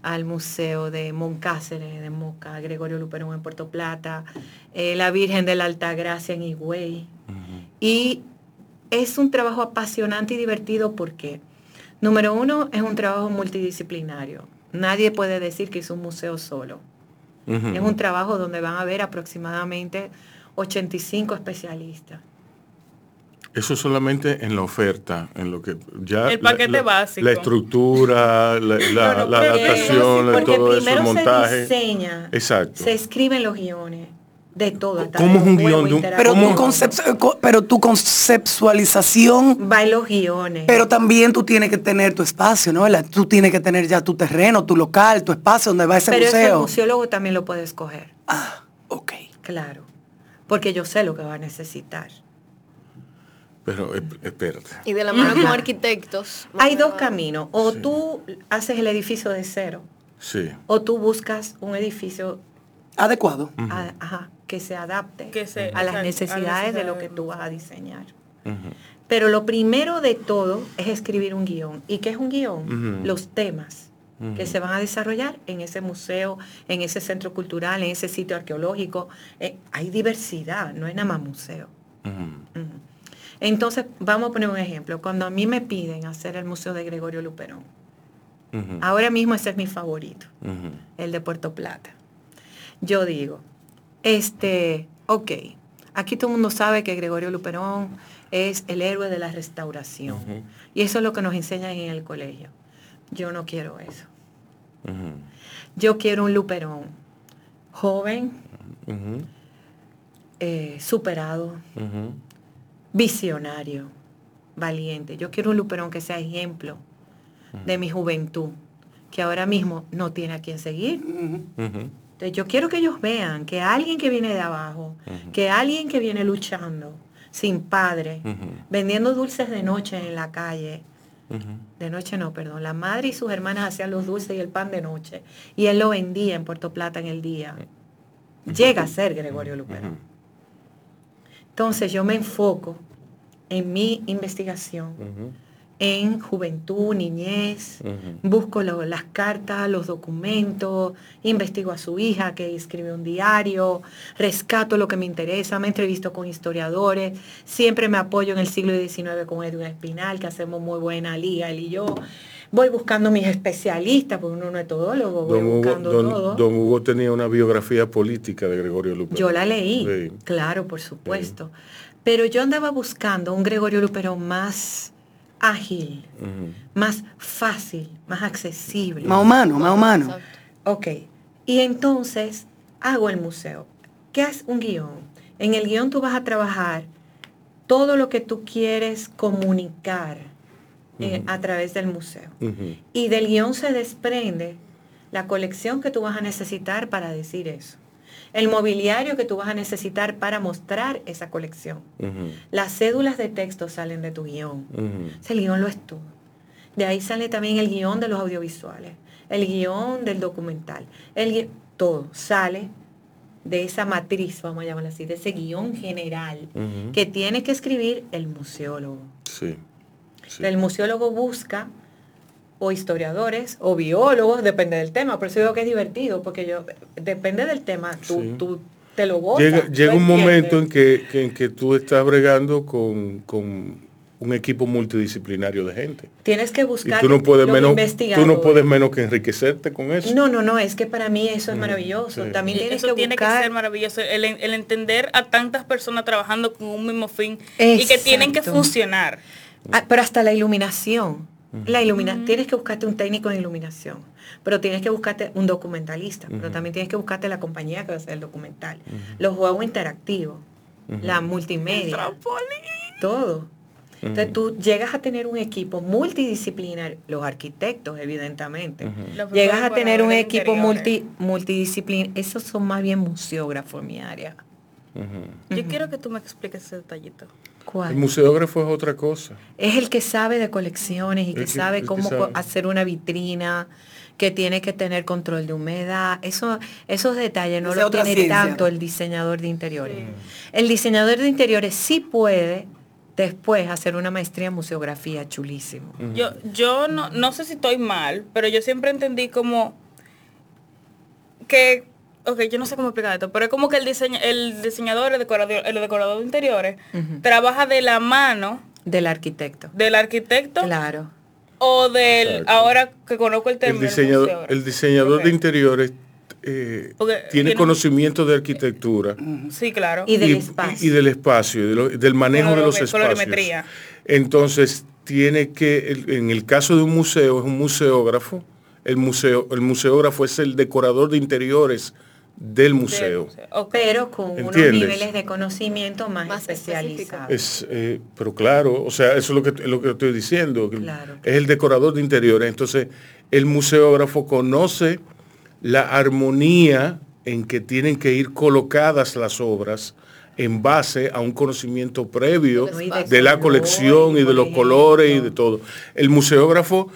Speaker 4: al Museo de Moncáceres, de Moca, Gregorio Luperón en Puerto Plata, eh, la Virgen de la Altagracia en Higüey. Y es un trabajo apasionante y divertido porque, número uno, es un trabajo multidisciplinario. Nadie puede decir que hizo un museo solo.
Speaker 5: Ujú.
Speaker 4: Es un trabajo donde van a haber aproximadamente 85 especialistas.
Speaker 5: Eso solamente en la oferta, en lo que ya
Speaker 8: El paquete
Speaker 5: la, la-
Speaker 8: básico.
Speaker 5: La estructura, la, la-
Speaker 4: No, no,
Speaker 5: la
Speaker 4: porque-
Speaker 5: adaptación,
Speaker 4: porque
Speaker 5: todo eso, el
Speaker 4: primero Se
Speaker 5: montaje.
Speaker 4: diseña,
Speaker 5: Exacto.
Speaker 4: Se escriben los guiones de todo. hasta
Speaker 5: ¿Cómo
Speaker 4: de
Speaker 5: es
Speaker 4: los
Speaker 5: un
Speaker 4: huevos
Speaker 5: guión de un-
Speaker 6: Pero
Speaker 4: interactivos.
Speaker 6: tu,
Speaker 5: ¿Cómo?
Speaker 6: concep- eh, co- pero tu conceptualización,
Speaker 4: Va en los guiones.
Speaker 6: pero también tú tienes que tener tu espacio, ¿no? La- Tú tienes que tener ya tu terreno, tu local, tu espacio donde va ese
Speaker 4: Pero eso el
Speaker 6: museo.
Speaker 4: museólogo también lo puede escoger,
Speaker 6: Ah, ok.
Speaker 4: claro. Porque yo sé lo que va a necesitar.
Speaker 5: Pero eh, espérate.
Speaker 7: Y de la mano con
Speaker 4: Ajá.
Speaker 7: arquitectos.
Speaker 4: Hay
Speaker 7: más
Speaker 4: dos
Speaker 7: nada.
Speaker 4: caminos. O tú haces el edificio de cero,
Speaker 5: Sí.
Speaker 4: o tú buscas un edificio
Speaker 6: Adecuado.
Speaker 4: a- ajá, que se adapte
Speaker 8: Que se-
Speaker 4: a
Speaker 8: exacto,
Speaker 4: las
Speaker 8: a las
Speaker 4: necesidades de lo que
Speaker 8: necesidades.
Speaker 4: tú vas a diseñar.
Speaker 5: Ujú.
Speaker 4: Pero lo primero de todo es escribir un guión. ¿Y qué es un guión?
Speaker 5: Ujú.
Speaker 4: Los temas
Speaker 5: Ujú.
Speaker 4: que se van a desarrollar en ese museo, en ese centro cultural, en ese sitio arqueológico. Eh, hay diversidad, no es nada más museo.
Speaker 5: Ujú.
Speaker 4: Ujú. Entonces, vamos a poner un ejemplo. Cuando a mí me piden hacer el Museo de Gregorio Luperón,
Speaker 5: Ujú.
Speaker 4: ahora mismo ese es mi favorito
Speaker 5: Ujú.
Speaker 4: el de Puerto Plata. Yo digo, este, ok, aquí todo el mundo sabe que Gregorio Luperón es el héroe de la restauración.
Speaker 5: Ujú.
Speaker 4: Y eso es lo que nos enseñan en el colegio. Yo no quiero eso.
Speaker 5: Ujú.
Speaker 4: Yo quiero un Luperón joven,
Speaker 5: Ujú.
Speaker 4: eh, superado,
Speaker 5: Ujú.
Speaker 4: visionario, valiente. Yo quiero un Luperón que sea ejemplo de mi juventud, que ahora mismo no tiene a quien seguir.
Speaker 5: Ujú.
Speaker 4: Entonces, yo quiero que ellos vean que alguien que viene de abajo, que alguien que viene luchando, sin padre,
Speaker 5: Ujú.
Speaker 4: vendiendo dulces de noche en la calle,
Speaker 5: Ujú.
Speaker 4: de noche no, perdón, la madre y sus hermanas hacían los dulces y el pan de noche, y él lo vendía en Puerto Plata en el día. Llega a ser Gregorio Luperón. Entonces yo me enfoco en mi investigación
Speaker 5: Ujú.
Speaker 4: en juventud, niñez,
Speaker 5: Ujú.
Speaker 4: busco lo- las cartas, los documentos, investigo a su hija que escribe un diario, rescato lo que me interesa, me entrevisto con historiadores, siempre me apoyo en el siglo XIX con Edwin Espinal, que hacemos muy buena liga, él y yo. Voy buscando mis especialistas, porque uno no es todólogo, voy
Speaker 5: Don Hugo,
Speaker 4: buscando todo.
Speaker 5: don, don Hugo tenía una biografía política de Gregorio Luperón.
Speaker 4: Yo la leí,
Speaker 5: Sí.
Speaker 4: claro, por supuesto. Pero yo andaba buscando un Gregorio Luperón más ágil,
Speaker 5: Ujú.
Speaker 4: más fácil, más accesible.
Speaker 6: Más humano, más humano.
Speaker 7: Exacto.
Speaker 4: Ok, y entonces hago el museo. ¿Qué es un guión? En el guión tú vas a trabajar todo lo que tú quieres comunicar eh, a través del museo.
Speaker 5: Ujú.
Speaker 4: Y del guión se desprende la colección que tú vas a necesitar para decir eso. El mobiliario que tú vas a necesitar para mostrar esa colección.
Speaker 5: Ujú.
Speaker 4: Las cédulas de texto salen de tu guión.
Speaker 5: Ujú.
Speaker 4: O sea, el guión lo es tú. De ahí sale también el guión de los audiovisuales, el guión del documental, el gui- todo sale de esa matriz, vamos a llamarla así, de ese guión general
Speaker 5: Ujú.
Speaker 4: que tiene que escribir el museólogo.
Speaker 5: Sí. sí.
Speaker 4: El museólogo busca o historiadores o biólogos, depende del tema, por eso digo que es divertido, porque yo, depende del tema, tú,
Speaker 5: Sí.
Speaker 4: tú te lo gozas.
Speaker 5: Llega,
Speaker 4: tú
Speaker 5: llega un
Speaker 4: entiendes.
Speaker 5: momento en que, que- en que tú estás bregando con, con un equipo multidisciplinario de gente.
Speaker 4: Tienes que
Speaker 5: Y
Speaker 4: buscar
Speaker 5: tú no, puedes
Speaker 4: los
Speaker 5: menos, tú no
Speaker 4: investigadores.
Speaker 5: puedes menos que enriquecerte con eso.
Speaker 4: No, no, no, es que para mí eso es
Speaker 5: Mm,
Speaker 4: maravilloso.
Speaker 5: sí.
Speaker 4: También tienes
Speaker 8: Eso
Speaker 4: que
Speaker 8: tiene que
Speaker 4: buscar
Speaker 8: ser maravilloso, el, el entender a tantas personas trabajando con un mismo fin y que
Speaker 4: Exacto.
Speaker 8: tienen que funcionar.
Speaker 4: Ah, pero hasta la iluminación. La ilumina Tienes que buscarte un técnico en iluminación, pero tienes que buscarte un documentalista, pero también tienes que buscarte la compañía que va a hacer el documental, los juegos interactivos, la multimedia, todo. Entonces tú llegas a tener un equipo multidisciplinar, los arquitectos evidentemente,
Speaker 8: Los
Speaker 4: llegas a tener un
Speaker 8: preparadores
Speaker 4: equipo
Speaker 8: interiores.
Speaker 4: multi, multidisciplinar, esos son más bien museógrafos en mi área.
Speaker 8: Yo quiero que tú me expliques ese detallito.
Speaker 5: El
Speaker 4: ¿Cuál?
Speaker 5: museógrafo es otra cosa.
Speaker 4: Es el que sabe de colecciones y
Speaker 5: El
Speaker 4: que
Speaker 5: que-
Speaker 4: sabe
Speaker 5: el que
Speaker 4: cómo co-
Speaker 5: sabe.
Speaker 4: hacer una vitrina, que tiene que tener control de humedad. Eso, esos detalles no
Speaker 6: Esa
Speaker 4: los
Speaker 6: otra
Speaker 4: tiene
Speaker 6: ciencia.
Speaker 4: tanto el diseñador de interiores. El diseñador de interiores sí puede después hacer una maestría en museografía, chulísimo.
Speaker 5: Mm.
Speaker 8: Yo, yo no, no sé si estoy mal, pero yo siempre entendí como que, ok, yo no sé cómo explicar esto, pero es como que el, diseña, el diseñador, el decorador, el decorador de interiores, trabaja de la mano
Speaker 4: Del arquitecto.
Speaker 8: del arquitecto
Speaker 4: Claro.
Speaker 8: o del,
Speaker 5: Exacto.
Speaker 8: ahora que conozco el
Speaker 5: El
Speaker 8: término.
Speaker 5: diseñador,
Speaker 8: museógrafo.
Speaker 5: el diseñador
Speaker 8: Ok.
Speaker 5: de interiores eh,
Speaker 8: Porque
Speaker 5: tiene
Speaker 8: tiene-
Speaker 5: conocimiento de arquitectura.
Speaker 8: Sí, claro.
Speaker 4: Y del
Speaker 5: y,
Speaker 4: espacio.
Speaker 5: y del espacio, y de lo- del manejo de los
Speaker 8: Colorome-
Speaker 5: espacios.
Speaker 8: colorimetría.
Speaker 5: Entonces, tiene que, el- en el caso de un museo, es un museógrafo, el, museo, el museógrafo es el decorador de interiores del museo.
Speaker 8: Ok.
Speaker 4: Pero con unos
Speaker 5: ¿Entiendes?
Speaker 4: niveles de conocimiento más,
Speaker 7: Más
Speaker 4: especializados.
Speaker 5: Es, eh, pero claro, o sea, eso es lo que, lo que estoy diciendo. que
Speaker 4: Claro.
Speaker 5: Es el decorador de interiores. Entonces, el museógrafo conoce la armonía en que tienen que ir colocadas las obras en base a un conocimiento previo
Speaker 7: Del
Speaker 4: espacio.
Speaker 5: de la colección y de los
Speaker 4: Por
Speaker 5: colores y
Speaker 4: ejemplo.
Speaker 5: de todo. El museógrafo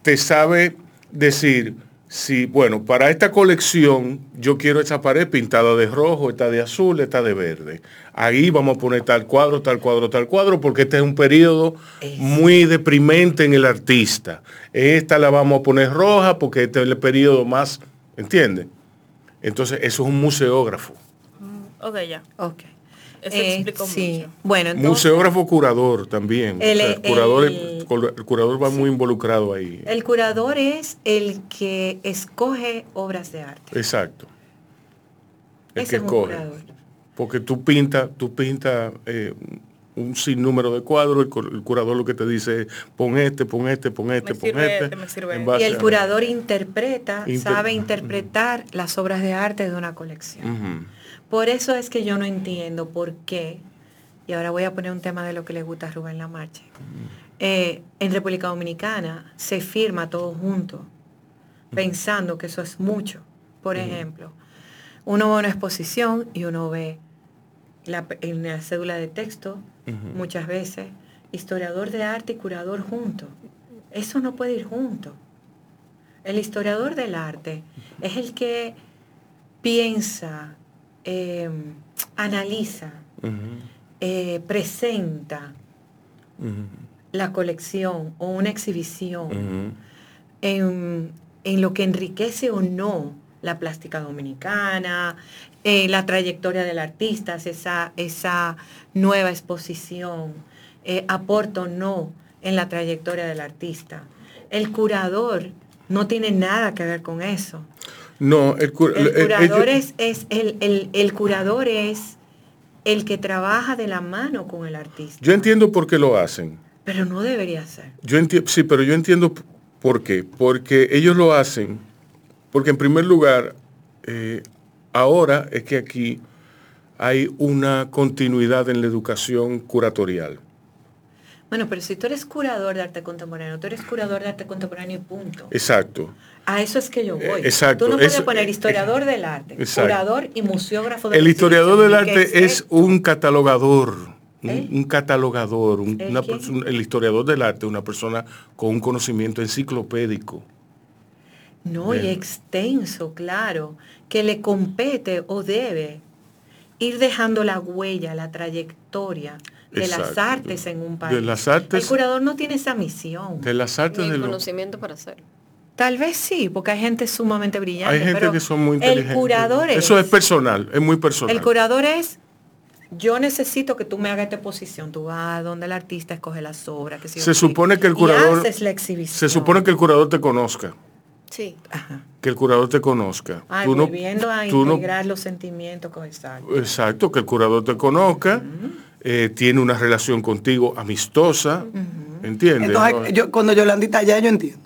Speaker 5: te sabe decir si, bueno, para esta colección yo quiero esta pared pintada de rojo, esta de azul, esta de verde. Ahí vamos a poner tal cuadro, tal cuadro, tal cuadro, porque este es un periodo muy deprimente en el artista. Esta la vamos a poner roja porque este es el periodo más, ¿entiendes? Entonces, eso es un museógrafo.
Speaker 8: Ok, ya.
Speaker 4: Ok. Eh,
Speaker 8: Eso explicó mucho.
Speaker 4: Bueno, entonces,
Speaker 5: Museógrafo curador también.
Speaker 4: El-
Speaker 5: O sea, el, curador,
Speaker 4: el-
Speaker 5: el- el curador va muy involucrado ahí.
Speaker 4: el curador es el que escoge obras de arte.
Speaker 5: Exacto. El
Speaker 4: Ese
Speaker 5: que
Speaker 4: es un
Speaker 5: escoge.
Speaker 4: curador.
Speaker 5: Porque tú pintas tú pinta, eh, un sinnúmero de cuadros, el, cur- el curador lo que te dice es pon este, pon este, pon este, pon
Speaker 8: sirve
Speaker 5: este.
Speaker 8: este, me sirve
Speaker 5: en
Speaker 8: este.
Speaker 5: base
Speaker 4: Y el
Speaker 5: a-
Speaker 4: curador interpreta,
Speaker 5: Inter-
Speaker 4: sabe interpretar las obras de arte de una colección.
Speaker 5: Ujú.
Speaker 4: Por eso es que yo no entiendo por qué, y ahora voy a poner un tema de lo que le gusta a Rubén Lamarche, Eh, en República Dominicana se firma todo junto, pensando que eso es mucho. Por ejemplo, uno va a una exposición y uno ve la, pe- en la cédula de texto, muchas veces, historiador de arte y curador juntos. Eso no puede ir junto. El historiador del arte es el que piensa, eh, analiza, eh, presenta la colección o una exhibición en, en lo que enriquece o no la plástica dominicana, eh, la trayectoria del artista, si esa, esa nueva exposición, eh, aporta o no en la trayectoria del artista. El curador no tiene nada que ver con eso.
Speaker 5: No, el, cur-
Speaker 4: El
Speaker 5: eh,
Speaker 4: curador
Speaker 5: ellos-
Speaker 4: es, es el, el- el curador es el que trabaja de la mano con el artista.
Speaker 5: Yo entiendo por qué lo hacen.
Speaker 4: pero no debería ser.
Speaker 5: Yo enti- sí, pero yo entiendo p- por qué. Porque ellos lo hacen, porque en primer lugar, eh, ahora es que aquí hay una continuidad en la educación curatorial.
Speaker 4: Bueno, pero si tú eres curador de arte contemporáneo, tú eres curador de arte contemporáneo y punto.
Speaker 5: Exacto.
Speaker 4: A eso es que yo voy.
Speaker 5: Eh, exacto,
Speaker 4: Tú no puedes
Speaker 5: eso- eh,
Speaker 4: poner historiador del arte,
Speaker 5: exacto.
Speaker 4: curador y museógrafo
Speaker 5: El
Speaker 4: la
Speaker 5: historiador del
Speaker 4: exhibición,
Speaker 5: arte
Speaker 4: que
Speaker 5: es un catalogador Un,
Speaker 4: ¿El?
Speaker 5: un catalogador, un-
Speaker 4: ¿Eh? ¿El
Speaker 5: una
Speaker 4: quién?
Speaker 5: persona- el historiador del arte, una persona con un conocimiento enciclopédico.
Speaker 4: No, y
Speaker 5: Bien.
Speaker 4: extenso, claro, que le compete o debe ir dejando la huella, la trayectoria de las
Speaker 5: Exacto.
Speaker 4: artes en un
Speaker 5: De
Speaker 4: país.
Speaker 5: las artes-
Speaker 4: El curador no tiene esa misión.
Speaker 5: De las artes
Speaker 7: Ni
Speaker 5: de
Speaker 7: el
Speaker 5: lo-
Speaker 7: conocimiento para hacerlo.
Speaker 4: Tal vez sí, porque hay gente sumamente brillante.
Speaker 5: Hay gente
Speaker 4: pero
Speaker 5: que son muy inteligentes.
Speaker 4: El curador es,
Speaker 5: Eso es personal, es muy personal.
Speaker 4: el curador es, yo necesito que tú me hagas esta posición. Tú vas donde el artista escoge las obras. Que
Speaker 5: Se supone que el curador-
Speaker 4: haces la exhibición.
Speaker 5: Se supone que el curador te conozca,
Speaker 7: Sí.
Speaker 5: Ah,
Speaker 4: Ajá.
Speaker 5: que el curador te conozca.
Speaker 4: Ay,
Speaker 5: Tú no-
Speaker 4: volviendo a
Speaker 5: tú no-
Speaker 4: integrar los sentimientos con exacto.
Speaker 5: Exacto, que el curador te conozca, eh, tiene una relación contigo amistosa, ¿entiendes?
Speaker 6: Entonces, yo, cuando Yolandita allá, yo entiendo.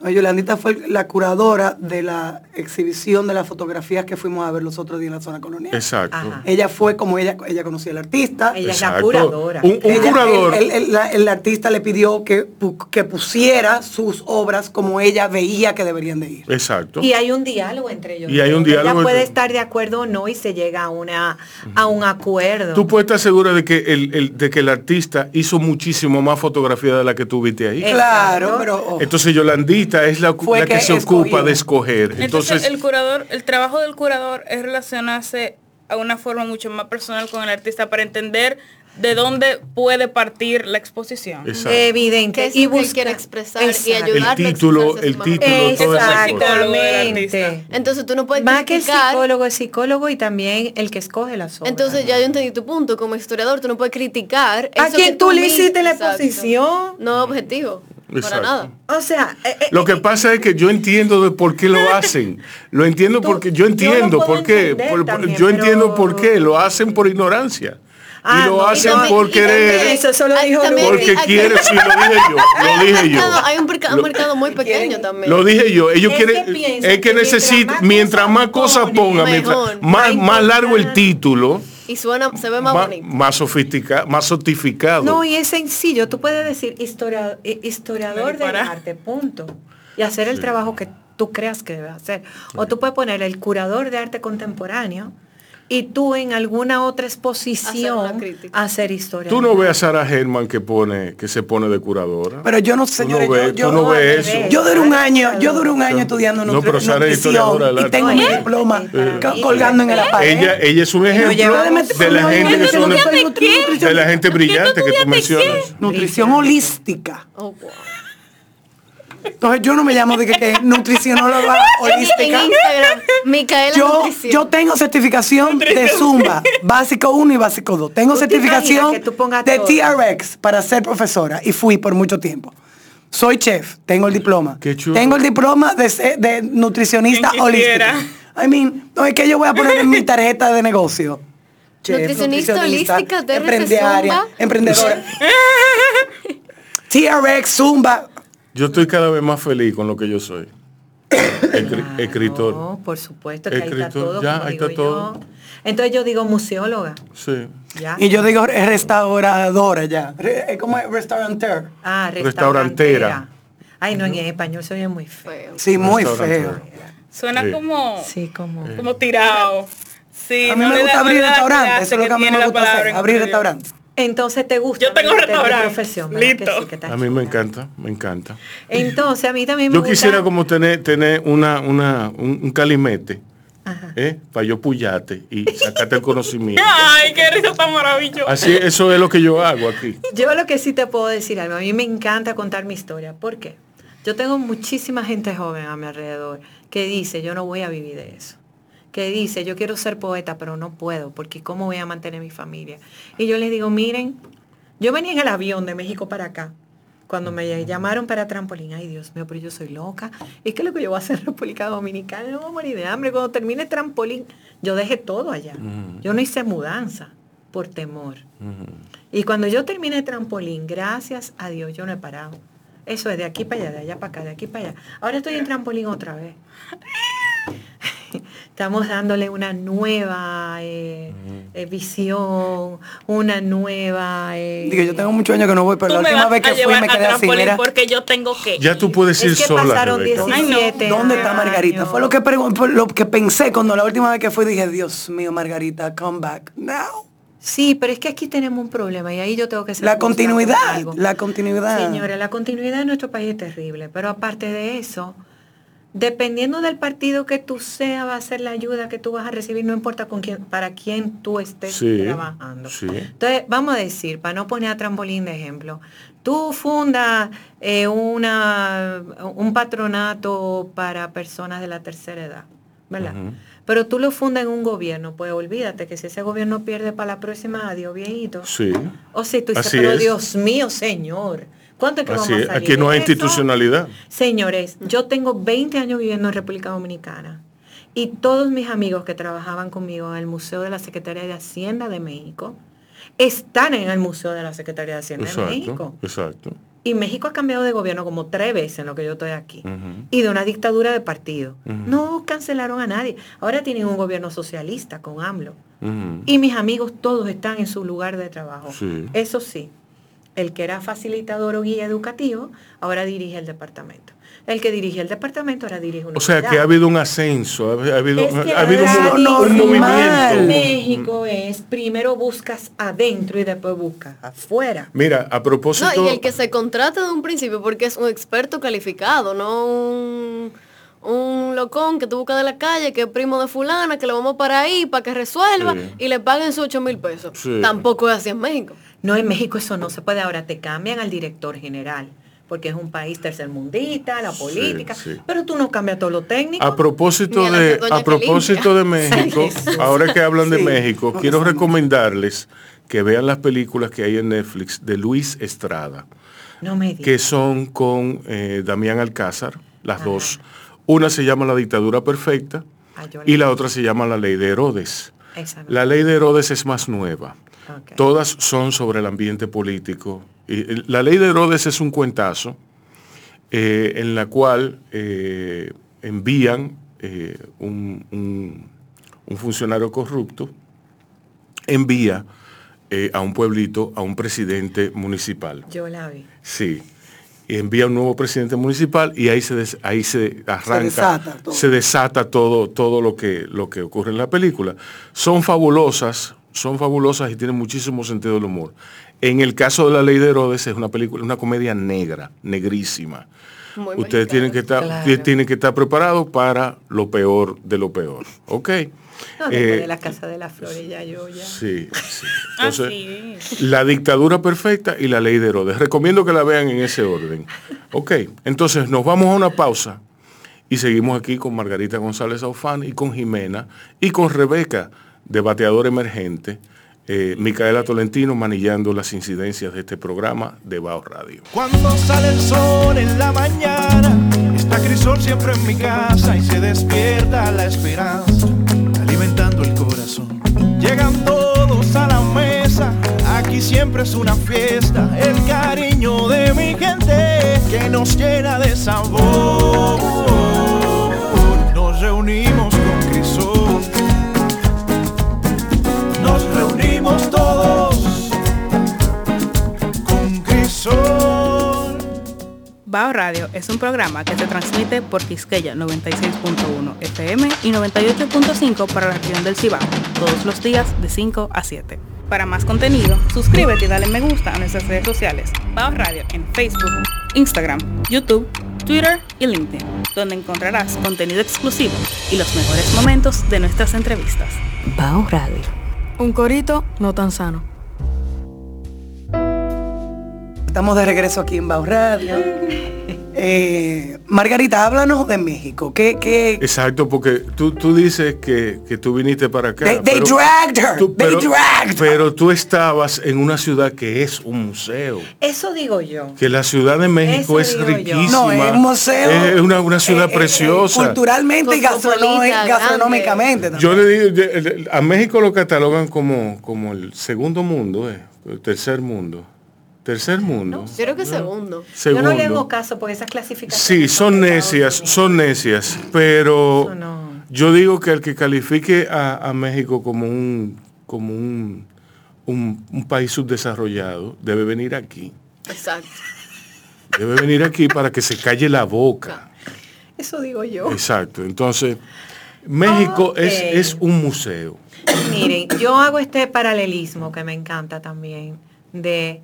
Speaker 6: No, Yolandita fue la curadora de la exhibición de las fotografías que fuimos a ver los otros días en la zona colonial.
Speaker 5: Exacto.
Speaker 4: Ajá.
Speaker 6: Ella fue como ella, ella conocía al artista.
Speaker 4: Ella es la
Speaker 5: Exacto.
Speaker 4: curadora.
Speaker 5: Un- un
Speaker 6: Ella-
Speaker 5: curador.
Speaker 6: El, el- el- la- el artista le pidió que, pu- que pusiera sus obras como ella veía que deberían de ir.
Speaker 5: Exacto.
Speaker 4: Y hay un diálogo entre ellos.
Speaker 5: Y hay un
Speaker 4: dos. Ella
Speaker 5: diálogo
Speaker 4: puede
Speaker 5: entre-
Speaker 4: estar de acuerdo o no y se llega a, una, a un acuerdo.
Speaker 5: Tú puedes estar segura de que el, el- de que el artista hizo muchísimo más fotografía de la que tuviste ahí.
Speaker 4: Eh,
Speaker 6: Claro,
Speaker 4: Exacto.
Speaker 6: pero oh,
Speaker 5: Entonces Yolandita es la,
Speaker 6: Fue
Speaker 5: la que,
Speaker 6: que
Speaker 5: se
Speaker 6: escogió.
Speaker 5: ocupa de escoger.
Speaker 8: Entonces,
Speaker 5: Entonces,
Speaker 8: el curador, el trabajo del curador es relacionarse a una forma mucho más personal con el artista para entender de dónde puede partir la exposición.
Speaker 5: exacto.
Speaker 4: eh,
Speaker 7: ¿Qué
Speaker 4: Evidente.
Speaker 7: es
Speaker 4: Y
Speaker 7: lo que él
Speaker 4: busca-
Speaker 7: quiere expresar y
Speaker 4: Exacto.
Speaker 5: ayudar.
Speaker 7: ayudar?
Speaker 5: El título- el título, todo eso. pues,
Speaker 8: psicólogo del
Speaker 4: Exactamente.
Speaker 8: artista.
Speaker 7: Entonces tú no puedes
Speaker 4: Más Eh, que el
Speaker 7: criticar.
Speaker 4: psicólogo es psicólogo y también el que escoge las obras.
Speaker 7: Entonces ya yo entendí tu punto. Como historiador, tú no puedes criticar.
Speaker 4: ¿A
Speaker 7: eso
Speaker 4: quién
Speaker 7: que
Speaker 4: tú le
Speaker 7: mismo-
Speaker 4: hiciste la
Speaker 7: Exacto.
Speaker 4: exposición?
Speaker 7: No objetivo. Para
Speaker 5: Exacto.
Speaker 7: nada.
Speaker 4: O sea, eh, eh,
Speaker 5: Lo que pasa es que yo entiendo de por qué lo hacen. Lo entiendo
Speaker 4: Tú-
Speaker 5: porque
Speaker 4: yo
Speaker 5: yo
Speaker 4: lo
Speaker 5: entiendo
Speaker 4: puedo
Speaker 5: por qué.
Speaker 4: entender
Speaker 5: por- por-
Speaker 4: también,
Speaker 5: yo entiendo
Speaker 4: pero-
Speaker 5: por qué. Lo hacen por ignorancia.
Speaker 4: Ah,
Speaker 5: y lo
Speaker 4: no, y
Speaker 5: hacen
Speaker 4: también-
Speaker 5: por
Speaker 4: y
Speaker 5: querer.
Speaker 4: también eso solo
Speaker 7: Ay,
Speaker 4: dijo
Speaker 7: Ah, también-
Speaker 4: Rubén.
Speaker 5: Porque
Speaker 7: aquí-
Speaker 5: quieren, sí, lo dije yo. Lo dije yo.
Speaker 7: Mercado- hay un, merca- un mercado muy pequeño también.
Speaker 5: Lo dije yo, ellos
Speaker 4: Es
Speaker 5: quieren,
Speaker 4: que piensan
Speaker 5: es que
Speaker 4: que mientras
Speaker 5: necesitan,
Speaker 4: más
Speaker 5: mientras
Speaker 4: cosas
Speaker 5: más cosas
Speaker 4: ponen,
Speaker 5: pongan,
Speaker 7: mejor.
Speaker 5: mientras más, más largo el título,
Speaker 7: Y suena, se ve más
Speaker 5: más,
Speaker 7: bonito.
Speaker 5: más sofisticado, más sotificado.
Speaker 4: No, y es sencillo. Tú puedes decir historia- eh, historiador
Speaker 8: Mari,
Speaker 4: del
Speaker 8: para.
Speaker 4: arte, punto. Y hacer el trabajo que tú creas que debe hacer. O tú puedes poner el curador de arte contemporáneo y tú en alguna otra exposición
Speaker 7: crítica.
Speaker 4: hacer historia.
Speaker 5: Tú no ves a Sara German que pone, que se pone de curadora.
Speaker 6: pero yo no sé,
Speaker 5: Tú no
Speaker 6: señores,
Speaker 5: ves-
Speaker 6: yo,
Speaker 5: tú
Speaker 6: yo-
Speaker 5: no ves eso.
Speaker 6: yo duré un año, yo duré un año estudiando
Speaker 5: No,
Speaker 6: nutri-
Speaker 5: pero Sara es historiadora del
Speaker 6: nutrición
Speaker 5: arte.
Speaker 6: y tengo mi
Speaker 5: Oye,
Speaker 6: diploma
Speaker 4: eh,
Speaker 6: co- colgando en la pared.
Speaker 5: Ella, ella es un ejemplo
Speaker 6: lleva de meter-
Speaker 5: de la
Speaker 6: no,
Speaker 5: gente
Speaker 6: no,
Speaker 5: que
Speaker 6: no,
Speaker 5: son-
Speaker 6: no, no, no,
Speaker 5: de la gente brillante que tú mencionas.
Speaker 6: Nutrición holística.
Speaker 7: Oh, wow.
Speaker 6: Entonces yo no me llamo de que, que nutricionóloga
Speaker 7: En
Speaker 6: holística.
Speaker 7: Instagram, Micaela
Speaker 6: Yo,
Speaker 7: Nutrición.
Speaker 6: yo tengo certificación de Zumba, básico 1 y básico 2. Tengo
Speaker 4: ¿Tú te
Speaker 6: certificación
Speaker 4: imaginas que tú pongas
Speaker 6: de
Speaker 4: todo?
Speaker 6: TRX para ser profesora y fui por mucho tiempo. Soy chef, tengo el diploma.
Speaker 5: Qué chulo.
Speaker 6: Tengo el diploma de, se- de nutricionista
Speaker 8: Quien quisiera.
Speaker 6: holística. I mean, no es que yo voy a poner en mi tarjeta de negocio.
Speaker 7: Nutricionista holística, TRX,
Speaker 6: emprendiaria,
Speaker 7: Zumba.
Speaker 6: emprendedora. TRX, Zumba.
Speaker 5: Yo estoy cada vez más feliz con lo que yo soy. Escri- escritor.
Speaker 4: Ah, No, por supuesto que ahí está
Speaker 5: Escritor,
Speaker 4: todo.
Speaker 5: ya,
Speaker 4: como
Speaker 5: ahí está
Speaker 4: digo
Speaker 5: todo.
Speaker 4: yo. Entonces yo digo museóloga.
Speaker 5: Sí.
Speaker 4: ya.
Speaker 6: Y yo digo es restauradora ya. Re- ¿Cómo es? Restauranteur.
Speaker 4: Ah,
Speaker 5: Restaurantera.
Speaker 4: restaurantera. Ay, no, en español soy muy feo.
Speaker 7: Feo.
Speaker 6: Sí, muy
Speaker 5: Restauranteur.
Speaker 6: feo.
Speaker 8: Suena
Speaker 5: Sí.
Speaker 8: como,
Speaker 4: Sí, como.
Speaker 5: Eh.
Speaker 8: como tirado. Sí,
Speaker 6: A mí
Speaker 8: no
Speaker 6: me
Speaker 8: le da-
Speaker 6: gusta
Speaker 8: no le
Speaker 6: abrir
Speaker 8: da
Speaker 6: restaurantes,
Speaker 8: clase
Speaker 6: eso es lo que a mí
Speaker 8: tiene
Speaker 6: me
Speaker 8: la
Speaker 6: gusta
Speaker 8: palabra
Speaker 6: hacer,
Speaker 8: en
Speaker 6: abrir
Speaker 8: inglés.
Speaker 6: restaurantes.
Speaker 4: Entonces te gusta.
Speaker 8: Yo tengo
Speaker 4: ¿verdad? De- de
Speaker 8: restaurante.
Speaker 4: profesión, ¿verdad? Que
Speaker 8: Listo.
Speaker 4: sí, que está
Speaker 5: A mí me
Speaker 4: chulo.
Speaker 5: encanta, me encanta.
Speaker 4: Entonces a mí también me
Speaker 5: Yo
Speaker 4: gusta.
Speaker 5: quisiera como tener, tener una, una, un, un calimete, ¿eh?
Speaker 4: Ajá.
Speaker 5: Para yo puyarte y sacarte el conocimiento.
Speaker 8: Ay, qué risa tan maravilloso.
Speaker 5: Así, eso es lo que yo hago aquí.
Speaker 4: Yo lo que sí te puedo decir algo, a mí me encanta contar mi historia. ¿Por qué? Yo tengo muchísima gente joven a mi alrededor que dice, yo no voy a vivir de eso. Que dice, yo quiero ser poeta, pero no puedo, porque ¿cómo voy a mantener mi familia? Y yo les digo, miren, yo venía en el avión de México para acá. Cuando me llamaron para trampolín, ay Dios mío, pero yo soy loca. ¿Y qué es lo que yo voy a hacer en República Dominicana? No me voy a morir de hambre. Cuando termine trampolín, yo dejé todo allá. Yo no hice mudanza por temor. Y cuando yo terminé trampolín, gracias a Dios, yo no he parado. Eso es de aquí para allá, de allá para acá, de aquí para allá. Ahora estoy en trampolín otra vez. Estamos dándole una nueva eh, eh, visión, una nueva... eh,
Speaker 6: Digo, yo tengo muchos años que no voy, pero pues, la
Speaker 8: Tú me
Speaker 6: última
Speaker 8: vas
Speaker 6: vez
Speaker 8: a
Speaker 6: que fui
Speaker 8: llevar
Speaker 6: me
Speaker 8: a
Speaker 6: quedé así,
Speaker 8: trampolín
Speaker 6: mira.
Speaker 8: porque yo tengo que. Ah,
Speaker 5: Ya tú puedes ir
Speaker 4: Es que
Speaker 5: sola,
Speaker 4: pasaron
Speaker 5: Rebeca.
Speaker 4: 17
Speaker 6: ¿Dónde está
Speaker 4: años.
Speaker 6: Margarita? Fue lo que, pregun- fue lo que pensé cuando la última vez que fui dije, Dios mío, Margarita, come back now.
Speaker 4: Sí, pero es que aquí tenemos un problema y ahí yo tengo que ser
Speaker 6: La
Speaker 4: justa con
Speaker 6: continuidad,
Speaker 4: algo.
Speaker 6: la continuidad.
Speaker 4: Señora, la continuidad en nuestro país es terrible, pero aparte de eso, dependiendo del partido que tú seas, va a ser la ayuda que tú vas a recibir, no importa con quién, para quién tú estés
Speaker 5: Sí,
Speaker 4: trabajando.
Speaker 5: sí.
Speaker 4: Entonces, vamos a decir, para no poner a trampolín de ejemplo, tú fundas eh, una, un patronato para personas de la tercera edad, ¿verdad? Pero tú lo fundas en un gobierno, pues olvídate que si ese gobierno pierde para la próxima, adiós viejito.
Speaker 5: Sí.
Speaker 4: O sea, tú dices,
Speaker 5: Así
Speaker 4: pero
Speaker 5: es.
Speaker 4: Dios mío, señor, ¿cuánto es que
Speaker 5: Así
Speaker 4: vamos a
Speaker 5: es.
Speaker 4: salir
Speaker 5: Aquí no
Speaker 4: de
Speaker 5: hay
Speaker 4: esto?
Speaker 5: institucionalidad.
Speaker 4: Señores, yo tengo 20 años viviendo en República Dominicana y todos mis amigos que trabajaban conmigo en el Museo de la Secretaría de Hacienda de México están en el Museo de la Secretaría de Hacienda de México.
Speaker 5: Exacto. Exacto.
Speaker 4: Y México ha cambiado de gobierno como tres veces en lo que yo estoy aquí.
Speaker 5: Ujú.
Speaker 4: Y de una dictadura de partido.
Speaker 5: Ujú.
Speaker 4: No cancelaron a nadie. Ahora tienen un gobierno socialista con AMLO.
Speaker 5: Ujú.
Speaker 4: Y mis amigos todos están en su lugar de trabajo.
Speaker 5: Sí.
Speaker 4: Eso sí, el que era facilitador o guía educativo, ahora dirige el departamento. El que dirige el departamento, ahora dirige una
Speaker 5: O sea que ha habido un ascenso, ha ha habido,
Speaker 4: es que
Speaker 5: ha habido un,
Speaker 4: la
Speaker 5: un
Speaker 6: normal.
Speaker 5: movimiento.
Speaker 4: México es primero buscas adentro y después buscas afuera.
Speaker 5: Mira, a propósito,
Speaker 7: No, y el que se contrata de un principio porque es un experto calificado, no un, un locón que tú buscas de la calle, que es primo de fulana, que lo vamos para ahí para que resuelva
Speaker 5: Sí.
Speaker 7: y le paguen sus 8 mil pesos.
Speaker 5: Sí.
Speaker 7: Tampoco es así en México.
Speaker 4: No, en México eso no se puede. Ahora te cambian al director general, porque es un país tercermundista, la
Speaker 5: Sí,
Speaker 4: política,
Speaker 5: sí.
Speaker 4: pero tú no cambias todo lo técnico.
Speaker 5: a propósito
Speaker 7: Ni a la
Speaker 5: de
Speaker 7: doña
Speaker 5: a
Speaker 7: que
Speaker 5: propósito de México, ahora que hablan de
Speaker 6: Sí,
Speaker 5: México,
Speaker 6: porque
Speaker 5: quiero
Speaker 6: son-
Speaker 5: recomendarles que vean las películas que hay en Netflix de Luis Estrada,
Speaker 4: no me digas.
Speaker 5: que son con eh, Damián Alcázar, las dos. Una se llama La dictadura perfecta
Speaker 4: Ah, yo
Speaker 5: y la otra se llama La ley de Herodes.
Speaker 4: Esa no.
Speaker 5: La ley de Herodes es más nueva.
Speaker 4: Ok.
Speaker 5: Todas son sobre el ambiente político. Y, eh, la ley de Herodes es un cuentazo eh, en la cual eh, envían eh, un, un- un funcionario corrupto, envía eh, a un pueblito a un presidente municipal.
Speaker 4: Yo la vi.
Speaker 5: Sí. Y envía un nuevo presidente municipal y ahí se, des- ahí se arranca,
Speaker 6: desata todo.
Speaker 5: se desata todo, todo lo, que, lo que ocurre en la película. Son fabulosas, son fabulosas y tienen muchísimo sentido del humor. En el caso de La Ley de Herodes es una película, una comedia negra, negrísima.
Speaker 7: Muy
Speaker 5: Ustedes tienen que, estar,
Speaker 4: Claro.
Speaker 5: tie- tienen que estar preparados para lo peor de lo peor. ¿Ok?
Speaker 4: No, después
Speaker 5: Eh,
Speaker 4: de la Casa de las Flores, ya yo ya.
Speaker 5: Sí, sí.
Speaker 8: Ah,
Speaker 5: Entonces,
Speaker 8: Así es.
Speaker 5: la dictadura perfecta y la ley de Herodes. Recomiendo que la vean en ese orden. Ok, entonces nos vamos a una pausa y seguimos aquí con Margarita González Aufán y con Jimena y con Rebeca, debateadora emergente, eh, Micaela Tolentino manillando las incidencias de este programa de Bao Radio.
Speaker 3: Cuando sale el sol en la mañana, está Crisol siempre en mi casa y se despierta la esperanza, alimentando el corazón. Llegan todos a la mesa, aquí siempre es una fiesta, el cariño de mi gente que nos llena de sabor. Nos reunimos con Crisol, nos reunimos todos con Crisol.
Speaker 8: Bao Radio es un programa que se transmite por Quisqueya 96.1 FM y 98.5 para la región del Cibao, todos los días de 5 a 7. Para más contenido, suscríbete y dale me gusta a nuestras redes sociales, Bao Radio en Facebook, Instagram, YouTube, Twitter y LinkedIn, donde encontrarás contenido exclusivo y los mejores momentos de nuestras entrevistas.
Speaker 2: Bao Radio.
Speaker 9: Un corito no tan sano.
Speaker 6: Estamos de regreso aquí en Bao Radio. Eh, Margarita, háblanos de México. ¿Qué, qué?
Speaker 5: Exacto, porque tú, tú dices que, que tú viniste para acá.
Speaker 6: They- they dragged her. They dragged her.
Speaker 5: pero tú estabas en una ciudad que es un museo.
Speaker 4: Eso digo yo.
Speaker 5: Que la Ciudad de México
Speaker 4: Eso
Speaker 5: es
Speaker 4: digo yo.
Speaker 5: riquísima.
Speaker 6: No, es un museo.
Speaker 5: Es una, una ciudad
Speaker 6: eh, eh,
Speaker 5: preciosa.
Speaker 6: culturalmente y gastronó-
Speaker 7: Cosmopolita,
Speaker 6: gastronómicamente. también.
Speaker 5: Yo le digo, yo- el- el- a México lo catalogan como, como el segundo mundo, eh, el tercer mundo. Tercer mundo.
Speaker 7: Yo creo que segundo.
Speaker 4: Yo
Speaker 5: Segundo.
Speaker 4: no le hago caso porque esas clasificaciones.
Speaker 5: Sí, son
Speaker 4: de Estados
Speaker 5: necias,
Speaker 4: Unidos.
Speaker 5: son necias, pero
Speaker 4: Eso no.
Speaker 5: yo digo que el que califique a, a México como un como un, un- un país subdesarrollado debe venir aquí,
Speaker 7: Exacto.
Speaker 5: debe venir aquí para que se calle la boca.
Speaker 4: Eso digo yo.
Speaker 5: Exacto, entonces México es,
Speaker 4: Oh. Ok.
Speaker 5: es un museo.
Speaker 4: Miren, yo hago este paralelismo que me encanta también, de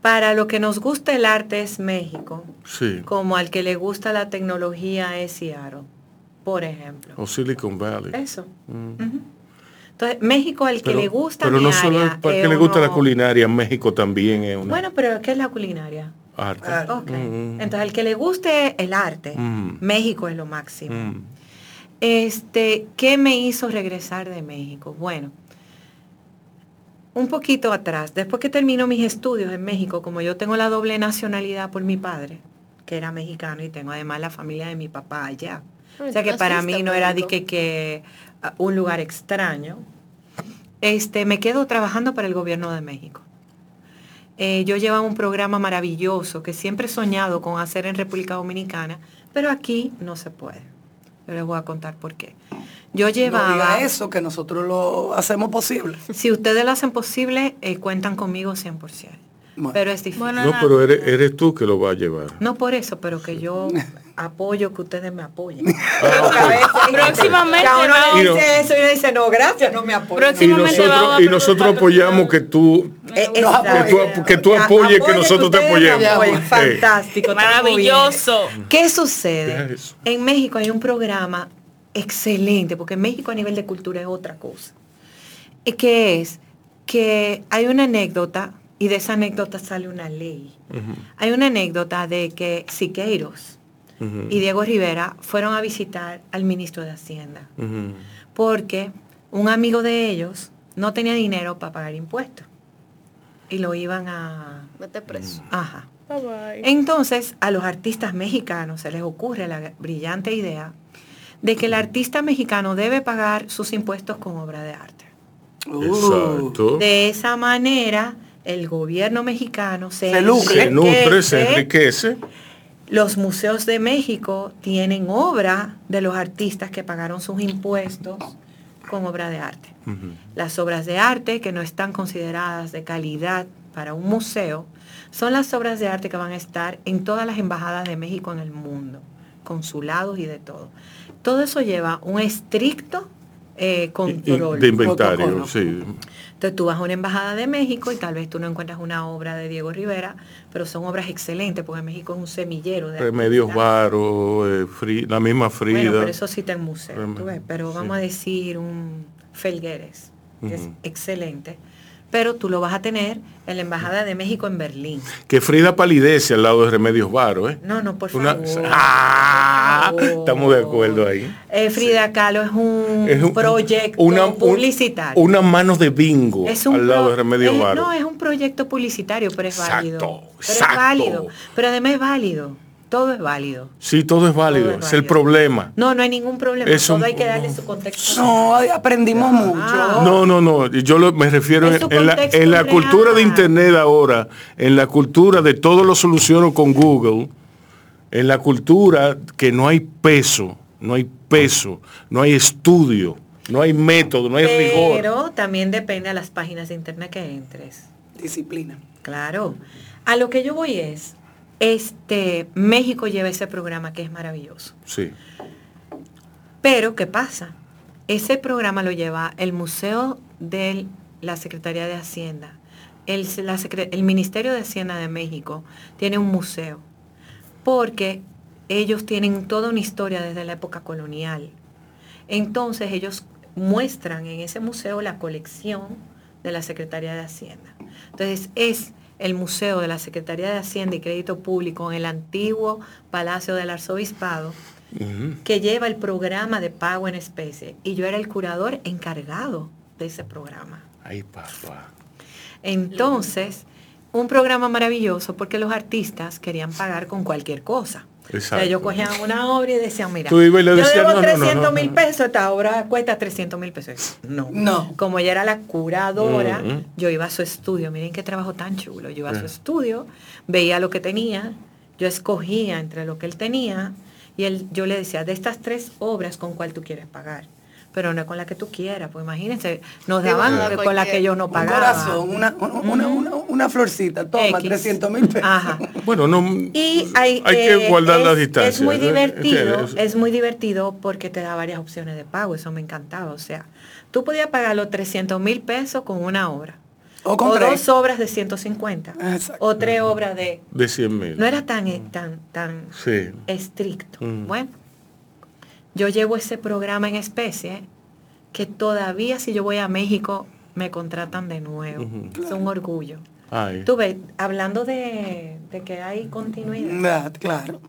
Speaker 4: para lo que nos gusta el arte es México,
Speaker 5: Sí.
Speaker 4: como al que le gusta la tecnología es Seattle, por ejemplo.
Speaker 5: O Silicon Valley.
Speaker 4: Eso. Ujú. Entonces, México al que le gusta
Speaker 5: Mm. pero
Speaker 4: mi
Speaker 5: no solo
Speaker 4: área,
Speaker 5: el- para
Speaker 4: es
Speaker 5: que le gusta la
Speaker 4: uno-
Speaker 5: culinaria, México también es una
Speaker 4: Bueno, pero ¿qué es la culinaria?
Speaker 5: arte.
Speaker 4: Ah, Ok.
Speaker 5: Mm.
Speaker 4: Entonces, al que le guste el arte,
Speaker 5: Mm.
Speaker 4: México es lo máximo.
Speaker 5: Mm.
Speaker 4: Este, ¿qué me hizo regresar de México? Bueno, un poquito atrás, después que termino mis estudios en México, como yo tengo la doble nacionalidad por mi padre, que era mexicano, y tengo además la familia de mi papá allá.
Speaker 7: Ay,
Speaker 4: o sea que
Speaker 7: tú
Speaker 4: para
Speaker 7: naciste
Speaker 4: mí
Speaker 7: en
Speaker 4: no era de
Speaker 7: México.
Speaker 4: que, que, ah, un lugar extraño. Este, me quedo trabajando para el gobierno de México. Eh, yo llevaba un programa maravilloso que siempre he soñado con hacer en República Dominicana, pero aquí no se puede. Yo les voy a contar por qué. Yo
Speaker 6: No
Speaker 4: llevaba...
Speaker 6: diga eso, que nosotros lo hacemos posible.
Speaker 4: Si ustedes lo hacen posible, eh, cuentan conmigo 100%.
Speaker 6: Bueno.
Speaker 4: Pero es difícil.
Speaker 8: Bueno,
Speaker 5: No,
Speaker 8: no.
Speaker 5: pero eres, eres tú que lo vas a llevar.
Speaker 4: No por eso, pero que yo apoyo que ustedes me apoyen.
Speaker 5: Ah, ok.
Speaker 8: Próximamente
Speaker 4: Ya uno
Speaker 8: va-
Speaker 5: Y
Speaker 4: le
Speaker 5: no-
Speaker 4: dice eso y uno dice, no, gracias, no me apoyan.
Speaker 5: Y
Speaker 8: Próximamente va
Speaker 5: nosotros,
Speaker 8: otro
Speaker 5: y nosotros
Speaker 8: patrocinador.
Speaker 5: apoyamos que tú...
Speaker 4: Eh,
Speaker 6: Nos apoyen.
Speaker 4: exacto.
Speaker 5: Que tú- que tú
Speaker 4: Ya,
Speaker 5: apoyes, que nosotros te
Speaker 4: ustedes me
Speaker 5: apoyemos.
Speaker 4: apoyen.
Speaker 5: Eh.
Speaker 4: Fantástico. está muy bien.
Speaker 8: Maravilloso.
Speaker 4: ¿Qué
Speaker 5: Deja
Speaker 4: sucede?
Speaker 5: eso.
Speaker 4: En México hay un programa excelente, porque en México a nivel de cultura es otra cosa. Y que es que hay una anécdota y de esa anécdota sale una ley. Hay una anécdota de que Siqueiros y Diego Rivera fueron a visitar al ministro de Hacienda
Speaker 5: Ujú.
Speaker 4: porque un amigo de ellos no tenía dinero para pagar impuestos y lo iban a...
Speaker 7: Mete preso.
Speaker 4: Ajá. Entonces, a los artistas mexicanos se les ocurre la brillante idea de que el artista mexicano debe pagar sus impuestos con obra de arte.
Speaker 6: Uh,
Speaker 5: Exacto.
Speaker 4: De esa manera, el gobierno mexicano se,
Speaker 6: Se lucre.
Speaker 5: Se nutre, se
Speaker 4: enriquece.
Speaker 5: enriquece.
Speaker 4: Los museos de México tienen obra de los artistas que pagaron sus impuestos con obra de arte. Las obras de arte que no están consideradas de calidad para un museo son las obras de arte que van a estar en todas las embajadas de México en el mundo, consulados y de todo. Todo eso lleva un estricto eh,
Speaker 5: Y- y
Speaker 4: control.
Speaker 5: de inventario,
Speaker 6: Protocolo.
Speaker 5: sí.
Speaker 4: Entonces tú vas a una embajada de México y tal vez tú no encuentras una obra de Diego Rivera, pero son obras excelentes porque México es un semillero de
Speaker 5: Remedios
Speaker 4: artistas.
Speaker 5: Varo, eh, Fri- la misma Frida.
Speaker 4: Bueno, pero eso sí está en museo,
Speaker 5: Rem-
Speaker 4: tú ves, pero
Speaker 5: Pues, sí.
Speaker 4: vamos a decir un Felgueres, que es
Speaker 5: Ujú.
Speaker 4: excelente, pero tú lo vas a tener en la embajada de México en Berlín.
Speaker 5: Que Frida palidece al lado de Remedios Varo, ¿eh?
Speaker 4: No, no, por
Speaker 5: Una-
Speaker 4: favor.
Speaker 5: ¡Ah!
Speaker 4: por favor.
Speaker 5: Estamos de acuerdo ahí.
Speaker 4: Eh, Frida Kahlo es un,
Speaker 5: Es un-
Speaker 4: proyecto
Speaker 5: una- un-
Speaker 4: publicitario.
Speaker 5: Una mano de bingo
Speaker 4: Es un
Speaker 5: al lado
Speaker 4: pro-
Speaker 5: de Remedios
Speaker 4: es-
Speaker 5: Varo.
Speaker 4: No, es un proyecto publicitario, pero es
Speaker 5: Exacto,
Speaker 4: válido. Pero
Speaker 5: exacto.
Speaker 4: es válido. Pero además es válido. Todo es válido.
Speaker 5: Sí, todo es válido.
Speaker 4: Todo es
Speaker 5: es el
Speaker 4: válido.
Speaker 5: problema.
Speaker 4: No, no hay ningún problema.
Speaker 5: Es
Speaker 4: todo
Speaker 5: un-
Speaker 4: hay que darle su contexto.
Speaker 6: No, ay, aprendimos mucho.
Speaker 4: Ah.
Speaker 5: No, no, no. Yo lo- me refiero
Speaker 4: Es su
Speaker 5: en, en la,
Speaker 4: contexto
Speaker 5: en la
Speaker 4: real.
Speaker 5: cultura de Internet ahora, en la cultura de todo lo soluciono con Google, en la cultura que no hay peso, no hay peso, no hay estudio, no hay método, no hay rigor.
Speaker 4: Pero también depende a las páginas de internet que entres.
Speaker 6: Disciplina.
Speaker 4: Claro. A lo que yo voy es, este, México lleva ese programa que es maravilloso.
Speaker 5: Sí.
Speaker 4: Pero, ¿qué pasa? Ese programa lo lleva el Museo de la Secretaría de Hacienda. El, la secre- el Ministerio de Hacienda de México tiene un museo porque ellos tienen toda una historia desde la época colonial. Entonces ellos muestran en ese museo la colección de la Secretaría de Hacienda. Entonces es el museo de la Secretaría de Hacienda y Crédito Público en el antiguo Palacio del Arzobispado que lleva el programa de pago en especie y yo era el curador encargado de ese programa.
Speaker 5: Ay, papá.
Speaker 4: Entonces, un programa maravilloso porque los artistas querían pagar con cualquier cosa. O sea,
Speaker 5: Exacto.
Speaker 4: yo cogía una obra y decía, mira,
Speaker 5: Tú ibas y le decías,
Speaker 4: yo debo
Speaker 5: no, no, no,
Speaker 4: 300 mil
Speaker 5: no, no.
Speaker 4: pesos, esta obra cuesta 300 mil pesos. No.
Speaker 6: No.
Speaker 4: Como ella era la curadora,
Speaker 5: Mm, Eh. mm.
Speaker 4: yo iba a su estudio, miren qué trabajo tan chulo, yo iba a su estudio, veía lo que tenía, yo escogía entre lo que él tenía y él, yo le decía, de estas tres obras, ¿con cuál tú quieres pagar? pero no con la que tú quieras, pues imagínense, nos
Speaker 7: Sí,
Speaker 4: daban
Speaker 7: bueno,
Speaker 4: con
Speaker 7: cualquier-
Speaker 4: la que ellos no
Speaker 6: Un
Speaker 4: pagaban.
Speaker 6: corazón, una, una, una, una florcita, toma,
Speaker 4: X.
Speaker 6: 300 mil pesos.
Speaker 4: Ajá.
Speaker 5: Bueno, no.
Speaker 4: Y hay,
Speaker 5: que
Speaker 4: eh,
Speaker 5: guardar
Speaker 4: es-
Speaker 5: las distancias.
Speaker 4: Es muy
Speaker 5: ¿eh?
Speaker 4: divertido,
Speaker 5: Entiendes.
Speaker 4: es muy divertido porque te da varias opciones de pago, eso me encantaba. O sea, tú podías pagar los 300 mil pesos con una obra.
Speaker 6: O con tres.
Speaker 4: dos obras de 150.
Speaker 6: Exacto.
Speaker 4: O tres obras de...
Speaker 5: De 100 mil.
Speaker 4: No era tan, eh, tan, tan
Speaker 5: Mm. Sí.
Speaker 4: estricto.
Speaker 5: Mm.
Speaker 4: Bueno, yo llevo ese programa en especie que todavía si yo voy a México me contratan de nuevo.
Speaker 5: Ujú.
Speaker 4: Es un orgullo.
Speaker 5: Ay.
Speaker 4: Tú ves, hablando de, de que hay continuidad.
Speaker 6: Ah, Claro.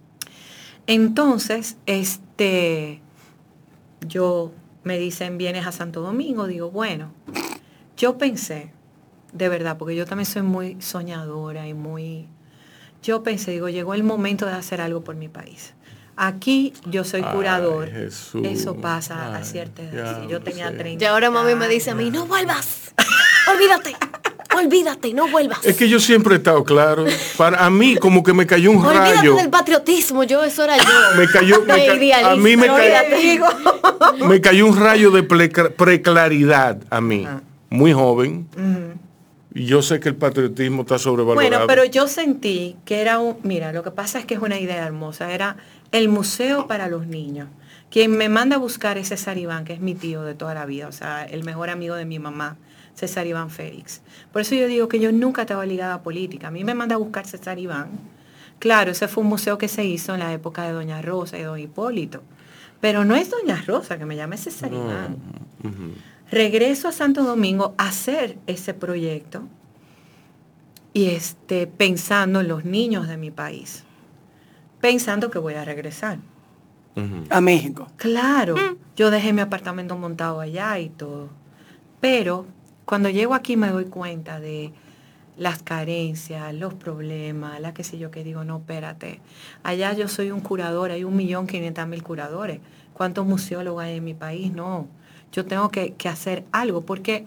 Speaker 4: Entonces, este, yo me dicen, vienes a Santo Domingo, digo, bueno, yo pensé, de verdad, porque yo también soy muy soñadora y muy, yo pensé, digo, llegó el momento de hacer algo por mi país. Aquí yo soy
Speaker 5: Ay,
Speaker 4: curador.
Speaker 5: Jesús.
Speaker 4: Eso pasa a
Speaker 5: Ay,
Speaker 4: cierta edad.
Speaker 5: ya
Speaker 4: yo
Speaker 5: lo
Speaker 4: tenía
Speaker 5: sé.
Speaker 4: 30.
Speaker 7: Y ahora mami me dice a mí, no vuelvas. Olvídate. Olvídate, no vuelvas.
Speaker 5: Es que yo siempre he estado claro. Para a mí como que me cayó un
Speaker 7: Olvídate
Speaker 5: rayo.
Speaker 7: del patriotismo, yo eso era yo.
Speaker 5: Me cayó- me
Speaker 7: De
Speaker 5: ca- a
Speaker 7: idealista.
Speaker 5: mí me
Speaker 7: Olvídate.
Speaker 5: cayó- Me cayó un rayo de pleca- preclaridad a mí.
Speaker 4: Ah.
Speaker 5: Muy joven. Y Yo sé que el patriotismo está sobrevalorado.
Speaker 4: Bueno, pero yo sentí que era un, mira, lo que pasa es que es una idea hermosa, era el museo para los niños. Quien me manda a buscar es César Iván, que es mi tío de toda la vida, o sea, el mejor amigo de mi mamá, César Iván Félix. Por eso yo digo que yo nunca estaba ligada a política. A mí me manda a buscar César Iván. Claro, ese fue un museo que se hizo en la época de Doña Rosa y Don Hipólito. Pero no es Doña Rosa que me llama es César Iván. Regreso a Santo Domingo a hacer ese proyecto y este, pensando en los niños de mi país, pensando que voy a regresar.
Speaker 5: Ujú.
Speaker 6: A México.
Speaker 4: Claro, yo dejé mi apartamento montado allá y todo, pero cuando llego aquí me doy cuenta de las carencias, los problemas, la que sé yo que digo, no, espérate, allá yo soy un curador, hay un millón quinientas mil curadores, ¿cuántos museólogos hay en mi país? No, yo tengo que, que hacer algo, porque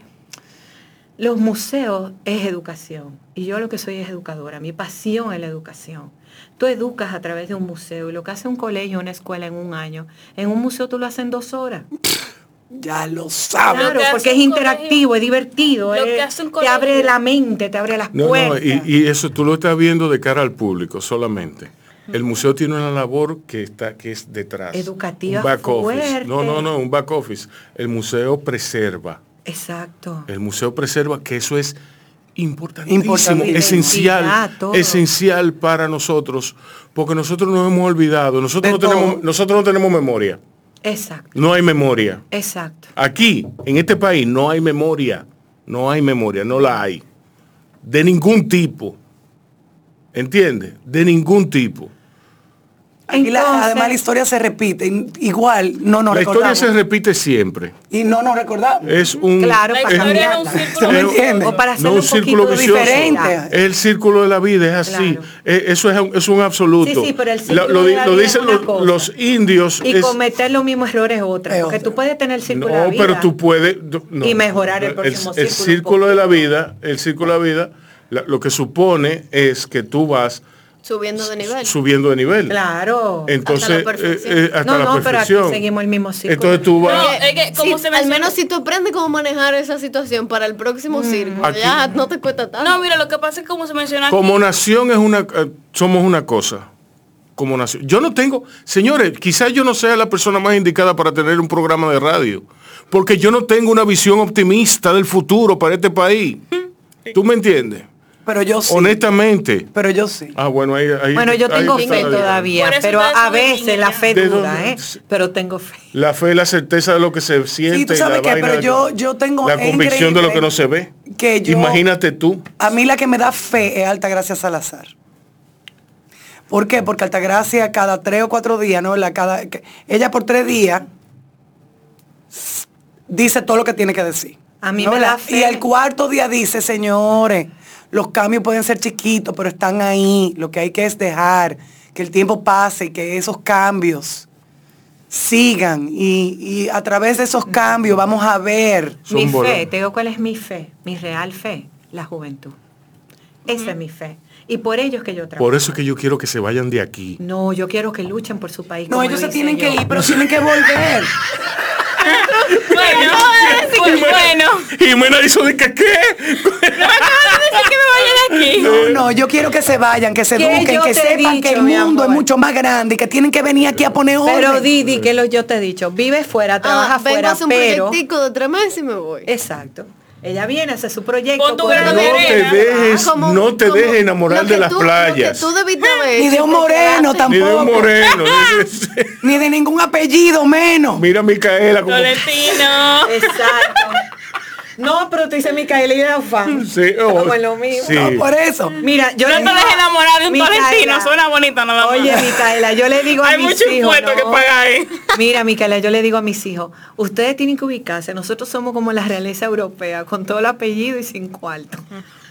Speaker 4: los museos es educación y yo lo que soy es educadora, mi pasión es la educación. Tú educas a través de un museo y lo que hace un colegio, una escuela en un año, en un museo tú lo haces en dos horas.
Speaker 6: Ya lo sabes.
Speaker 4: Claro,
Speaker 8: Ah, hace
Speaker 4: porque es
Speaker 8: un
Speaker 4: interactivo,
Speaker 8: colegio-
Speaker 4: es divertido,
Speaker 8: lo que
Speaker 4: es-
Speaker 8: hace un
Speaker 4: te abre
Speaker 8: colegio-
Speaker 4: la mente, te abre las
Speaker 5: No, no,
Speaker 4: puertas.
Speaker 5: y, y eso tú lo estás viendo de cara al público solamente. El museo tiene una labor que está que es detrás.
Speaker 4: Educativa
Speaker 5: Un back office.
Speaker 4: fuerte.
Speaker 5: No, no, no, un back office. El museo preserva.
Speaker 4: Exacto.
Speaker 5: El museo preserva que eso es importantísimo,
Speaker 6: Importantísimo.
Speaker 5: esencial,
Speaker 4: Identidad, todo.
Speaker 5: esencial para nosotros, porque nosotros nos hemos olvidado, nosotros
Speaker 6: De
Speaker 5: no tenemos
Speaker 6: todo.
Speaker 5: nosotros no tenemos memoria.
Speaker 4: Exacto,
Speaker 5: No hay memoria.
Speaker 4: exacto.
Speaker 5: Aquí, en este país, no hay memoria. No hay memoria, no la hay. De ningún tipo. ¿Entiendes? De ningún tipo.
Speaker 6: Aquí la-
Speaker 4: Entonces-
Speaker 6: además la historia se repite. in- Igual no nos
Speaker 5: la historia
Speaker 6: recordamos.
Speaker 5: se repite siempre.
Speaker 6: y no nos recordamos.
Speaker 5: Es un...
Speaker 4: Claro,
Speaker 8: La
Speaker 4: para
Speaker 8: historia es un
Speaker 4: cambiarla.
Speaker 8: círculo
Speaker 5: Eh,
Speaker 6: entiendes?
Speaker 4: O para
Speaker 5: no
Speaker 4: hacerlo
Speaker 5: un
Speaker 4: un
Speaker 5: círculo
Speaker 4: poquito
Speaker 5: vicioso.
Speaker 4: diferente.
Speaker 5: Es El círculo de la vida es así.
Speaker 4: Claro.
Speaker 5: Eh, Eso es un, es un absoluto.
Speaker 4: Sí, sí, pero el
Speaker 5: La-
Speaker 4: círculo
Speaker 5: lo,
Speaker 4: de
Speaker 5: di-
Speaker 4: la
Speaker 5: lo
Speaker 4: vida
Speaker 5: dicen
Speaker 4: es una
Speaker 5: los,
Speaker 4: cosa.
Speaker 5: los indios.
Speaker 4: Y
Speaker 5: es-
Speaker 4: cometer los mismos errores es otra,
Speaker 6: Es
Speaker 4: porque
Speaker 6: otra.
Speaker 4: tú puedes tener el círculo de la
Speaker 5: no,
Speaker 4: vida.
Speaker 5: pero tú puedes no.
Speaker 4: Y mejorar el próximo círculo
Speaker 5: El
Speaker 4: un
Speaker 5: círculo de la
Speaker 4: poquito.
Speaker 5: vida, el círculo de la vida, la- lo que supone es que tú vas
Speaker 7: Subiendo de nivel.
Speaker 5: subiendo de nivel.
Speaker 4: Claro.
Speaker 7: Hasta la
Speaker 5: Entonces, eh,
Speaker 7: perfección.
Speaker 5: eh, hasta
Speaker 4: no, no,
Speaker 5: la
Speaker 4: pero aquí
Speaker 5: perfección.
Speaker 4: seguimos el mismo círculo.
Speaker 5: Entonces tú vas...
Speaker 8: No, es que como
Speaker 7: Sí,
Speaker 8: se
Speaker 7: al
Speaker 8: menciona-
Speaker 7: menos si tú aprendes cómo manejar esa situación para el próximo círculo,
Speaker 5: Aquí-
Speaker 7: ya no te cuesta tanto.
Speaker 8: No, mira, lo que pasa es que como se menciona aquí,
Speaker 5: Como nación es una, eh, somos una cosa. Como nación. Yo no tengo, señores, quizás yo no sea la persona más indicada para tener un programa de radio, porque yo no tengo una visión optimista del futuro para este país. ¿Tú me entiendes?
Speaker 6: Pero yo sí.
Speaker 5: Honestamente.
Speaker 6: Pero yo sí.
Speaker 5: Ah, bueno, ahí, ahí-
Speaker 4: Bueno, yo
Speaker 5: ahí
Speaker 4: tengo
Speaker 5: está
Speaker 4: fe
Speaker 5: la-
Speaker 4: todavía,
Speaker 8: Por eso
Speaker 4: pero
Speaker 8: ustedes
Speaker 4: a
Speaker 8: son
Speaker 4: veces
Speaker 8: niños
Speaker 4: la
Speaker 8: ya.
Speaker 4: fe
Speaker 5: ¿De
Speaker 4: duda,
Speaker 5: dónde?
Speaker 4: ¿eh? Pero tengo fe.
Speaker 5: La fe, la certeza de lo que se siente.
Speaker 6: tú
Speaker 5: y
Speaker 6: sabes
Speaker 5: la
Speaker 6: qué,
Speaker 5: vaina
Speaker 6: pero
Speaker 5: de-
Speaker 6: yo- yo tengo-
Speaker 5: La
Speaker 6: es
Speaker 5: convicción de lo que
Speaker 6: increíble
Speaker 5: no se ve.
Speaker 6: que yo-
Speaker 5: Imagínate tú.
Speaker 6: A mí la que me da fe es Altagracia Salazar. ¿Por qué? Porque Altagracia cada tres o cuatro días, ¿no? La cada, que- ella por tres días s- dice todo lo que tiene que decir.
Speaker 4: A mí
Speaker 6: ¿no?
Speaker 4: me
Speaker 6: La-
Speaker 4: da fe.
Speaker 6: Y al cuarto día dice, señores, los cambios pueden ser chiquitos, pero están ahí. Lo que hay que es dejar que el tiempo pase y que esos cambios sigan. Y, y a través de esos cambios vamos a ver.
Speaker 5: Son
Speaker 4: mi
Speaker 5: bolas.
Speaker 4: fe, te digo cuál es mi fe, mi real fe, la juventud. Esa es mi fe. Y por ello es que yo trabajo.
Speaker 5: Por eso es que yo quiero que se vayan de aquí.
Speaker 4: No, yo quiero que luchen por su país.
Speaker 6: No,
Speaker 4: como
Speaker 6: ellos
Speaker 4: lo
Speaker 6: se
Speaker 4: hice
Speaker 6: tienen que
Speaker 4: yo.
Speaker 6: ir, pero tienen que volver.
Speaker 8: bueno.
Speaker 5: Jimena hizo de que qué.
Speaker 8: Ah, No me acabas de decir que me vayan aquí.
Speaker 5: Eh,
Speaker 6: No, no, yo quiero que se vayan, que se
Speaker 4: ¿Qué
Speaker 6: eduquen,
Speaker 4: yo
Speaker 6: que
Speaker 4: te he
Speaker 6: sepan
Speaker 4: dicho,
Speaker 6: que el
Speaker 4: mi
Speaker 6: mundo es
Speaker 4: amor?
Speaker 6: mucho más grande y que tienen que venir aquí a poner orden.
Speaker 4: Pero Didi, que lo yo te he dicho, vive fuera, trabaja
Speaker 7: Ah, vengo a
Speaker 4: fuera,
Speaker 7: hacer un
Speaker 4: pero...
Speaker 7: proyectico de tres meses y me voy.
Speaker 5: Eh,
Speaker 4: Exacto. Ella viene, hace su proyecto. pues,
Speaker 8: Pon tu
Speaker 4: con el
Speaker 8: grano de
Speaker 4: grupo.
Speaker 5: No te
Speaker 8: arena.
Speaker 5: dejes,
Speaker 7: Ah, Como-
Speaker 5: no te
Speaker 7: como
Speaker 5: dejes enamorar
Speaker 7: lo
Speaker 5: de
Speaker 7: que
Speaker 5: las
Speaker 7: tú- lo que
Speaker 5: playas.
Speaker 7: tú debiste haber
Speaker 6: Ni de
Speaker 7: hecho,
Speaker 6: un
Speaker 7: te
Speaker 6: moreno
Speaker 7: quedaste.
Speaker 5: Ni de un
Speaker 6: tampoco.
Speaker 5: moreno.
Speaker 6: Ni de ningún apellido menos.
Speaker 5: Mira a Micaela como...
Speaker 8: Tolentino.
Speaker 4: Exacto. No, pero tú dices Micaela y era fan.
Speaker 5: Sí, oh,
Speaker 4: Estamos en lo mismo.
Speaker 5: sí.
Speaker 6: No, por eso.
Speaker 4: Mira, yo
Speaker 8: No
Speaker 4: le
Speaker 8: te
Speaker 4: digo-
Speaker 8: dejes enamorar de un
Speaker 4: Micaela,
Speaker 8: tolentino. Suena bonito nada más.
Speaker 4: Oye, Micaela, yo le digo a
Speaker 8: Hay
Speaker 4: mis
Speaker 8: mucho
Speaker 4: hijos,
Speaker 8: impuesto que
Speaker 4: no.
Speaker 8: pagar ahí.
Speaker 4: Mira, Micaela, yo le digo a mis hijos, ustedes tienen que ubicarse. Nosotros somos como la realeza europea, con todo el apellido y sin cuarto.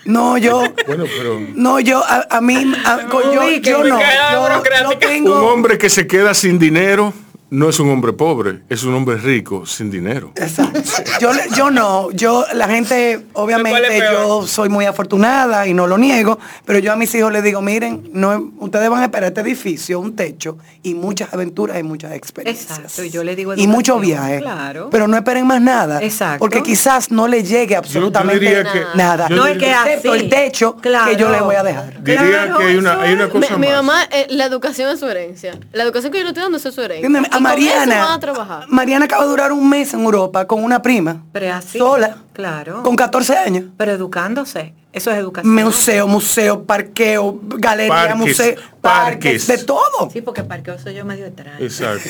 Speaker 6: No, yo.
Speaker 5: Bueno, pero...
Speaker 6: No, yo, a, a mí, a- co- yo,
Speaker 4: Ubiquen,
Speaker 6: yo no.
Speaker 8: Micaela
Speaker 6: Yo- Yo,
Speaker 8: burocrática.
Speaker 5: Un
Speaker 6: tengo.
Speaker 5: hombre que se queda sin dinero no es un hombre pobre, es un hombre rico sin dinero.
Speaker 6: Exacto. Yo, le- yo no, yo, la gente, obviamente,
Speaker 8: peor?
Speaker 6: yo soy muy afortunada y no lo niego, pero yo a mis hijos les digo, miren, no, ustedes van a esperar este edificio, un techo y muchas aventuras y muchas experiencias.
Speaker 4: Exacto, yo le digo
Speaker 6: Y muchos
Speaker 4: educación,
Speaker 6: viajes.
Speaker 4: claro.
Speaker 6: Pero no esperen más nada.
Speaker 4: Exacto.
Speaker 6: Porque quizás no le llegue absolutamente
Speaker 5: diría que-
Speaker 6: nada.
Speaker 5: yo No, es
Speaker 4: diría- que
Speaker 6: Excepto
Speaker 4: así.
Speaker 6: el techo que yo
Speaker 4: Claro.
Speaker 6: le voy a dejar.
Speaker 5: Diría
Speaker 4: Claro,
Speaker 5: que hay una,
Speaker 4: eso
Speaker 5: hay una
Speaker 4: es.
Speaker 7: Mi,
Speaker 5: cosa
Speaker 7: mi
Speaker 5: más.
Speaker 7: mamá, eh, la educación es su herencia. La educación que yo le estoy dando es su herencia.
Speaker 6: Entiéndeme,
Speaker 7: Y
Speaker 6: A
Speaker 7: con eso
Speaker 6: Mariana,
Speaker 7: van a trabajar.
Speaker 6: Mariana acaba de durar un mes en Europa con una prima,
Speaker 4: Pero es así.
Speaker 6: sola,
Speaker 4: Claro.
Speaker 6: con 14 años.
Speaker 4: Pero educándose. Eso es educación.
Speaker 6: Museo, museo, parqueo, galería,
Speaker 5: Parques,
Speaker 6: museo, parques,
Speaker 5: parques.
Speaker 6: de todo.
Speaker 4: Sí, porque parqueo soy yo medio extraño.
Speaker 5: Exacto.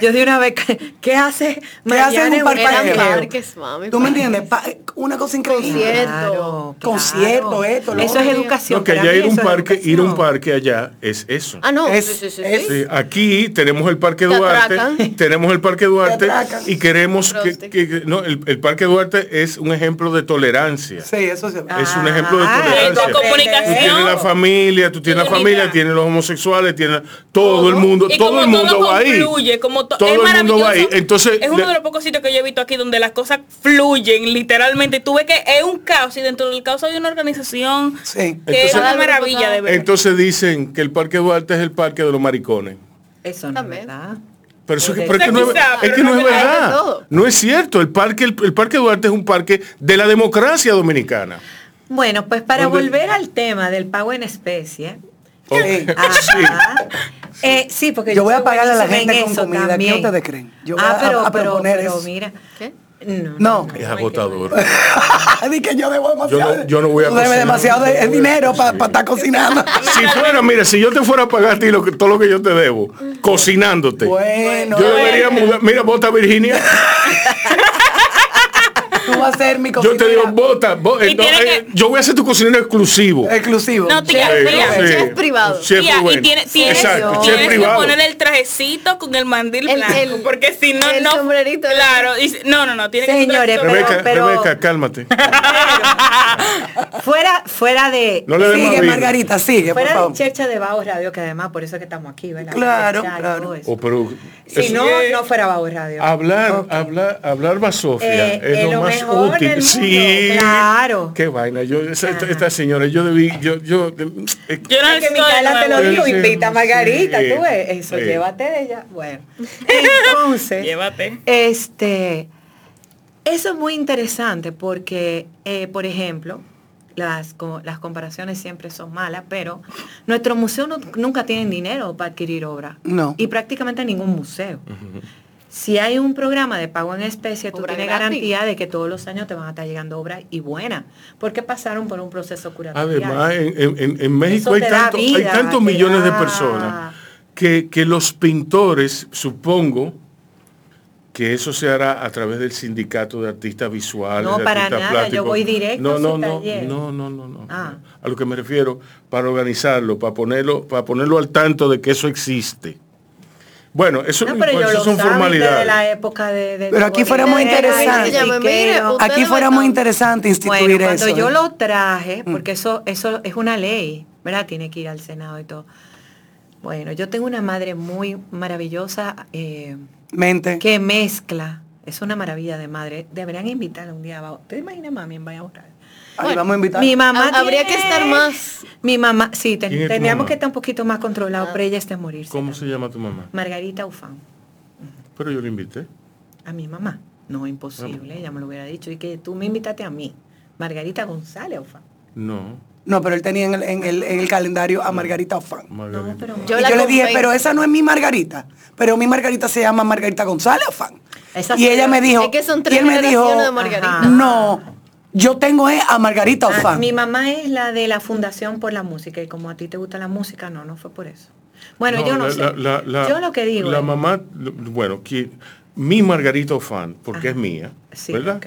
Speaker 4: Yo de una vez, ¿qué, qué hace
Speaker 6: hace en un
Speaker 4: Mariana en
Speaker 6: parque?
Speaker 7: Eran
Speaker 6: parqueo.
Speaker 7: parques, mami.
Speaker 6: ¿Tú me entiendes? Pa- una cosa increíble.
Speaker 7: Concierto.
Speaker 4: Claro,
Speaker 6: Concierto,
Speaker 4: claro.
Speaker 6: esto, lo
Speaker 4: Eso
Speaker 6: otro.
Speaker 4: es educación.
Speaker 5: No, que
Speaker 4: para
Speaker 5: allá
Speaker 4: mí
Speaker 5: ir a un
Speaker 4: eso es
Speaker 5: parque, ir a un
Speaker 4: educación.
Speaker 5: parque allá es eso.
Speaker 7: Ah, no.
Speaker 6: Es-
Speaker 7: sí, sí, sí, sí.
Speaker 6: es-
Speaker 5: Sí, aquí tenemos el Parque
Speaker 7: Te
Speaker 5: Duarte,
Speaker 7: atracan.
Speaker 5: tenemos el Parque Duarte
Speaker 6: Te atracan.
Speaker 5: y queremos que,
Speaker 7: Frosty.
Speaker 5: que- no, el, el Parque Duarte es un ejemplo de tolerancia.
Speaker 6: Sí, eso se
Speaker 5: Es un ejemplo de
Speaker 4: Ah,
Speaker 5: tolerancia.
Speaker 8: de comunicación.
Speaker 5: Tú tienes la familia, tú tienes la
Speaker 8: Unidad.
Speaker 5: familia, tienes los homosexuales, tienes todo el mundo,
Speaker 8: Y
Speaker 5: todo
Speaker 8: como
Speaker 5: el mundo
Speaker 8: todo
Speaker 5: va ahí.
Speaker 8: confluye, como to-
Speaker 5: todo
Speaker 8: es
Speaker 5: el mundo va ahí.
Speaker 8: maravilloso.
Speaker 5: Entonces,
Speaker 8: es uno de los pocos sitios que yo he visto aquí donde las cosas fluyen literalmente. Tú ves que es un caos y dentro del caos hay una organización
Speaker 6: Sí.
Speaker 8: que es
Speaker 5: Entonces-
Speaker 8: una maravilla de ver.
Speaker 5: entonces dicen que el Parque Duarte es el parque de los maricones.
Speaker 4: Eso no es
Speaker 7: También.
Speaker 4: verdad.
Speaker 5: Pero eso es que,
Speaker 4: Correcto.
Speaker 5: pero es que no, es,
Speaker 8: Quizá,
Speaker 5: es
Speaker 8: pero
Speaker 5: que no
Speaker 8: no
Speaker 5: es
Speaker 8: me- hay de
Speaker 5: verdad.
Speaker 7: todo.
Speaker 5: No es cierto. El parque, el, el parque Duarte es un parque de la democracia dominicana.
Speaker 4: Bueno, pues para
Speaker 5: ¿Dónde?
Speaker 4: volver al tema del pago en especie.
Speaker 6: Sí.
Speaker 4: Ajá. Eh, sí, porque
Speaker 6: Yo voy a
Speaker 4: soy
Speaker 6: pagarle a la
Speaker 4: buenísima
Speaker 6: gente
Speaker 4: en
Speaker 6: con
Speaker 4: eso
Speaker 6: comida. ¿Qué
Speaker 4: también.
Speaker 6: ustedes creen? Yo voy
Speaker 4: ah,
Speaker 6: a-
Speaker 4: pero,
Speaker 6: a
Speaker 4: pero,
Speaker 6: proponer
Speaker 4: pero
Speaker 6: eso.
Speaker 4: mira.
Speaker 7: ¿Qué?
Speaker 4: No,
Speaker 6: No.
Speaker 5: Es agotador.
Speaker 6: Di que yo debo
Speaker 5: Yo
Speaker 6: demasiado.
Speaker 5: no- yo no voy a
Speaker 6: tú debes
Speaker 5: cocinar,
Speaker 6: demasiado de-
Speaker 5: yo no voy a-
Speaker 6: dinero para
Speaker 5: sí.
Speaker 6: estar cocinando.
Speaker 5: Si fuera, mira, si yo te fuera a pagar a ti lo que, todo lo que yo te debo, cocinándote.
Speaker 6: bueno,
Speaker 5: Yo debería mudar, mira, bota Virginia.
Speaker 6: tú vas a ser mi
Speaker 5: Yo
Speaker 6: cocinera.
Speaker 5: te digo, bota, bo-
Speaker 8: Y
Speaker 5: eh, no,
Speaker 8: tiene
Speaker 5: eh,
Speaker 8: que- Eh,
Speaker 5: yo voy a ser tu cocinero exclusivo.
Speaker 6: Exclusivo.
Speaker 8: No, tía,
Speaker 5: Sí,
Speaker 8: tía.
Speaker 5: sí.
Speaker 7: chef privado.
Speaker 5: Chef
Speaker 8: Tía,
Speaker 5: Rubén.
Speaker 8: y tiene, tienes,
Speaker 5: Exacto,
Speaker 8: tienes
Speaker 5: chef
Speaker 8: que
Speaker 5: privado.
Speaker 8: poner el trajecito con el mandil
Speaker 7: El-
Speaker 8: blanco,
Speaker 7: el-
Speaker 8: porque si no,
Speaker 7: el
Speaker 8: no.
Speaker 7: sombrerito.
Speaker 8: Claro, y si- no, no, no, tiene
Speaker 4: Señores,
Speaker 8: que ser un trajecito
Speaker 5: Rebeca,
Speaker 4: pero-
Speaker 5: Rebeca, cálmate.
Speaker 4: fuera, fuera de.
Speaker 5: No le des más
Speaker 6: sigue,
Speaker 5: vino.
Speaker 6: Margarita, sigue, por
Speaker 4: Fuera
Speaker 6: favor.
Speaker 4: de Chercha de Bao Radio, que además por eso es que estamos aquí, ¿verdad?
Speaker 6: Claro,
Speaker 4: Chercha y
Speaker 6: claro.
Speaker 4: todo eso.
Speaker 5: Oh, pero-
Speaker 4: Si
Speaker 5: eso-
Speaker 4: no, no fuera Bao Radio.
Speaker 5: Hablar, hablar, hablar basofia
Speaker 4: Eh,
Speaker 5: es
Speaker 4: eh,
Speaker 5: lo,
Speaker 4: lo
Speaker 5: más
Speaker 4: mejor
Speaker 5: útil.
Speaker 4: del
Speaker 5: sí.
Speaker 4: mundo, claro.
Speaker 5: Qué vaina. Yo, esa- esta, esta señora, yo debí, yo, yo. eh,
Speaker 8: Yo no
Speaker 4: Ay, que
Speaker 8: estoy
Speaker 4: Micaela te lo
Speaker 8: nueva.
Speaker 4: dijo,
Speaker 5: Sí,
Speaker 4: invita a Margarita,
Speaker 5: sí,
Speaker 4: tú ves, eso,
Speaker 5: sí.
Speaker 4: llévate de ella. Bueno, entonces,
Speaker 8: Llévate.
Speaker 4: este, eso es muy interesante porque, eh, por ejemplo, las, co- las comparaciones siempre son malas, pero nuestro museo no- nunca tienen dinero para adquirir obra.
Speaker 6: No.
Speaker 4: Y prácticamente ningún museo. Si hay un programa de pago en especie, tú
Speaker 7: Obra
Speaker 4: tienes
Speaker 7: gratis.
Speaker 4: garantía de que todos los años te van a estar llegando obras y buenas, porque pasaron por un proceso curativo.
Speaker 5: Además, en, en- en- en
Speaker 4: Eso
Speaker 5: México hay,
Speaker 4: te da
Speaker 5: tanto- hay
Speaker 4: vida,
Speaker 5: tantos
Speaker 4: te
Speaker 5: millones de
Speaker 4: da-
Speaker 5: personas que, que los pintores, supongo, que eso se hará a través del sindicato de artistas visuales.
Speaker 4: No,
Speaker 5: de
Speaker 4: para
Speaker 5: artistas
Speaker 4: nada,
Speaker 5: plásticos.
Speaker 4: yo voy directo
Speaker 5: no,
Speaker 4: a su
Speaker 5: no, no,
Speaker 4: taller.
Speaker 5: No, no, no, no.
Speaker 4: Ah.
Speaker 5: A lo que me refiero, para organizarlo, para ponerlo, para ponerlo al tanto de que eso existe. Bueno, eso
Speaker 4: No,
Speaker 5: no
Speaker 4: pero
Speaker 5: importa,
Speaker 4: yo
Speaker 5: eso
Speaker 4: lo
Speaker 5: son
Speaker 4: de
Speaker 5: formalidades.
Speaker 4: la época de... de
Speaker 6: Pero aquí fuera muy
Speaker 4: Bonita,
Speaker 6: interesante.
Speaker 4: de Enriqueo.
Speaker 7: Mire, usted-
Speaker 6: Aquí fuera muy interesante instituir
Speaker 4: oh, Bueno, cuando
Speaker 6: eso.
Speaker 4: yo
Speaker 6: ¿eh?
Speaker 4: lo traje, porque eso, eso es una ley, ¿verdad? Tiene que ir al Senado y todo. Bueno, yo tengo una madre muy maravillosa eh,
Speaker 6: Mente.
Speaker 4: que mezcla. Es una maravilla de madre. Deberían invitarla un día abajo. ¿Te imaginas mami en Bahía Borrada?
Speaker 6: Ahí vamos a invitar.
Speaker 4: Mi mamá
Speaker 7: Ha- Ah, habría que
Speaker 4: tiene-
Speaker 7: estar más.
Speaker 4: Mi mamá, sí, ten-
Speaker 5: ¿Quién es tu
Speaker 4: teníamos
Speaker 5: mamá?
Speaker 4: que estar un poquito más
Speaker 6: Ah.
Speaker 4: controlados, pero ella está en morirse.
Speaker 5: ¿Cómo se
Speaker 4: también.
Speaker 5: llama tu mamá?
Speaker 4: Margarita Ufán,
Speaker 5: Pero yo lo invité.
Speaker 4: a mi mamá. No,
Speaker 5: Ah.
Speaker 4: imposible, ya me lo hubiera dicho. Y que tú me invitaste a mí, Margarita González, Ofa.
Speaker 5: No,
Speaker 6: No, pero él tenía en el, en el- en el calendario a Margarita Ofran.
Speaker 5: Margarita.
Speaker 4: pero
Speaker 7: Yo
Speaker 6: y
Speaker 7: la
Speaker 6: yo le dije,
Speaker 7: conven-
Speaker 6: pero esa no es mi Margarita. Pero mi Margarita se llama Margarita González Ofran.
Speaker 4: Esa
Speaker 6: Y
Speaker 4: soy
Speaker 6: ella
Speaker 4: yo.
Speaker 6: me dijo,
Speaker 7: Es que son
Speaker 6: y
Speaker 7: tres
Speaker 6: él me dijo,
Speaker 7: generaciones de Margarita.
Speaker 4: Ajá.
Speaker 6: no, yo tengo eh, a Margarita
Speaker 4: Ah,
Speaker 6: Ofran.
Speaker 4: mi mamá es la de la Fundación por la Música y como a ti te gusta la música, no, no fue por eso. Bueno, yo no
Speaker 5: la-
Speaker 4: sé.
Speaker 5: la- la- la-
Speaker 4: yo lo que digo
Speaker 5: La
Speaker 4: es-
Speaker 5: mamá, lo- bueno, que, mi Margarita Ofan, porque
Speaker 4: Ajá.
Speaker 5: es mía,
Speaker 4: Sí,
Speaker 5: ¿verdad?
Speaker 4: ok.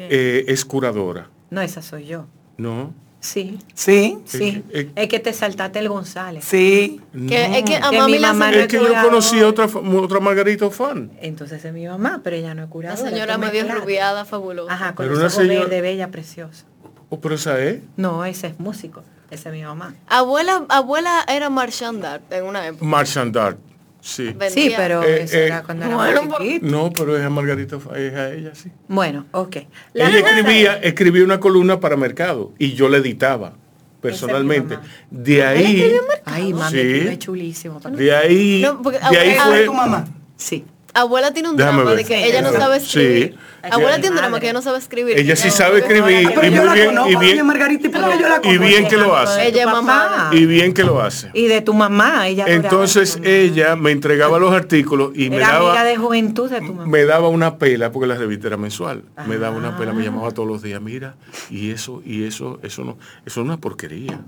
Speaker 5: Eh, es curadora,
Speaker 4: No, esa soy yo.
Speaker 5: ¿no?
Speaker 4: Sí,
Speaker 6: Sí,
Speaker 4: sí.
Speaker 5: Eh, eh.
Speaker 4: es que te saltaste el González.
Speaker 6: sí.
Speaker 7: Que,
Speaker 5: No,
Speaker 7: Es que a
Speaker 4: Que
Speaker 7: mami
Speaker 4: mi
Speaker 7: la
Speaker 4: mamá
Speaker 7: hacen
Speaker 4: Ah, no
Speaker 5: es que yo
Speaker 7: cuidado.
Speaker 5: conocí a otra, fa- otra Margarita Ofan.
Speaker 4: Entonces es mi mamá, pero ella no es
Speaker 7: La
Speaker 4: curadora.
Speaker 7: señora
Speaker 4: tú me
Speaker 7: medio
Speaker 4: aclaras.
Speaker 7: rubiada, fabulosa.
Speaker 4: Ajá, con
Speaker 5: Pero
Speaker 4: los
Speaker 5: una
Speaker 4: ojos
Speaker 5: señora-
Speaker 4: verde, bella, preciosa.
Speaker 5: Oh, pero esa es.
Speaker 4: No, ese es músico. Esa es mi mamá.
Speaker 7: Abuela, abuela era marchandar en una época.
Speaker 5: Marchand D'Art, sí.
Speaker 4: Sí,
Speaker 7: Vendía-
Speaker 4: pero
Speaker 5: Eh,
Speaker 4: eso
Speaker 5: eh,
Speaker 4: era cuando
Speaker 7: bueno,
Speaker 4: era
Speaker 7: por-
Speaker 4: chiquito.
Speaker 5: No, pero es a Margarita, Ofan, es a ella, sí.
Speaker 4: Bueno, ok. La
Speaker 5: Ella
Speaker 4: cosa
Speaker 5: escribía,
Speaker 4: es-
Speaker 5: escribía una columna para Mercado y yo la editaba personalmente.
Speaker 4: Esa es mi
Speaker 5: De ahí,
Speaker 4: Ay, mami,
Speaker 5: Sí.
Speaker 4: escribe chulísimo. papá.
Speaker 5: de ahí,
Speaker 7: No, porque-
Speaker 5: de ahí
Speaker 7: ah,
Speaker 5: fue.
Speaker 6: tu mamá.
Speaker 4: Sí.
Speaker 7: Abuela tiene un
Speaker 5: Déjame
Speaker 7: drama
Speaker 5: ver.
Speaker 7: de que ella no
Speaker 4: Sí.
Speaker 7: sabe escribir.
Speaker 5: Sí.
Speaker 7: Abuela
Speaker 5: Sí.
Speaker 7: tiene un drama
Speaker 4: Madre.
Speaker 7: que ella no sabe escribir.
Speaker 5: Ella sí sabe
Speaker 6: Ah,
Speaker 5: escribir
Speaker 6: pero
Speaker 5: y
Speaker 6: yo
Speaker 5: muy
Speaker 6: la
Speaker 5: bien, y
Speaker 6: conozco, doña
Speaker 5: bien,
Speaker 6: Margarita, ¿y por qué yo la
Speaker 5: y
Speaker 6: conozco?
Speaker 5: bien que lo hace.
Speaker 7: Ella es
Speaker 4: Tu
Speaker 7: mamá.
Speaker 5: Y bien que lo hace.
Speaker 4: Y de tu mamá, ella adoraba
Speaker 5: Entonces
Speaker 4: a tu mamá.
Speaker 5: ella me entregaba los artículos y me
Speaker 4: era amiga
Speaker 5: daba,
Speaker 4: de juventud de tu mamá.
Speaker 5: me daba una pela, porque la revista era mensual. Me daba una pela, me
Speaker 4: Ah.
Speaker 5: llamaba todos los días, mira, y eso, y eso, eso no, eso es una porquería.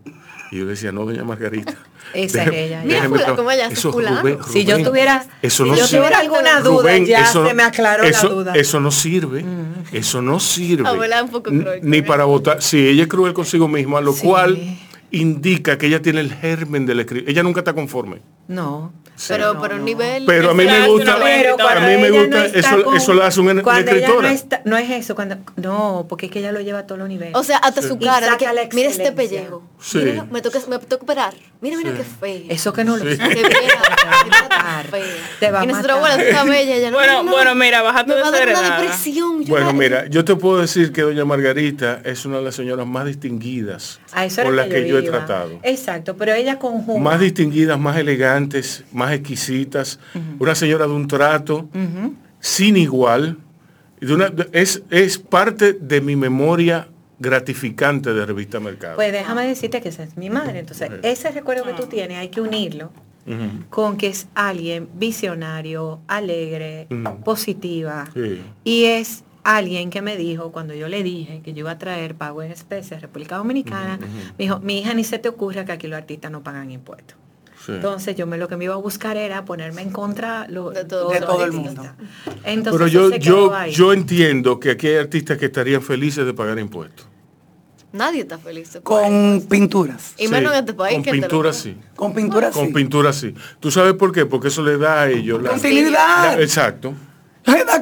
Speaker 5: Y yo le decía, no, doña Margarita.
Speaker 4: Esa es
Speaker 5: déjeme-
Speaker 4: ella, ya.
Speaker 5: déjeme
Speaker 7: Mira,
Speaker 5: tra-
Speaker 7: como ella hace
Speaker 5: eso,
Speaker 7: fulano.
Speaker 5: Rubén,
Speaker 4: si yo
Speaker 5: Rubén,
Speaker 4: tuviera,
Speaker 5: eso
Speaker 4: si
Speaker 5: no
Speaker 4: yo
Speaker 5: sirve.
Speaker 4: tuviera alguna duda,
Speaker 5: Rubén,
Speaker 4: ya
Speaker 5: eso-
Speaker 4: se me aclaró
Speaker 5: eso-
Speaker 4: la duda. Mm.
Speaker 5: Eso no sirve, eso no sirve.
Speaker 7: Abuela, un poco
Speaker 5: N-
Speaker 7: cruel
Speaker 5: Ni
Speaker 7: también.
Speaker 5: para votar. Sí, ella es cruel consigo misma, lo
Speaker 4: Sí.
Speaker 5: cual indica que ella tiene el germen del escribir. Ella nunca está conforme.
Speaker 4: no.
Speaker 7: Pero,
Speaker 4: no,
Speaker 7: pero
Speaker 4: no.
Speaker 7: un nivel.
Speaker 5: Pero a mí
Speaker 8: Esa
Speaker 5: me
Speaker 8: es
Speaker 5: gusta,
Speaker 8: una buena
Speaker 5: a
Speaker 8: escritora.
Speaker 5: mí me
Speaker 4: ella
Speaker 5: gusta,
Speaker 4: no está
Speaker 5: eso,
Speaker 4: con-
Speaker 5: eso lo hace una, una
Speaker 4: cuando ella
Speaker 5: escritora.
Speaker 4: no, está- no es eso, cuando no, porque es que ella lo lleva a todos los niveles.
Speaker 7: O sea, hasta su
Speaker 4: Y
Speaker 7: cara. de
Speaker 4: saca
Speaker 7: que,
Speaker 4: la
Speaker 7: mira este
Speaker 4: excelencia".
Speaker 7: pellejo.
Speaker 5: Sí.
Speaker 7: Mira, me toca me toca operar. Mira, mira qué feo.
Speaker 4: eso que no lo
Speaker 7: Qué fea, qué tan fea.
Speaker 4: Te va a
Speaker 7: y
Speaker 4: matar.
Speaker 7: nosotros, bueno, tú estás bella. Ella, no,
Speaker 8: Bueno,
Speaker 7: no, no,
Speaker 8: bueno, mira, bájate
Speaker 7: me
Speaker 8: de
Speaker 7: va a dar una
Speaker 8: serenada.
Speaker 7: depresión. yo
Speaker 5: Bueno,
Speaker 7: la-
Speaker 5: mira, yo te puedo decir que doña Margarita es una de las señoras más distinguidas
Speaker 4: A eso era
Speaker 5: con las que yo he
Speaker 4: iba.
Speaker 5: tratado.
Speaker 4: Exacto, pero ella conjuga.
Speaker 5: Más distinguidas, más elegantes, más exquisitas, una señora de un trato sin igual. y de una- de- es, es parte de mi memoria gratificante de Revista Mercado.
Speaker 4: Pues déjame decirte que esa es mi madre. Entonces, ese recuerdo que tú tienes hay que unirlo
Speaker 5: Ujú.
Speaker 4: con que es alguien visionario, alegre,
Speaker 5: Mm.
Speaker 4: positiva.
Speaker 5: Sí.
Speaker 4: Y es alguien que me dijo, cuando yo le dije que yo iba a traer pago en especie a República Dominicana, me dijo, mi hija ni se te ocurra que aquí los artistas no pagan impuestos.
Speaker 5: Sí.
Speaker 4: Entonces yo me lo que me iba a buscar era ponerme en contra lo-
Speaker 7: De todo-
Speaker 4: todos
Speaker 7: de
Speaker 4: los
Speaker 6: todo el
Speaker 4: artistas.
Speaker 6: mundo.
Speaker 4: Entonces eso
Speaker 5: Pero yo,
Speaker 4: se quedó
Speaker 5: yo,
Speaker 4: ahí.
Speaker 5: yo entiendo que aquí hay artistas que estarían felices de pagar impuestos.
Speaker 7: Nadie está feliz. se puede.
Speaker 6: Con pinturas.
Speaker 7: Y menos
Speaker 5: Sí,
Speaker 7: en este país.
Speaker 5: Con
Speaker 7: que te lo-
Speaker 5: pintura sí.
Speaker 6: Con pinturas,
Speaker 5: Con
Speaker 6: sí.
Speaker 5: pintura sí. ¿Tú sabes por qué? Porque eso le da a ellos la-
Speaker 6: Continuidad.
Speaker 5: la- exacto.
Speaker 6: Le da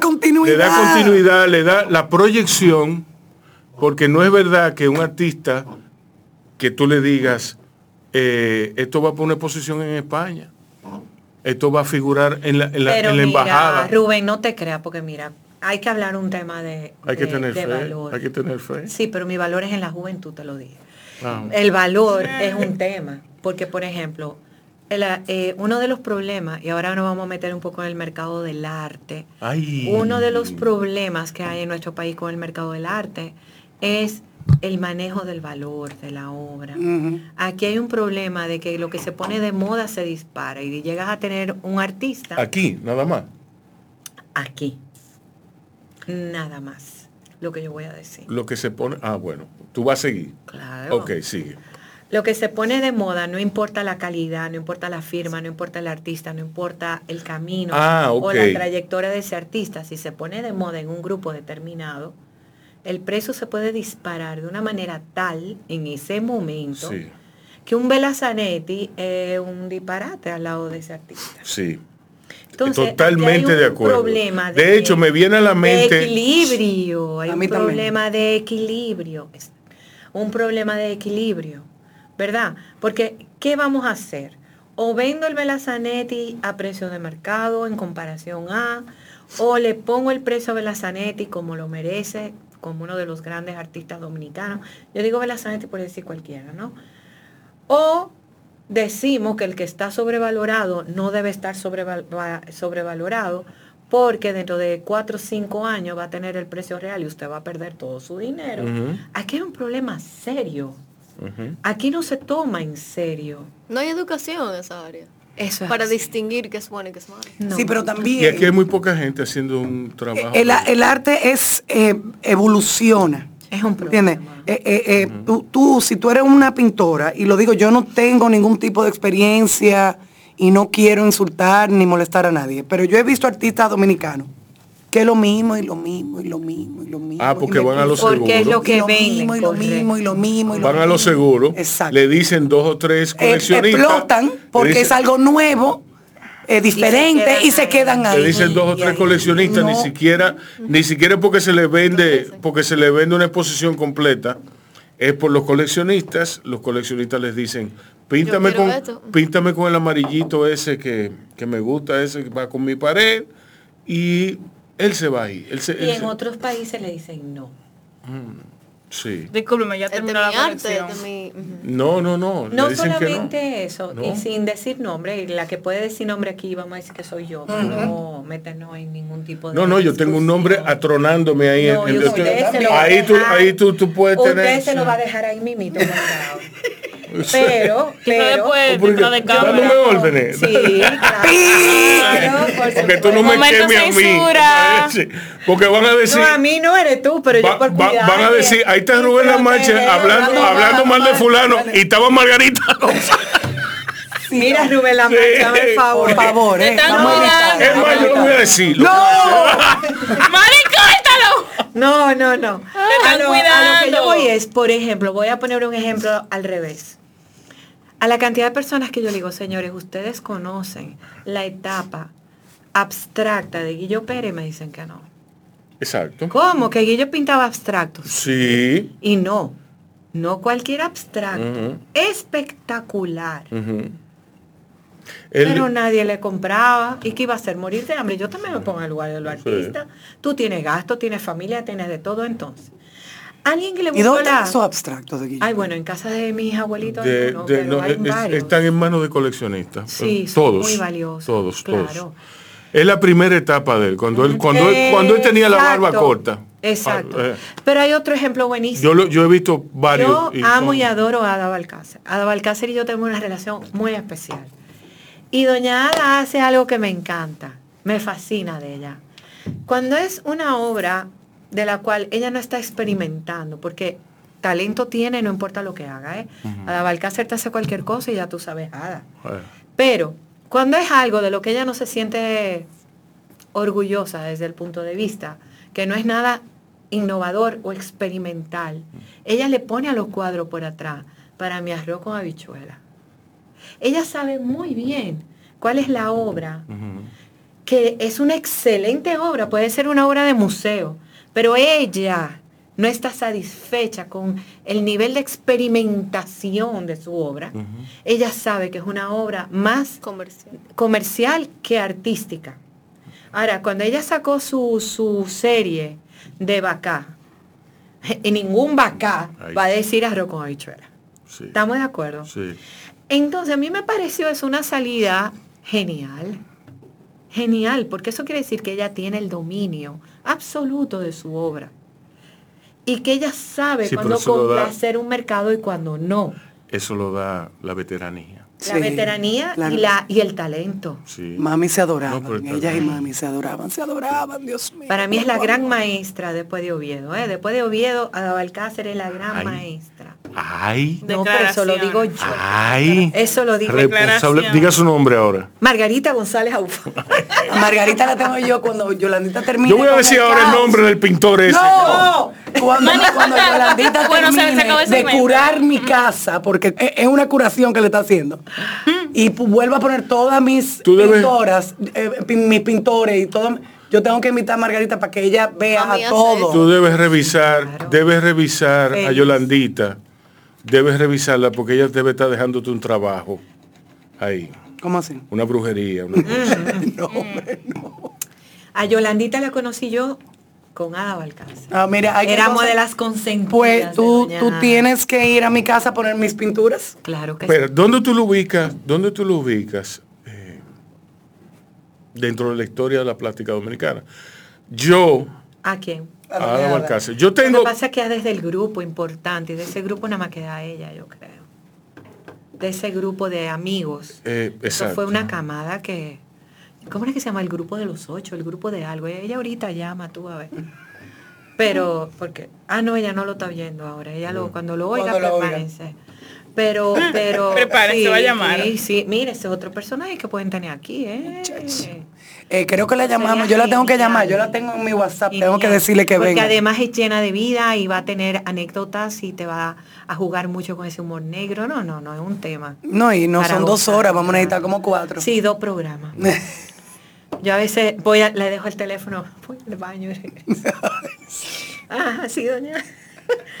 Speaker 5: Le
Speaker 6: continuidad.
Speaker 5: da continuidad, le da la proyección, porque no es verdad que un artista que tú le digas, eh, esto va para una exposición en España, esto va a figurar en la, en la-
Speaker 4: Pero
Speaker 5: en la
Speaker 4: mira,
Speaker 5: embajada.
Speaker 4: Rubén, no te creas, porque mira, hay que hablar un tema de,
Speaker 5: hay que
Speaker 4: de-
Speaker 5: tener
Speaker 4: eh, de
Speaker 5: fe,
Speaker 4: valor.
Speaker 5: hay que tener fe.
Speaker 4: Sí, pero mi valor es en la juventud, te lo dije.
Speaker 5: Ah.
Speaker 4: El valor es un tema, porque por ejemplo, el, eh, uno de los problemas, y ahora nos vamos a meter un poco en el mercado del arte,
Speaker 5: Ay.
Speaker 4: uno de los problemas que hay en nuestro país con el mercado del arte es el manejo del valor de la obra.
Speaker 6: Ujú.
Speaker 4: Aquí hay un problema de que lo que se pone de moda se dispara y llegas a tener un artista
Speaker 5: Aquí, nada más.
Speaker 4: aquí. Nada más lo que yo voy a decir.
Speaker 5: Lo que se pone. Ah, bueno. Tú vas a seguir.
Speaker 4: Claro.
Speaker 5: Ok, sigue.
Speaker 4: Lo que se pone de moda, no importa la calidad, no importa la firma, no importa el artista, no importa el camino
Speaker 5: Ah,
Speaker 4: o
Speaker 5: ok.
Speaker 4: la trayectoria de ese artista, si se pone de moda en un grupo determinado, el precio se puede disparar de una manera tal en ese momento
Speaker 5: Sí,
Speaker 4: que un Belazanetti es un disparate al lado de ese artista.
Speaker 5: sí.
Speaker 4: Entonces, aquí
Speaker 5: Totalmente
Speaker 4: hay
Speaker 5: de
Speaker 4: un
Speaker 5: acuerdo.
Speaker 4: problema
Speaker 5: de hecho, me viene a la
Speaker 4: De
Speaker 5: mente.
Speaker 4: equilibrio. Hay
Speaker 6: A
Speaker 4: un
Speaker 6: mí también.
Speaker 4: problema de equilibrio. Es Un problema de equilibrio. ¿Verdad? Porque, ¿qué vamos a hacer? O vendo el Belazanetti a precio de mercado en comparación a, o le pongo el precio a Belazanetti como lo merece, como uno de los grandes artistas dominicanos. Yo digo Belazanetti por decir cualquiera, ¿no? O decimos que el que está sobrevalorado no debe estar sobreval- va- sobrevalorado porque dentro de cuatro o cinco años va a tener el precio real y usted va a perder todo su dinero. Aquí hay un problema serio. Aquí no se toma en serio.
Speaker 7: No hay educación en esa área.
Speaker 4: Eso es
Speaker 7: Para
Speaker 4: así.
Speaker 7: distinguir qué es bueno y qué es malo.
Speaker 4: No.
Speaker 6: Sí, pero también...
Speaker 5: Y aquí hay muy poca gente haciendo un trabajo.
Speaker 6: El, el arte es eh, evoluciona.
Speaker 4: Es un
Speaker 6: ¿Entiendes?
Speaker 4: problema.
Speaker 6: Eh, eh, eh, tú, tú, si tú eres una pintora, y lo digo, yo no tengo ningún tipo de experiencia y no quiero insultar ni molestar a nadie, pero yo he visto artistas dominicanos que es lo mismo y lo mismo y lo mismo y lo mismo.
Speaker 5: Ah, porque
Speaker 6: y me
Speaker 5: van a los
Speaker 6: excuso.
Speaker 4: Porque es lo que
Speaker 6: Y lo
Speaker 4: venden,
Speaker 6: mismo y lo
Speaker 4: correcto.
Speaker 6: mismo y lo mismo y lo
Speaker 5: Van a lo
Speaker 6: mismo.
Speaker 5: seguro,
Speaker 6: Exacto.
Speaker 5: le dicen dos o tres
Speaker 6: Eh,
Speaker 5: coleccionistas.
Speaker 6: explotan
Speaker 5: le
Speaker 6: porque
Speaker 5: dicen-
Speaker 6: es algo nuevo, eh, diferente
Speaker 4: quedan
Speaker 6: y se
Speaker 4: ahí.
Speaker 6: quedan ahí.
Speaker 5: Le dicen dos o
Speaker 4: Y
Speaker 5: tres
Speaker 4: ahí-
Speaker 5: coleccionistas, ni
Speaker 6: No.
Speaker 5: siquiera, ni siquiera porque se le vende, porque se le vende una exposición completa, es por los coleccionistas, los coleccionistas les dicen, píntame
Speaker 7: quiero
Speaker 5: con,
Speaker 7: esto".
Speaker 5: píntame con el amarillito ese que, que me gusta, ese que va con mi pared, y él se va ahí. Él se- él
Speaker 4: Y en
Speaker 5: se-
Speaker 4: otros países le dicen no.
Speaker 5: sí.
Speaker 8: Discúlpeme, ya
Speaker 7: Este Es de mi
Speaker 8: terminó la
Speaker 7: arte,
Speaker 8: conexión.
Speaker 7: es de mi... ujú.
Speaker 5: No, no, no. le
Speaker 4: No
Speaker 5: dicen que
Speaker 4: solamente eso,
Speaker 5: No.
Speaker 4: y sin decir nombre, y la que puede decir nombre aquí, vamos a decir que soy yo, no meternos en ningún tipo de...
Speaker 5: No, no, yo tengo un nombre
Speaker 4: discusión.
Speaker 5: atronándome ahí. en-
Speaker 4: No,
Speaker 5: en-
Speaker 4: y usted
Speaker 5: estoy-
Speaker 4: se lo va a
Speaker 5: ahí, tú,
Speaker 4: dejar-
Speaker 5: ahí tú, tú puedes tener...
Speaker 4: Usted se lo va a dejar ahí mimito. guardado. Pero,
Speaker 8: Pero
Speaker 4: pero...
Speaker 8: después,
Speaker 5: Porque-
Speaker 8: detrás de cámara.
Speaker 5: Dándome órdenes.
Speaker 4: Sí, claro. por
Speaker 5: Porque tú no
Speaker 4: supuesto.
Speaker 5: me
Speaker 8: Momento
Speaker 5: quemes a mí.
Speaker 8: censura.
Speaker 5: Sí, Porque van a decir...
Speaker 4: No, a mí no eres tú, pero
Speaker 5: va-
Speaker 4: yo por
Speaker 5: va-
Speaker 4: cuidarte.
Speaker 5: van a decir, ahí está Rubén La Mancha hablando, hablando mal de fulano y estaba Margarita.
Speaker 4: Mira, Rubén La Mancha,
Speaker 5: Sí.
Speaker 4: dame el favor.
Speaker 6: Por favor, eh,
Speaker 8: Están
Speaker 6: vamos a evitar.
Speaker 5: es más, yo lo voy a decir. lo-
Speaker 8: ¡Mari, córtalo!
Speaker 4: No, no, no.
Speaker 6: Ah,
Speaker 8: están
Speaker 4: a, lo, a lo que
Speaker 8: cuidando.
Speaker 4: yo voy es, por ejemplo, voy a poner un ejemplo al revés. A la cantidad de personas que yo le digo, señores, ustedes conocen la etapa abstracta de Guillo Pérez, me dicen que no.
Speaker 5: Exacto.
Speaker 4: ¿Cómo? Que Guillo pintaba abstractos.
Speaker 5: Sí.
Speaker 4: Y no, no cualquier abstracto.
Speaker 5: Ujú.
Speaker 4: Espectacular.
Speaker 5: Ujú. Él-
Speaker 4: Pero nadie le compraba. ¿Y qué iba a hacer? ¿Morir de hambre? Yo también me pongo en el lugar de los
Speaker 5: Sí.
Speaker 4: artistas. Tú tienes gasto, tienes familia, tienes de todo entonces. Alguien que le
Speaker 6: ¿Y
Speaker 4: gustó
Speaker 6: dónde
Speaker 4: la-
Speaker 6: están esos abstractos de Guillermo?
Speaker 4: Ay, bueno, en casa de mis abuelitos
Speaker 5: de-
Speaker 4: no,
Speaker 5: de-
Speaker 4: pero
Speaker 5: no,
Speaker 4: hay
Speaker 5: es-
Speaker 4: varios.
Speaker 5: están en manos de coleccionistas.
Speaker 4: Sí,
Speaker 5: Eh,
Speaker 4: son
Speaker 5: todos.
Speaker 4: muy valiosos,
Speaker 5: Todos, todos.
Speaker 4: claro.
Speaker 5: Es la primera etapa de él, cuando él, cuando él, cuando él tenía la barba
Speaker 4: Exacto,
Speaker 5: corta.
Speaker 4: Exacto.
Speaker 5: Ah, eh,
Speaker 4: Pero hay otro ejemplo buenísimo.
Speaker 5: Yo, lo, yo he visto varios.
Speaker 4: Yo
Speaker 5: y
Speaker 4: amo
Speaker 5: son-
Speaker 4: y adoro a Ada Balcácer. Ada Balcácer y yo tenemos una relación muy especial. Y doña Ada hace algo que me encanta, me fascina de ella. Cuando es una obra de la cual ella no está experimentando, porque talento tiene, no importa lo que haga, ¿eh? Ada Balcácer te hace cualquier cosa y ya tú sabes, Ada.
Speaker 5: Eh,
Speaker 4: Pero cuando es algo de lo que ella no se siente orgullosa desde el punto de vista, que no es nada innovador o experimental, ella le pone a los cuadros por atrás para mi arroz con habichuela. Ella sabe muy bien cuál es la obra, que es una excelente obra, puede ser una obra de museo, pero ella no está satisfecha con el nivel de experimentación de su obra. Ella sabe que es una obra más
Speaker 7: Comercial.
Speaker 4: comercial que artística. Ahora, cuando ella sacó su, su serie de Bacá, y ningún Bacá
Speaker 5: Ay.
Speaker 4: va a decir arroz con habichuela.
Speaker 5: sí,
Speaker 4: ¿Estamos de acuerdo?
Speaker 5: sí.
Speaker 4: Entonces, a mí me pareció es una salida genial. Genial, porque eso quiere decir que ella tiene el dominio absoluto de su obra. Y que ella sabe
Speaker 5: Sí, pero
Speaker 4: cuándo
Speaker 5: eso lo da-
Speaker 4: complacer un mercado y cuándo no.
Speaker 5: Eso lo da la veteranía.
Speaker 4: La
Speaker 6: Sí,
Speaker 4: veteranía
Speaker 6: claro.
Speaker 4: y, la, y el talento.
Speaker 5: Sí.
Speaker 6: Mami se adoraban,
Speaker 5: No, pero está
Speaker 6: ellas y
Speaker 5: bien.
Speaker 6: mami se adoraban, se adoraban, Dios mío.
Speaker 4: Para mí es la
Speaker 6: Por
Speaker 4: gran
Speaker 6: favor.
Speaker 4: maestra después de Oviedo. ¿eh? Después de Oviedo, Adalcácer es la gran
Speaker 5: Ay.
Speaker 4: maestra.
Speaker 5: Ay,
Speaker 4: No, pero eso lo digo yo.
Speaker 5: ay.
Speaker 4: Eso lo digo. yo.
Speaker 5: Responsable.
Speaker 8: Declaración.
Speaker 5: Diga su nombre ahora.
Speaker 4: Margarita González Aufo.
Speaker 6: A Margarita la tengo yo cuando Yolandita termina.
Speaker 5: Yo voy a decir ahora el nombre del pintor ese.
Speaker 6: No, cuando,
Speaker 8: Mani,
Speaker 6: cuando
Speaker 8: corta.
Speaker 6: Yolandita
Speaker 8: Bueno, se- se
Speaker 6: termine
Speaker 8: acabó ese
Speaker 6: de
Speaker 8: momento.
Speaker 6: curar mi casa, porque e-, es es una curación que le está haciendo. Y pu- vuelvo a poner todas mis
Speaker 5: Tú debes-
Speaker 6: pintoras, eh, pin- mis pintores y todo. Yo tengo que invitar a Margarita para que ella vea
Speaker 7: Mami,
Speaker 6: a
Speaker 7: hace
Speaker 6: todo.
Speaker 5: Tú debes revisar,
Speaker 4: claro.
Speaker 5: debes revisar a
Speaker 4: Feliz.
Speaker 5: Yolandita. Debes revisarla porque ella debe estar dejándote un trabajo ahí.
Speaker 6: ¿Cómo así?
Speaker 5: Una brujería. una cosa.
Speaker 6: No, hombre, no.
Speaker 4: A Yolandita la conocí yo con Ada Balcácer.
Speaker 6: Ah, mira, hay que
Speaker 4: Éramos
Speaker 6: cosas-
Speaker 4: de las consentidas.
Speaker 6: Pues
Speaker 4: de
Speaker 6: tú,
Speaker 4: doña
Speaker 6: tú
Speaker 4: Ada.
Speaker 6: tienes que ir a mi casa a poner mis pinturas.
Speaker 4: Claro que sí.
Speaker 5: Pero, ¿dónde tú lo ubicas? ¿Dónde tú lo ubicas? eh, dentro de la historia de la plástica dominicana. Yo,
Speaker 4: ¿A quién?
Speaker 5: Ada Balcácer, Ah, yo tengo...
Speaker 4: Lo que pasa es que es desde el grupo importante y de ese grupo nada más queda ella, yo creo. De ese grupo de amigos.
Speaker 5: Eh,
Speaker 4: Eso
Speaker 5: exacto.
Speaker 4: fue una camada que... ¿Cómo era que se llama? El grupo de los ocho, el grupo de algo. Ella ahorita llama, tú a ver. Pero, porque... Ah, no, ella no lo está viendo ahora. Ella lo, cuando lo oiga,
Speaker 6: Mm. Cuando lo oiga.
Speaker 4: prepárense. Pero, pero...
Speaker 8: Prepárense, va a llamar.
Speaker 4: Sí, sí. Mire, ese es otro personaje que pueden tener aquí, ¿eh?
Speaker 6: Eh, creo que la llamamos, yo la tengo que llamar, yo la tengo en mi WhatsApp, tengo que
Speaker 4: Genial.
Speaker 6: decirle que
Speaker 4: Porque
Speaker 6: venga.
Speaker 4: además es llena de vida y va a tener anécdotas y te va a jugar mucho con ese humor negro. No, no, no, es un tema.
Speaker 6: No, y no
Speaker 4: para
Speaker 6: son dos
Speaker 4: gozar.
Speaker 6: horas, vamos a necesitar como cuatro.
Speaker 4: Sí, dos programas. Yo a veces voy a, le dejo el teléfono, voy al baño y regreso. Ah, sí, doña.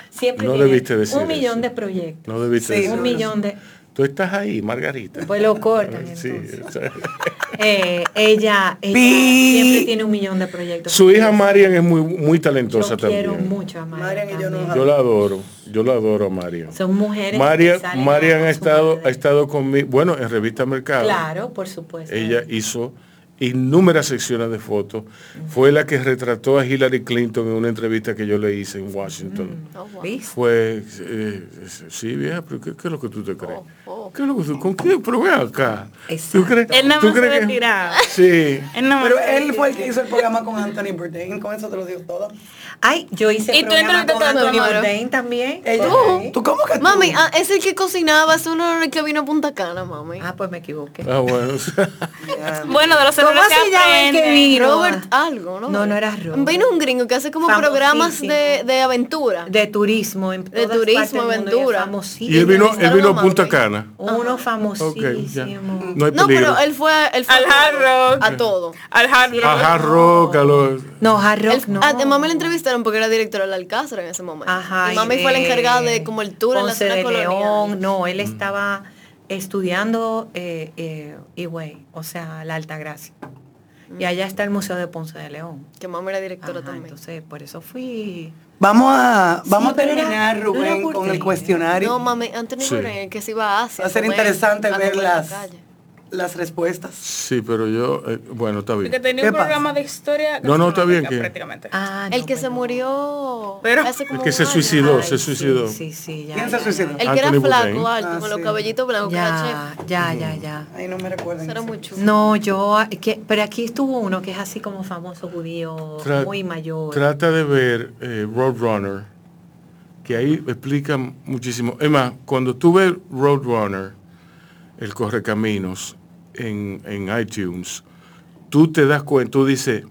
Speaker 4: Siempre
Speaker 5: No
Speaker 4: tiene
Speaker 5: debiste decir
Speaker 4: un millón
Speaker 5: eso.
Speaker 4: de proyectos.
Speaker 5: No debiste
Speaker 6: Sí,
Speaker 5: decir
Speaker 4: un
Speaker 5: eso.
Speaker 4: millón de...
Speaker 5: Tú estás ahí, Margarita.
Speaker 4: Pues lo cortan
Speaker 5: Sí,
Speaker 4: entonces.
Speaker 5: exacto.
Speaker 4: Eh, ella ella
Speaker 6: Pi.
Speaker 4: siempre tiene un millón de proyectos.
Speaker 5: Su hija Marian es muy, muy
Speaker 4: Yo
Speaker 5: talentosa
Speaker 4: quiero
Speaker 5: también.
Speaker 4: mucho a Marian
Speaker 6: Marian y yo
Speaker 4: también.
Speaker 6: nos
Speaker 5: Yo la adoro, yo la adoro a Marian.
Speaker 4: Son mujeres. que
Speaker 5: Marian,
Speaker 4: salen
Speaker 5: Marian
Speaker 4: con
Speaker 5: ha
Speaker 4: su
Speaker 5: estado,
Speaker 4: madre.
Speaker 5: ha estado conmigo, bueno, en Revista Mercado.
Speaker 4: Claro, por supuesto.
Speaker 5: Ella hizo innúmeras secciones de fotos. Fue la que retrató a Hillary Clinton en una entrevista que yo le hice en
Speaker 4: Mm.
Speaker 5: Washington.
Speaker 7: Oh, wow.
Speaker 4: ¿Viste?
Speaker 5: Fue, eh, sí, vieja, pero ¿qué, qué es lo que tú te crees?
Speaker 7: Oh, oh.
Speaker 5: ¿Qué es lo que tú, ¿Con qué? Pero ven acá.
Speaker 4: Exacto.
Speaker 5: crees?
Speaker 8: Él nada
Speaker 5: tú
Speaker 8: más se
Speaker 5: crees que-
Speaker 8: retiraba.
Speaker 5: Sí.
Speaker 8: Él nada más
Speaker 6: Pero
Speaker 8: se
Speaker 6: él fue el que hizo el programa con Anthony Bourdain, con eso te lo digo todo.
Speaker 4: Ay, yo hice
Speaker 8: Y tú
Speaker 4: programa
Speaker 8: entrevistaste
Speaker 4: con
Speaker 8: a tu
Speaker 4: Antonio
Speaker 8: hermano.
Speaker 4: Bourdain también.
Speaker 6: Ella-
Speaker 4: Ok.
Speaker 6: ¿Tú cómo que tú?
Speaker 7: Mami, ah, es el que cocinaba, es uno que vino a Punta Cana, mami.
Speaker 4: Ah, pues me equivoqué.
Speaker 5: Ah, bueno.
Speaker 8: Bueno, de los
Speaker 4: ¿Cómo
Speaker 8: errores
Speaker 4: se llama el que
Speaker 8: aprenden.
Speaker 4: vino?
Speaker 7: Robert algo, ¿no?
Speaker 4: No, no era Robert.
Speaker 7: Vino un gringo que hace como
Speaker 4: Famosísimo.
Speaker 7: programas de, de aventura.
Speaker 4: De turismo, en todas
Speaker 7: turismo,
Speaker 4: partes del mundo,
Speaker 7: aventura.
Speaker 4: y es famosísimo.
Speaker 5: y él vino, él vino a
Speaker 7: Mamá,
Speaker 5: Punta
Speaker 7: ok.
Speaker 5: Cana.
Speaker 4: Uno
Speaker 5: Ok, ya.
Speaker 4: famosísimo.
Speaker 5: No hay
Speaker 7: no,
Speaker 5: peligro.
Speaker 7: pero él fue, él fue
Speaker 8: Al Hard Rock.
Speaker 7: a todo.
Speaker 8: Al hard rock.
Speaker 5: Ajá, rock, a los-
Speaker 4: No, Hard Rock
Speaker 7: Él-
Speaker 4: no.
Speaker 7: A, a mami la entrevistaron porque era directora del Alcázar en ese momento.
Speaker 4: Ajá. eh,
Speaker 7: y mami fue la encargada de como el tour en la
Speaker 4: Ponce
Speaker 7: zona
Speaker 4: de
Speaker 7: colonial.
Speaker 4: León. No,
Speaker 5: Mm.
Speaker 4: él estaba estudiando eh, eh, Higüey, o sea, la Alta Gracia. Y allá está el Museo de Ponce de León.
Speaker 7: Que mami era directora
Speaker 4: Ajá,
Speaker 7: Mm. también.
Speaker 4: entonces, por eso fui.
Speaker 6: Vamos a,
Speaker 4: Sí,
Speaker 6: vamos a
Speaker 4: pero era-
Speaker 6: terminar,
Speaker 4: no era
Speaker 6: Rubén, con
Speaker 4: Bourdain.
Speaker 6: el cuestionario.
Speaker 7: No, mami, Anthony
Speaker 5: Sí.
Speaker 7: Bourdain, el que se iba a Asia.
Speaker 6: Va a ser
Speaker 7: comer,
Speaker 6: interesante
Speaker 7: a
Speaker 6: ver
Speaker 7: comer en la
Speaker 6: las,
Speaker 7: calle.
Speaker 6: las respuestas.
Speaker 5: Sí, pero yo, eh, bueno, está bien.
Speaker 8: Que tenía
Speaker 6: ¿Qué
Speaker 8: un
Speaker 6: pasa?
Speaker 8: programa de historia.
Speaker 5: No, no, está bien
Speaker 8: gastronómica,
Speaker 5: que-
Speaker 8: Prácticamente.
Speaker 4: Ah,
Speaker 7: El
Speaker 4: no,
Speaker 7: que se
Speaker 4: perdón.
Speaker 7: murió.
Speaker 8: Pero-
Speaker 7: hace como
Speaker 5: El que
Speaker 7: un
Speaker 5: se
Speaker 7: año.
Speaker 5: suicidó,
Speaker 4: Ay,
Speaker 5: Oh, se
Speaker 4: sí,
Speaker 5: suicidó.
Speaker 4: Sí, sí, ya.
Speaker 6: ¿Quién
Speaker 4: ya,
Speaker 6: se suicidó?
Speaker 7: El que era
Speaker 5: Anthony Bourdain.
Speaker 7: flaco, alto,
Speaker 6: Ah,
Speaker 7: con los
Speaker 6: sí.
Speaker 7: cabellitos blancos, que era
Speaker 4: Ya,
Speaker 7: chef.
Speaker 4: ya, ya, ya.
Speaker 6: Ahí no me recuerden.
Speaker 7: Eso era
Speaker 6: eso.
Speaker 7: muy chulo.
Speaker 4: No, yo, que- pero aquí estuvo uno que es así como famoso judío,
Speaker 5: Tra-
Speaker 4: muy mayor.
Speaker 5: Trata de ver eh, Roadrunner, que ahí explica muchísimo. Es más, cuando tú ves Roadrunner, el Correcaminos, en, en iTunes, tú te das cuenta, tú dices,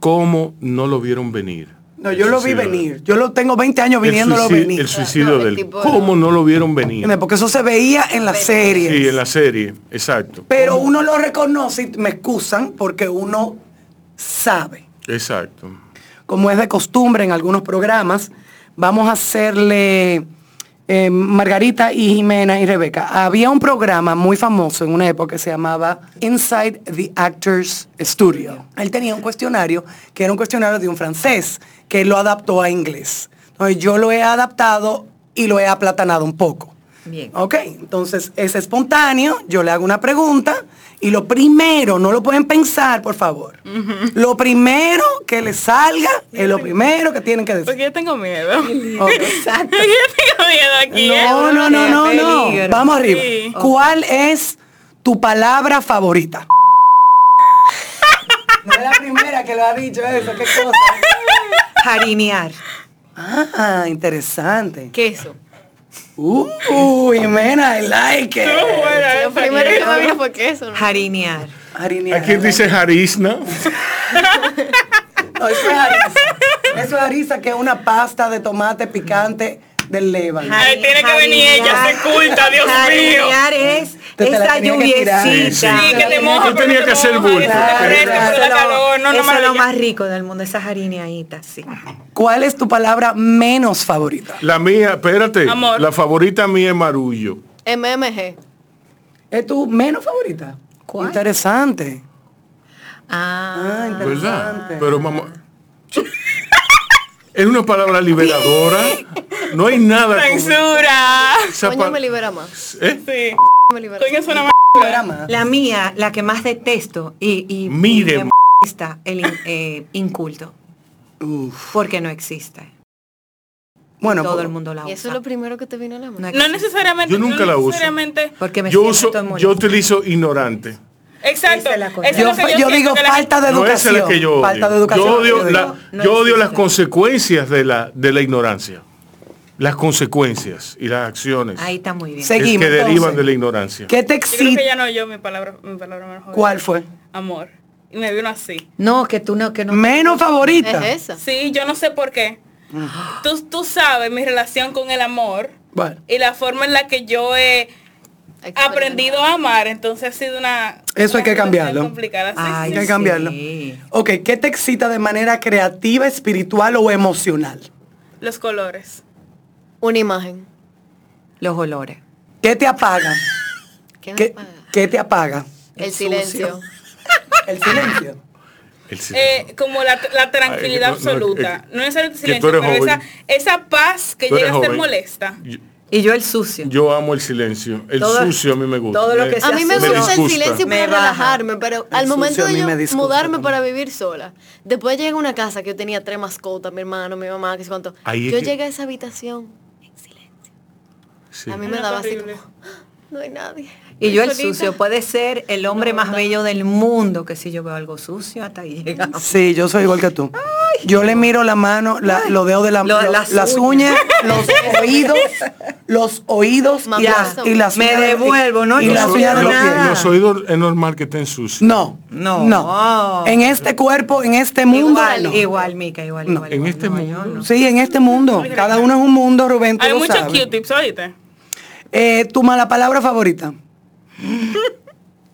Speaker 5: ¿cómo no lo vieron venir?
Speaker 6: No,
Speaker 5: El
Speaker 6: yo lo vi
Speaker 5: suicidio de-
Speaker 6: venir. Yo lo tengo 20 años
Speaker 5: El,
Speaker 6: viniéndolo
Speaker 5: suicid-
Speaker 6: venir.
Speaker 5: el suicidio
Speaker 7: el
Speaker 5: del...
Speaker 7: tipo-
Speaker 5: ¿Cómo no lo vieron venir?
Speaker 6: Porque eso se veía en las series.
Speaker 5: Sí, en la serie, exacto.
Speaker 6: Pero uno lo reconoce, y me excusan, porque uno sabe.
Speaker 5: Exacto.
Speaker 6: Como es de costumbre en algunos programas, vamos a hacerle eh, Margarita y Jimena y Rebeca. Había un programa muy famoso en una época que se llamaba Inside the Actors Studio. Él tenía un cuestionario que era un cuestionario de un francés que lo adaptó a inglés. Entonces, yo lo he adaptado y lo he aplatanado un poco.
Speaker 4: Bien.
Speaker 5: Oh,
Speaker 6: Ok, entonces es espontáneo, yo le hago una pregunta y lo primero, no lo pueden pensar, por favor. Lo primero que les salga es lo primero que tienen que decir.
Speaker 8: Porque yo tengo miedo.
Speaker 6: Ok.
Speaker 8: Exacto. yo tengo miedo aquí. ¿eh?
Speaker 6: No, no, no, no, no.
Speaker 4: Peligro.
Speaker 6: Vamos arriba.
Speaker 8: Sí.
Speaker 6: ¿Cuál es tu palabra favorita? No es la primera que lo ha dicho eso, qué cosa.
Speaker 4: Jarinear.
Speaker 6: Ah, interesante.
Speaker 7: Queso.
Speaker 6: Uh, Jimena, I like it.
Speaker 8: Estuvo buena
Speaker 7: Lo
Speaker 8: esa.
Speaker 7: primero que me vino fue queso. ¿no?
Speaker 4: Jarinear.
Speaker 6: Harinear.
Speaker 5: ¿A quién dice Harisna?
Speaker 6: No, eso es harisa. Eso es harisa, que es una pasta de tomate picante del Líbano.
Speaker 8: Ay, tiene que venir ella, se culta, Dios mío.
Speaker 4: Jarinear es
Speaker 6: Te- te la
Speaker 4: esa
Speaker 6: tenía que tirar.
Speaker 4: lluviecita.
Speaker 5: Sí, sí. Sí,
Speaker 8: que te moja,
Speaker 5: Tú
Speaker 8: pero
Speaker 5: tenías
Speaker 8: no
Speaker 5: que
Speaker 8: te
Speaker 5: hacer
Speaker 8: moja,
Speaker 5: bulto.
Speaker 8: eso está
Speaker 5: Claro,
Speaker 8: fresco,
Speaker 5: claro.
Speaker 8: pero la calor,
Speaker 4: eso
Speaker 8: no, no,
Speaker 4: es lo
Speaker 8: maravilla.
Speaker 4: más rico del mundo, esa jarineadita, sí.
Speaker 6: ¿Cuál es tu palabra menos favorita?
Speaker 5: La mía, espérate,
Speaker 8: Amor.
Speaker 5: la favorita mía es Marullo.
Speaker 7: MMG.
Speaker 6: ¿Es tu menos favorita?
Speaker 4: ¿Cuál?
Speaker 6: Interesante.
Speaker 4: Ah,
Speaker 6: Ah,
Speaker 5: ¿Verdad? Pero mamá. es una palabra liberadora. No hay nada. como-
Speaker 8: Censura.
Speaker 5: esa
Speaker 7: Coño
Speaker 5: pa-
Speaker 7: me libera más.
Speaker 5: ¿Eh?
Speaker 8: Sí.
Speaker 7: Me libera.
Speaker 8: Coño, suena más
Speaker 6: fuera más.
Speaker 4: La mía, la que más detesto y, y
Speaker 5: Mire,
Speaker 4: y me
Speaker 5: m-
Speaker 4: molesta, el in- eh, inculto,
Speaker 6: Uf.
Speaker 4: porque no existe.
Speaker 6: Bueno,
Speaker 4: Todo
Speaker 6: pues,
Speaker 4: el mundo la usa.
Speaker 7: Y eso es lo primero que te vino a la
Speaker 4: No
Speaker 7: mano.
Speaker 4: existe.
Speaker 8: No necesariamente.
Speaker 5: Yo nunca
Speaker 8: no
Speaker 5: la uso.
Speaker 8: necesariamente-
Speaker 4: porque me
Speaker 5: yo
Speaker 4: siento
Speaker 5: uso,
Speaker 4: tan molesta.
Speaker 5: yo utilizo ignorante.
Speaker 8: Exacto.
Speaker 4: Esa es la cosa.
Speaker 8: Eso
Speaker 6: Yo,
Speaker 8: es lo que
Speaker 6: yo
Speaker 8: siento,
Speaker 6: digo
Speaker 8: que la gente-
Speaker 6: falta de
Speaker 5: No, esa
Speaker 6: educación.
Speaker 5: es la que yo odio.
Speaker 6: Falta de educación.
Speaker 5: Yo odio,
Speaker 6: yo
Speaker 5: la-
Speaker 6: digo.
Speaker 4: no
Speaker 5: yo odio
Speaker 4: existe.
Speaker 5: las consecuencias de la, de la ignorancia. Las consecuencias y las acciones
Speaker 4: Ahí está muy bien.
Speaker 5: que-
Speaker 6: Seguimos,
Speaker 5: que derivan
Speaker 6: entonces.
Speaker 5: de la ignorancia.
Speaker 6: ¿Qué te
Speaker 8: Yo creo que
Speaker 6: excita?
Speaker 8: ya no yo, mi palabra, mi palabra más joven.
Speaker 6: ¿Cuál fue?
Speaker 8: Amor. Y me vino así.
Speaker 4: No, que tú no, que no.
Speaker 6: Menos favorita.
Speaker 7: Es esa.
Speaker 8: Sí, yo no sé por qué.
Speaker 6: Ah.
Speaker 8: Tú, tú sabes mi relación con el amor
Speaker 6: Bueno,
Speaker 8: y la forma en la que yo he aprendido a amar. Entonces ha sido una...
Speaker 6: Eso hay que
Speaker 8: una relación
Speaker 6: cambiarlo.
Speaker 8: complicada, sí,
Speaker 4: Ay,
Speaker 6: hay
Speaker 8: sí.
Speaker 6: que cambiarlo.
Speaker 4: sí.
Speaker 6: Ok, ¿qué te excita de manera creativa, espiritual o emocional?
Speaker 8: Los colores.
Speaker 7: Una imagen.
Speaker 4: Los olores.
Speaker 6: ¿Qué te apaga?
Speaker 7: ¿Qué me
Speaker 6: ¿Qué,
Speaker 7: paga?
Speaker 6: qué te apaga?
Speaker 7: El
Speaker 6: sucio.
Speaker 7: silencio.
Speaker 6: El silencio.
Speaker 5: El silencio.
Speaker 8: Eh, como la, la tranquilidad
Speaker 5: Ay, que no- no,
Speaker 8: absoluta.
Speaker 5: eh,
Speaker 8: No, necesariamente
Speaker 5: que
Speaker 8: silencio,
Speaker 5: tú eres
Speaker 8: pero esa,
Speaker 5: joven.
Speaker 8: esa paz que
Speaker 5: Tú eres
Speaker 8: llega a ser
Speaker 5: joven.
Speaker 8: molesta.
Speaker 5: Yo,
Speaker 4: Y yo el sucio.
Speaker 5: yo amo el silencio. El
Speaker 4: Todo-
Speaker 5: sucio a mí me gusta.
Speaker 4: todo lo que
Speaker 7: A
Speaker 4: sea
Speaker 7: mí me
Speaker 4: sucio.
Speaker 7: gusta el
Speaker 5: disgusta.
Speaker 7: silencio
Speaker 4: Me
Speaker 7: para
Speaker 4: baja.
Speaker 7: relajarme, pero
Speaker 6: El
Speaker 7: al momento
Speaker 6: sucio a
Speaker 7: de
Speaker 6: mí
Speaker 7: yo
Speaker 6: me disgusta
Speaker 7: mudarme
Speaker 6: también.
Speaker 7: para vivir sola, después llega una casa que yo tenía tres mascotas, mi hermano, mi mamá, que sé cuánto.
Speaker 5: Ahí es
Speaker 7: yo
Speaker 5: que-
Speaker 7: llegué a esa habitación en silencio.
Speaker 5: Sí.
Speaker 7: A mí me
Speaker 8: Era
Speaker 7: daba así como,
Speaker 8: terrible.
Speaker 7: "Ah, no hay nadie.
Speaker 4: Y yo el
Speaker 7: Estoy solita".
Speaker 4: sucio. pues. Puede ser el hombre más bello del mundo, que si yo veo algo sucio, hasta ahí llegamos.
Speaker 6: Sí, yo soy igual que tú. Yo le miro la mano, la, los dedos de la,
Speaker 4: Lo-
Speaker 6: lo-
Speaker 4: las
Speaker 6: las, uñas, los oídos, los oídos y
Speaker 7: Mamá,
Speaker 6: las, y
Speaker 7: me
Speaker 6: las uñas de-
Speaker 4: devuelvo, ¿no?
Speaker 6: Y
Speaker 4: Yo
Speaker 5: Los
Speaker 6: las
Speaker 4: no
Speaker 5: o-
Speaker 6: uñas de
Speaker 5: lo-
Speaker 6: los pies.
Speaker 4: nada.
Speaker 5: los oídos es normal que estén sucios.
Speaker 6: No,
Speaker 4: No.
Speaker 6: no, no. En este cuerpo, en este mundo.
Speaker 4: Igual,
Speaker 6: no.
Speaker 4: igual, Mica, igual,
Speaker 6: No.
Speaker 4: igual.
Speaker 5: En
Speaker 4: igual.
Speaker 5: este
Speaker 4: No,
Speaker 5: mundo.
Speaker 4: yo no.
Speaker 6: Sí, en este mundo. Cada uno es un mundo, Rubén. Tú
Speaker 8: Hay
Speaker 6: lo
Speaker 8: muchos
Speaker 6: sabes.
Speaker 8: Q-tips, ¿oíste?
Speaker 6: Eh, tu mala palabra favorita.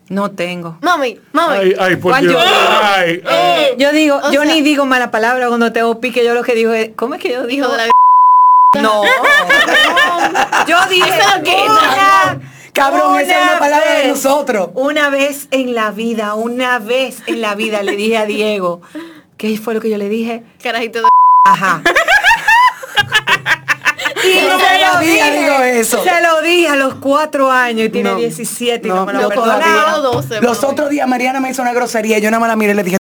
Speaker 4: No tengo.
Speaker 7: Mami, mami.
Speaker 5: Ay, ay, por
Speaker 4: ¿Cuál
Speaker 5: Dios.
Speaker 4: yo?
Speaker 5: Ay, ay.
Speaker 4: Yo digo,
Speaker 7: Eh, O
Speaker 4: yo
Speaker 7: sea-
Speaker 4: ni digo mala palabra cuando tengo pique, yo lo que digo es, ¿cómo es que yo digo?
Speaker 7: hijo de la
Speaker 4: No. yo dije,
Speaker 7: Eso lo quita.
Speaker 4: una-
Speaker 6: Cabrón, esa es una palabra de
Speaker 4: vez,
Speaker 7: pues.
Speaker 6: nosotros.
Speaker 4: Una vez en la vida, una vez en la vida le dije a Diego, ¿qué fue lo que yo le dije?
Speaker 7: carajito de
Speaker 4: Ajá. Y
Speaker 6: Yo no me la vida digo eso.
Speaker 4: Se lo dije a los cuatro años y tiene
Speaker 6: No.
Speaker 4: 17 y no,
Speaker 6: No,
Speaker 4: me lo
Speaker 6: yo
Speaker 4: acuerdo.
Speaker 6: todavía.
Speaker 7: No, 12,
Speaker 6: Los
Speaker 7: mami.
Speaker 6: otros días Mariana me hizo una grosería. Yo nada más la miré y le dije.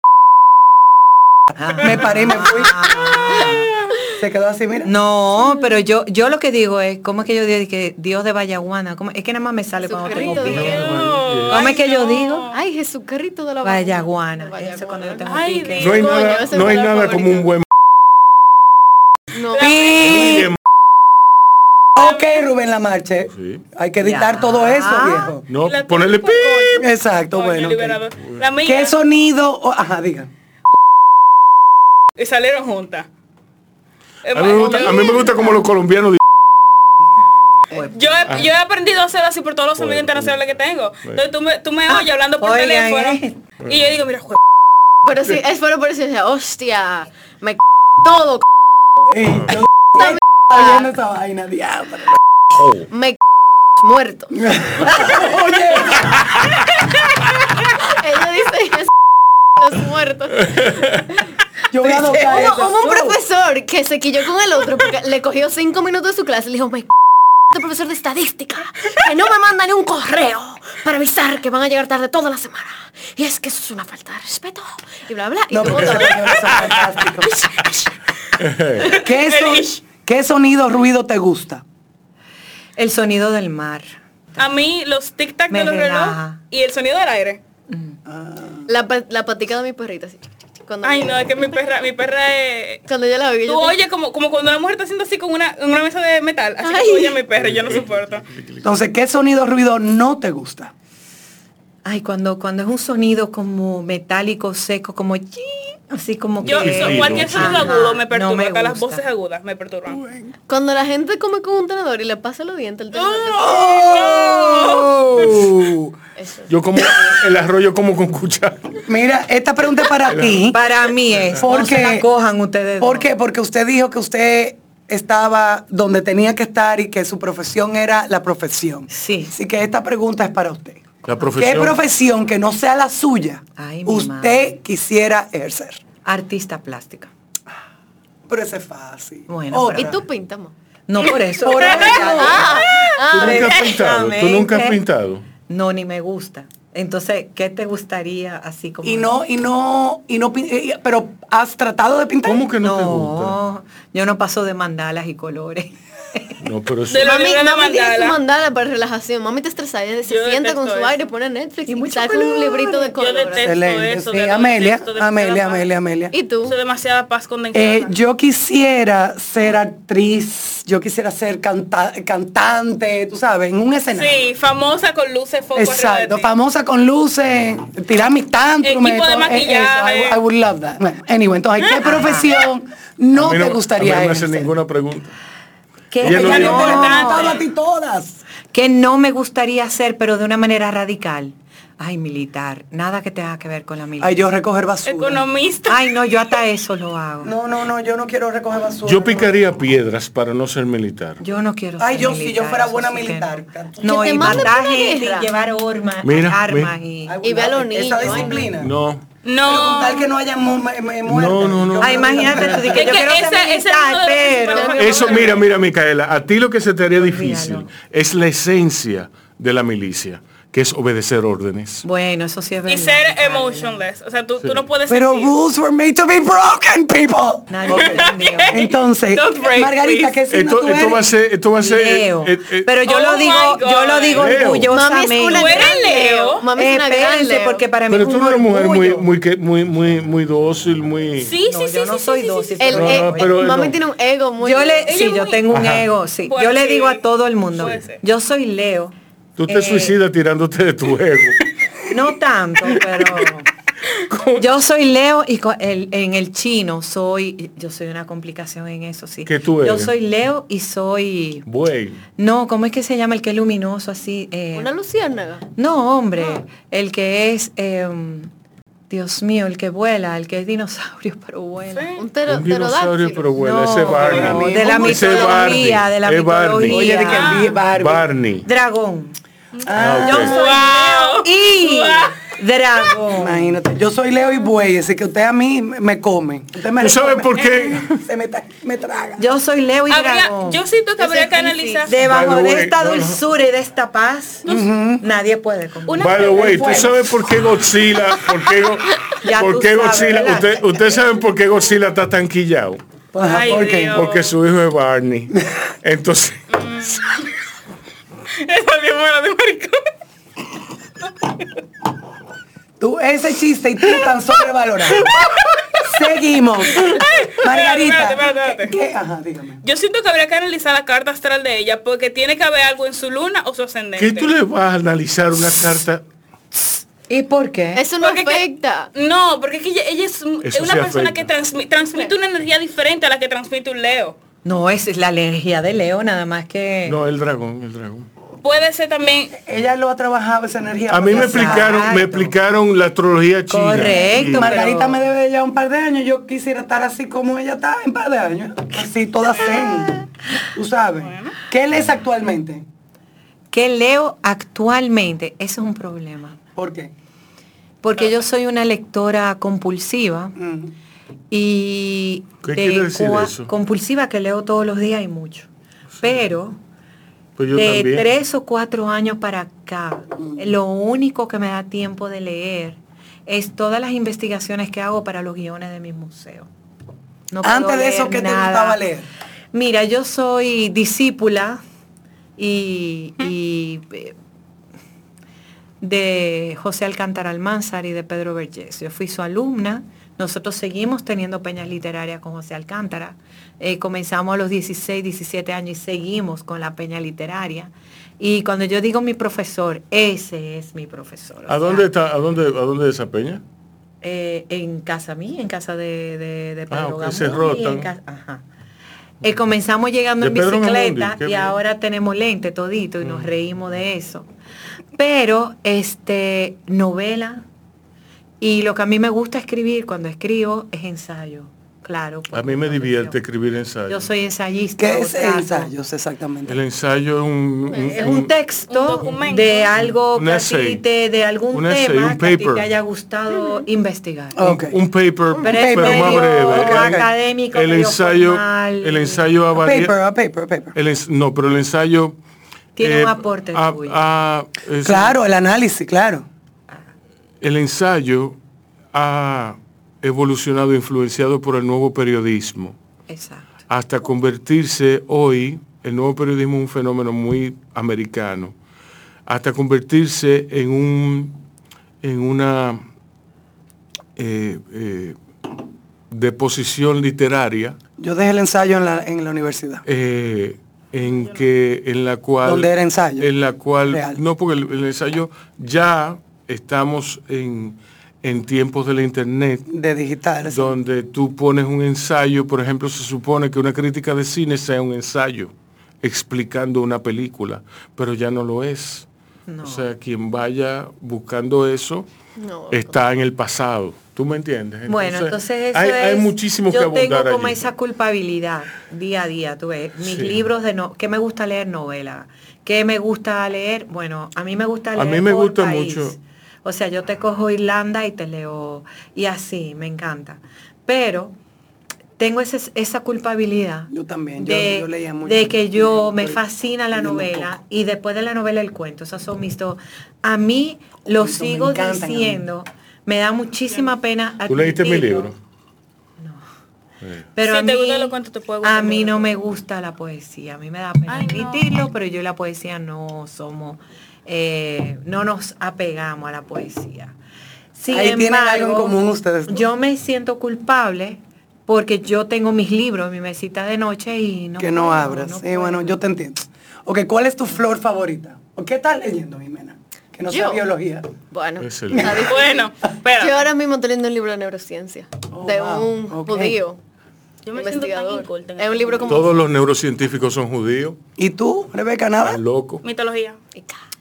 Speaker 7: Ah.
Speaker 6: Me paré y me fui. Se quedó así, mira.
Speaker 4: No, pero yo, yo lo que digo es, ¿cómo es que yo digo que Dios de Vallaguana? ¿Cómo? Es que nada más me sale cuando tengo
Speaker 7: Jesucristo de
Speaker 4: pique.
Speaker 7: la-
Speaker 4: ¿Cómo es que yo digo?
Speaker 7: Ay, Jesucristo de la
Speaker 4: Vallaguana.
Speaker 7: Vallaguana.
Speaker 4: Eso cuando yo tengo
Speaker 8: Ay,
Speaker 4: pique.
Speaker 8: Dios.
Speaker 5: No hay
Speaker 7: Coño,
Speaker 5: nada,
Speaker 7: esa es
Speaker 5: no hay
Speaker 7: mi
Speaker 5: nada
Speaker 7: palabra
Speaker 5: como
Speaker 7: favorita.
Speaker 5: un buen
Speaker 7: No.
Speaker 5: mire, m-
Speaker 6: Ok, Rubén Lamarche.
Speaker 5: Sí.
Speaker 6: Hay que editar todo eso, viejo.
Speaker 5: No,
Speaker 8: La-
Speaker 5: ponerle pi.
Speaker 6: Exacto,
Speaker 8: Coño,
Speaker 6: bueno. ok.
Speaker 8: liberador. La mía.
Speaker 6: ¿Qué sonido? o- ajá, diga.
Speaker 8: Y salieron juntas.
Speaker 5: A mí me gusta, a mí me gusta como los colombianos
Speaker 8: Yo
Speaker 5: Ah.
Speaker 8: he, yo he aprendido a hacer así por todos los amigos internacionales que tengo. Entonces tú me, tú me oyes hablando por
Speaker 4: oigan,
Speaker 8: teléfono. Y yo digo, mira, jue-
Speaker 7: Pero sí, es pero por eso decía, hostia, me c todo, c
Speaker 6: Ey, yo estoy oyendo esa vaina, diablo.
Speaker 7: me c muerto.
Speaker 6: Oye,
Speaker 7: Ella dice "Es los muertos.
Speaker 6: yo voy a adoptar
Speaker 7: Hubo,
Speaker 6: eso.
Speaker 7: hubo un profesor que se quilló con el otro porque le cogió cinco minutos de su clase y le dijo, me c este profesor de estadística, que no me manda ni un correo para avisar que van a llegar tarde toda la semana. Y es que eso es una falta de respeto. Y bla, bla. Y
Speaker 6: No,
Speaker 7: todo
Speaker 6: porque
Speaker 7: otro.
Speaker 6: esos sonidos son fantásticos. ¿Qué, son-
Speaker 8: ish.
Speaker 6: ¿Qué sonido o ruido te gusta?
Speaker 4: El sonido del mar.
Speaker 8: a mí los tic-tac
Speaker 4: Me
Speaker 8: de los relojes
Speaker 4: relaja.
Speaker 8: y el sonido del aire.
Speaker 7: La, pa- la patica de mi perrita, así. Cuando,
Speaker 8: Ay, no, es que mi perra, mi perra es...
Speaker 7: cuando yo la vi, yo
Speaker 8: Tú oyes como, como cuando la mujer está haciendo así con una, en una mesa de metal. Así
Speaker 7: Ay.
Speaker 8: que oye mi perra, yo no soporto.
Speaker 6: Entonces, ¿qué sonido o ruido no te gusta?
Speaker 4: Ay, cuando, cuando es un sonido como metálico, seco, como chi, así como
Speaker 8: Yo,
Speaker 4: que.
Speaker 8: so- cualquier
Speaker 4: Ajá,
Speaker 8: sonido agudo me
Speaker 4: no
Speaker 8: perturba,
Speaker 4: me
Speaker 8: hasta las
Speaker 4: gusta.
Speaker 8: voces agudas me perturban.
Speaker 7: Cuando la gente come con un tenedor y le pasa los dientes, el tenedor.
Speaker 6: Oh.
Speaker 7: Eso.
Speaker 5: Yo como el arroyo como con cuchara.
Speaker 6: Mira, esta pregunta es para ti.
Speaker 4: Para mí es.
Speaker 6: ¿Por
Speaker 4: no se
Speaker 6: qué?
Speaker 4: la cojan ustedes.
Speaker 6: ¿Por
Speaker 4: dos.
Speaker 6: qué? Porque usted dijo que usted estaba donde tenía que estar y que su profesión era la profesión.
Speaker 4: Sí.
Speaker 6: Así que esta pregunta es para usted.
Speaker 5: La profesión.
Speaker 6: ¿Qué profesión que no sea la suya
Speaker 4: Ay, mi
Speaker 6: usted
Speaker 4: madre.
Speaker 6: quisiera ejercer?
Speaker 4: Artista plástica.
Speaker 6: Pero eso es fácil.
Speaker 4: Bueno,
Speaker 6: Otra.
Speaker 7: Y tú pintas, mo. Ah,
Speaker 4: No por eso.
Speaker 6: Por eso.
Speaker 4: Ah,
Speaker 5: Tú nunca has pintado. Tú nunca has
Speaker 4: Honestamente.
Speaker 5: pintado.
Speaker 4: no, ni me gusta. Entonces, ¿qué te gustaría así como?
Speaker 6: Y no, y no, y no, pin- eh, pero has tratado de pintar.
Speaker 5: ¿Cómo que no, te gusta?
Speaker 4: No, yo no paso de mandalas y colores.
Speaker 5: No, pero sí.
Speaker 8: De la
Speaker 7: Mami,
Speaker 8: libreta
Speaker 7: mami tiene su
Speaker 8: mandala.
Speaker 7: mandala para relajación. Mami te estresa. Ella se
Speaker 8: Yo
Speaker 7: sienta con su
Speaker 8: detesto
Speaker 7: aire,
Speaker 8: eso.
Speaker 7: pone Netflix
Speaker 6: Y
Speaker 7: y,
Speaker 6: mucho
Speaker 7: saca un
Speaker 6: color.
Speaker 7: librito de
Speaker 8: Yo
Speaker 7: color.
Speaker 8: detesto.
Speaker 7: ¿verdad?
Speaker 6: Excelente.
Speaker 8: eso,
Speaker 6: sí,
Speaker 8: de
Speaker 6: Amelia,
Speaker 8: contexto, de
Speaker 6: Amelia,
Speaker 8: programa.
Speaker 6: Amelia, Amelia.
Speaker 7: ¿Y tú?
Speaker 8: Eso es demasiada paz condensada.
Speaker 6: Eh, yo quisiera ser actriz, yo quisiera ser canta- cantante, tú sabes, en un escenario.
Speaker 8: sí, famosa con luces, foco
Speaker 6: Exacto,
Speaker 8: arriba
Speaker 6: famosa con luces, tirar mis tantrums.
Speaker 8: Equipo de
Speaker 6: todo, eh, eso,
Speaker 8: maquillaje. Ah.
Speaker 6: I, I would love that. Bueno, anyway, entonces, ¿qué profesión no,
Speaker 5: A mí
Speaker 6: te
Speaker 5: a
Speaker 6: gustaría
Speaker 5: mí no me hacen
Speaker 6: ejercer?
Speaker 5: ninguna pregunta.
Speaker 4: ¿Qué,
Speaker 5: Ella
Speaker 6: Porque
Speaker 5: no
Speaker 6: ya
Speaker 5: dijo.
Speaker 6: yo te lo he contado
Speaker 8: No.
Speaker 6: a ti todas.
Speaker 4: qué no me gustaría hacer, pero de una manera radical? Ay, militar. Nada que tenga que ver con la
Speaker 6: Ay,
Speaker 4: militar.
Speaker 6: yo recoger
Speaker 8: de ti.
Speaker 6: basura.
Speaker 8: Economista.
Speaker 4: Ay, no, yo hasta eso lo hago.
Speaker 6: No, no, no, yo no quiero recoger basura.
Speaker 5: Yo picaría piedras para no ser militar.
Speaker 4: Yo no quiero
Speaker 6: Ay,
Speaker 4: ser
Speaker 6: yo si yo
Speaker 4: militar,
Speaker 6: fuera
Speaker 4: eso
Speaker 6: buena
Speaker 4: sí que
Speaker 6: militar.
Speaker 4: No, no
Speaker 7: Que te
Speaker 4: y
Speaker 7: manden
Speaker 4: matar
Speaker 7: pa' una
Speaker 4: gente
Speaker 7: guerra.
Speaker 4: y llevar orma-
Speaker 5: Mira,
Speaker 4: armas
Speaker 5: mira.
Speaker 4: y...
Speaker 6: I would
Speaker 7: Y ve a
Speaker 6: love
Speaker 7: los
Speaker 6: it. Esa
Speaker 7: niños, ay,
Speaker 6: disciplina.
Speaker 5: No.
Speaker 6: Pero con
Speaker 8: No.
Speaker 6: tal que no hayan mu- me- me- muertos.
Speaker 5: no, no.
Speaker 4: Ay,
Speaker 7: Ah,
Speaker 6: yo creo
Speaker 4: Ah, imagínate
Speaker 6: que-
Speaker 4: tú, di
Speaker 8: Es
Speaker 4: que yo
Speaker 8: que
Speaker 4: quiero ser
Speaker 8: ese- ese es
Speaker 4: militar,
Speaker 8: uno de los
Speaker 4: pero...
Speaker 8: principales Porque
Speaker 5: Eso,
Speaker 8: vamos a-
Speaker 5: mira, mira, Micaela, a ti lo que se te haría
Speaker 4: Olvídalo.
Speaker 5: difícil es la esencia de la milicia, que es obedecer órdenes.
Speaker 4: Bueno, eso sí es verdad.
Speaker 8: Y ser emotionless. O sea, tú, tú no puedes
Speaker 6: Pero
Speaker 8: sentir.
Speaker 6: rules were made to be broken, people.
Speaker 4: Nadie entendió.
Speaker 6: Entonces,
Speaker 8: Don't break,
Speaker 6: Margarita, ¿qué signo
Speaker 5: Esto,
Speaker 6: tú
Speaker 5: esto
Speaker 6: eres?
Speaker 5: va a ser, esto va a ser. eh,
Speaker 4: Leo.
Speaker 5: eh, eh,
Speaker 4: Pero yo
Speaker 8: Oh
Speaker 4: lo
Speaker 8: my
Speaker 4: digo, yo lo digo
Speaker 5: God.
Speaker 7: Mami
Speaker 5: Leo.
Speaker 7: es
Speaker 4: orgullosamente.
Speaker 7: una
Speaker 8: Tú eres
Speaker 7: gran Leo.
Speaker 8: Leo.
Speaker 7: Mami es una gran
Speaker 4: Espérense,
Speaker 7: Leo.
Speaker 4: porque para mí
Speaker 5: pero
Speaker 4: es
Speaker 5: tú
Speaker 4: un
Speaker 5: no eres mujer muy,
Speaker 4: orgullo.
Speaker 5: muy, que- muy, muy, muy dócil, muy.
Speaker 8: Sí,
Speaker 4: No,
Speaker 8: sí, sí.
Speaker 4: yo no
Speaker 8: sí,
Speaker 4: soy
Speaker 8: sí, sí,
Speaker 4: dócil,
Speaker 8: sí, sí.
Speaker 7: El-
Speaker 5: No,
Speaker 7: eh,
Speaker 5: no, pero
Speaker 7: mami
Speaker 5: no.
Speaker 7: tiene un ego muy
Speaker 4: Yo le,
Speaker 7: grande.
Speaker 4: sí,
Speaker 8: es
Speaker 4: yo
Speaker 8: muy-
Speaker 4: tengo un
Speaker 5: Ajá.
Speaker 4: ego, sí.
Speaker 8: Pues
Speaker 4: yo le
Speaker 8: sí.
Speaker 4: digo a todo el mundo,
Speaker 8: Puede ser.
Speaker 4: yo soy Leo.
Speaker 5: Tú te
Speaker 4: Eh,
Speaker 5: suicidas tirándote de tu ego.
Speaker 4: No tanto, pero yo soy Leo y co- el- en el chino soy, yo soy una complicación en eso, sí.
Speaker 5: ¿Qué tú
Speaker 4: Yo
Speaker 5: eres?
Speaker 4: soy Leo y soy,
Speaker 5: Güey.
Speaker 4: no, ¿cómo es que se llama el que es luminoso así? Eh,
Speaker 7: Una luciérnaga.
Speaker 4: No, hombre, el que es, eh, Dios mío, el que vuela, el que es dinosaurio, pero vuela.
Speaker 7: Un tero-
Speaker 5: un dinosaurio,
Speaker 7: pterodáctilo.
Speaker 5: pero bueno,
Speaker 4: No,
Speaker 5: ese Barney.
Speaker 4: de la
Speaker 5: Ese
Speaker 4: mitología,
Speaker 5: Barney,
Speaker 4: de la
Speaker 5: es Barney.
Speaker 4: mitología.
Speaker 6: Oye, de que
Speaker 4: Ah.
Speaker 6: vi Barbie.
Speaker 5: Barney.
Speaker 4: Dragón.
Speaker 5: Ah,
Speaker 4: Yo
Speaker 5: ok.
Speaker 8: Wow.
Speaker 4: Y
Speaker 8: Wow.
Speaker 4: dragón.
Speaker 6: Ah, Imagínate, yo soy Leo y Buey, así que usted a mí me me come. Usted me
Speaker 5: ¿Tú sabes
Speaker 6: come.
Speaker 5: por qué?
Speaker 6: Se me, tra- me traga.
Speaker 4: Yo soy Leo y
Speaker 8: Habría-
Speaker 4: dragón.
Speaker 8: yo siento que habría que analizar.
Speaker 4: Debajo
Speaker 5: By the
Speaker 4: de
Speaker 5: way,
Speaker 4: esta
Speaker 5: no, no.
Speaker 4: dulzura y de esta paz, nadie puede conmigo.
Speaker 7: Una
Speaker 5: By the way, ¿tú
Speaker 7: Bueno.
Speaker 5: sabes por qué Godzilla? ¿Por qué, Go-
Speaker 4: Ya
Speaker 5: por
Speaker 4: tú
Speaker 5: qué
Speaker 4: sabes,
Speaker 5: Godzilla?
Speaker 4: ¿verdad?
Speaker 5: Usted- Ustedes saben por qué Godzilla está tan quillado.
Speaker 6: Ajá,
Speaker 8: Ay,
Speaker 6: ¿por qué?
Speaker 8: Dios.
Speaker 5: Porque su hijo es Barney. Entonces,
Speaker 8: Esa bien buena de maricón.
Speaker 6: Tú, ese chiste y tú tan sobrevalorado. Seguimos. Margarita.
Speaker 8: espérate, espérate, espérate.
Speaker 6: ¿Qué? Ajá, dígame.
Speaker 8: Yo siento que habría que analizar la carta astral de ella porque tiene que haber algo en su luna o su ascendente.
Speaker 5: ¿qué tú le vas a analizar una carta?
Speaker 4: ¿Y por qué?
Speaker 7: Eso no
Speaker 8: Porque que-
Speaker 7: afecta.
Speaker 8: No, porque es que ella, ella es un-
Speaker 5: Eso
Speaker 8: es una
Speaker 5: sí
Speaker 8: persona
Speaker 5: afecta.
Speaker 8: que transmi- transmite una energía diferente a la que transmite un Leo.
Speaker 4: No, esa es la alergia de Leo, nada más que...
Speaker 5: No, el dragón, el dragón.
Speaker 8: Puede ser también
Speaker 6: Ella lo ha trabajado esa energía.
Speaker 5: A mí me
Speaker 6: Ya sabe.
Speaker 5: explicaron, me explicaron la astrología china.
Speaker 4: Correcto.
Speaker 5: Y-
Speaker 6: Margarita
Speaker 4: pero-
Speaker 6: me debe ya un par de años. Yo quisiera estar así como ella está en un par de años. Así
Speaker 4: Ah.
Speaker 6: toda zen. Tú sabes. ¿Qué él es actualmente?
Speaker 4: Que Leo actualmente, eso es un problema.
Speaker 6: ¿Por qué?
Speaker 4: Porque yo soy una lectora compulsiva
Speaker 6: Mm.
Speaker 4: y
Speaker 5: ¿Qué
Speaker 4: de
Speaker 5: quiere decir
Speaker 4: cua-
Speaker 5: eso?
Speaker 4: compulsiva que leo todos los días y mucho. Pero
Speaker 5: Pues yo
Speaker 4: de
Speaker 5: también.
Speaker 4: tres o cuatro años para acá,
Speaker 6: Mm.
Speaker 4: lo único que me da tiempo de leer es todas las investigaciones que hago para los guiones de mis museos. No puedo
Speaker 6: Antes de eso,
Speaker 4: leer
Speaker 6: ¿qué te
Speaker 4: nada.
Speaker 6: gustaba leer?
Speaker 4: Mira, yo soy discípula y, y, eh, de José Alcántara Almanzar y de Pedro Vergés. Yo fui su alumna. Nosotros seguimos teniendo peñas literarias con José Alcántara. Eh, comenzamos a los 16, 17 años y seguimos con la peña literaria. Y cuando yo digo mi profesor, ese es mi profesor. O
Speaker 5: ¿A
Speaker 4: sea,
Speaker 5: dónde está? ¿A dónde? ¿A dónde es esa peña?
Speaker 4: eh, en casa mía, en casa de, de, de
Speaker 5: Ah,
Speaker 4: Pedro
Speaker 5: ok, se
Speaker 4: Gamboa y en
Speaker 5: rotan.
Speaker 4: casa- ajá. Eh, comenzamos llegando
Speaker 5: De
Speaker 4: en
Speaker 5: Pedro Gamundi,
Speaker 4: bicicleta
Speaker 5: qué Mm.
Speaker 4: y
Speaker 5: bien.
Speaker 4: ahora tenemos lente todito y nos reímos de eso. Pero, este, novela y lo que a mí me gusta escribir cuando escribo es ensayo, claro. por
Speaker 5: A mí me
Speaker 4: mi
Speaker 5: divierte
Speaker 4: profesión.
Speaker 5: escribir ensayos.
Speaker 4: Yo soy ensayista.
Speaker 6: ¿Qué
Speaker 4: o
Speaker 6: es
Speaker 4: trato-
Speaker 6: ensayos exactamente?
Speaker 5: El ensayo es un, un-
Speaker 4: Es
Speaker 5: un-
Speaker 4: un
Speaker 8: Un
Speaker 4: texto
Speaker 8: documento.
Speaker 4: de algo
Speaker 5: Un
Speaker 4: que a ti
Speaker 5: essay.
Speaker 4: te- de algún
Speaker 5: Un
Speaker 4: tema
Speaker 5: essay, un
Speaker 4: que a ti
Speaker 5: paper.
Speaker 4: te haya gustado investigar.
Speaker 6: Ok.
Speaker 5: un paper,
Speaker 4: Pero es
Speaker 5: pero más
Speaker 4: medio
Speaker 5: breve.
Speaker 4: académico,
Speaker 5: el
Speaker 4: medio
Speaker 5: ensayo,
Speaker 4: formal.
Speaker 5: el ensayo ha
Speaker 6: A
Speaker 5: variado.
Speaker 6: ah,
Speaker 5: Eh,
Speaker 6: paper, a paper, a paper.
Speaker 5: El ens- no, pero el ensayo
Speaker 4: Tiene
Speaker 5: eh,
Speaker 4: un aporte
Speaker 5: a-
Speaker 4: tuyo.
Speaker 5: a- es-
Speaker 6: Claro, el análisis, claro.
Speaker 5: El ensayo ha evolucionado influenciado por el nuevo periodismo,
Speaker 4: Exacto.
Speaker 5: hasta convertirse hoy, el nuevo periodismo es un fenómeno muy americano, hasta convertirse en un en una eh, eh, deposición literaria
Speaker 6: Yo dejé el ensayo en la, en la universidad.
Speaker 5: eh, en que en la cual
Speaker 6: Donde era ensayo.
Speaker 5: en la cual
Speaker 6: Real.
Speaker 5: no porque el, el ensayo ya estamos en, en tiempos de la internet
Speaker 6: De digital. sí.
Speaker 5: donde tú pones un ensayo por ejemplo se supone que una crítica de cine sea un ensayo explicando una película pero ya no lo es o sea quien vaya buscando eso
Speaker 7: No.
Speaker 5: está en el pasado tú me entiendes
Speaker 4: Bueno, entonces eso
Speaker 5: hay,
Speaker 4: es,
Speaker 5: hay muchísimo
Speaker 4: yo
Speaker 5: que abundar
Speaker 4: tengo como
Speaker 5: allí.
Speaker 4: esa culpabilidad día a día, tú ves, mis
Speaker 5: Sí.
Speaker 4: libros de no, que me gusta leer novela, que me gusta leer, bueno, a mí me gusta
Speaker 5: A
Speaker 4: leer
Speaker 5: mí me
Speaker 4: por
Speaker 5: gusta
Speaker 4: país.
Speaker 5: mucho.
Speaker 4: O sea, yo te cojo Irlanda y te leo y así, me encanta. Pero tengo ese- esa culpabilidad
Speaker 6: Yo también, yo,
Speaker 4: de,
Speaker 6: yo leía mucho.
Speaker 4: de que yo me fascina la
Speaker 6: leyendo
Speaker 4: novela
Speaker 6: poco.
Speaker 4: y después de la novela el cuento. Esas son mis dos. A mí lo
Speaker 6: Cuento, me
Speaker 4: sigo
Speaker 6: encantan a mí.
Speaker 4: diciendo, me da muchísima pena.
Speaker 5: tú leíste mi
Speaker 4: admitirlo,
Speaker 5: libro
Speaker 4: Pero
Speaker 8: Si
Speaker 4: a
Speaker 8: te
Speaker 4: mí,
Speaker 8: gusta lo cuento, te puede gustar
Speaker 4: a mí
Speaker 8: mucho.
Speaker 4: no me gusta la poesía, a mí me da pena
Speaker 8: Ay, no.
Speaker 4: admitirlo, pero yo y la poesía no somos, eh, no nos apegamos a la poesía. Sin
Speaker 6: Ahí tienen
Speaker 4: embargo,
Speaker 6: algo en común ustedes dos.
Speaker 4: Yo me siento culpable porque yo tengo mis libros en mi mesita de noche y no
Speaker 6: que no
Speaker 4: puedo,
Speaker 6: abras.
Speaker 4: no
Speaker 6: Eh, bueno,
Speaker 4: puedo.
Speaker 6: yo te entiendo. Ok, ¿cuál es tu flor favorita? ¿O qué estás leyendo, Jimena? Que no sea
Speaker 7: Yo.
Speaker 6: biología.
Speaker 7: Bueno,
Speaker 5: Es
Speaker 7: está
Speaker 5: el-
Speaker 7: difícil.
Speaker 8: Bueno, espera.
Speaker 7: Yo ahora mismo estoy leyendo un libro de neurociencia
Speaker 6: Oh,
Speaker 7: de
Speaker 6: wow,
Speaker 7: un
Speaker 6: ok.
Speaker 7: judío
Speaker 8: Yo me siento tan
Speaker 7: investigador.
Speaker 8: inculta. en
Speaker 7: es un
Speaker 8: este
Speaker 7: libro como
Speaker 5: todos los neurocientíficos son judíos
Speaker 6: ¿Y tú, Rebeca,
Speaker 4: ¿Ah?
Speaker 6: nada?
Speaker 5: están locos
Speaker 8: Mitología.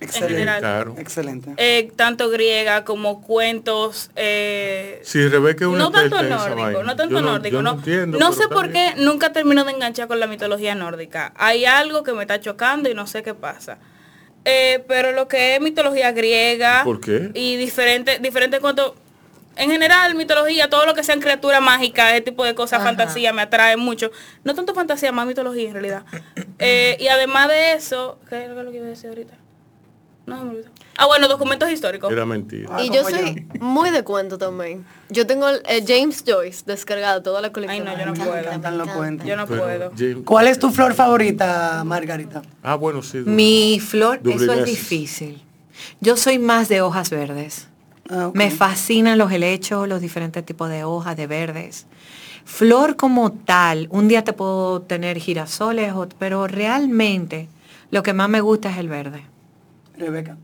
Speaker 6: Excelente.
Speaker 8: general.
Speaker 5: claro
Speaker 6: Excelente.
Speaker 8: Eh, tanto griega como cuentos. eh,
Speaker 5: Sí, Rebeca es una
Speaker 8: no tanto
Speaker 5: experta en esa
Speaker 8: nórdico,
Speaker 5: vaina.
Speaker 8: no tanto
Speaker 5: Yo
Speaker 8: nórdico,
Speaker 5: yo
Speaker 8: no.
Speaker 5: entiendo,
Speaker 8: no
Speaker 5: pero
Speaker 8: sé
Speaker 5: está
Speaker 8: por
Speaker 5: bien.
Speaker 8: qué nunca termino de enganchar con la mitología nórdica. Hay algo que me está chocando y no sé qué pasa. Eh, pero lo que es mitología griega
Speaker 5: ¿Por qué?
Speaker 8: y diferente, diferente cuanto en general mitología, todo lo que sean criaturas mágicas, ese tipo de cosas, fantasía, me atrae mucho. No tanto fantasía, más mitología en realidad. Eh, y además de eso, ¿qué es lo que iba a decir ahorita? No se me olvidó. Ah, bueno, documentos históricos.
Speaker 5: Era mentira.
Speaker 7: Y
Speaker 6: Ah,
Speaker 7: yo
Speaker 6: como
Speaker 7: soy muy de cuento también. Yo tengo el, eh, James Joyce descargado toda la colección.
Speaker 8: Ay, no, yo no
Speaker 7: Me
Speaker 8: puedo.
Speaker 7: encanta,
Speaker 6: Tan
Speaker 7: me
Speaker 6: lo
Speaker 7: encanta.
Speaker 6: cuento.
Speaker 8: Yo no
Speaker 5: Pero,
Speaker 8: puedo.
Speaker 5: Jim-
Speaker 6: ¿Cuál es tu flor favorita, Margarita?
Speaker 5: Ah, bueno, sí.
Speaker 4: Mi flor,
Speaker 5: Doble
Speaker 4: eso es
Speaker 5: gracias.
Speaker 4: difícil. Yo soy más de hojas verdes.
Speaker 6: Ah, ok.
Speaker 4: Me fascinan los helechos, los diferentes tipos de hojas, de verdes. Flor como tal, un día te puedo tener girasoles, o- pero realmente lo que más me gusta es el verde.
Speaker 6: Rebeca.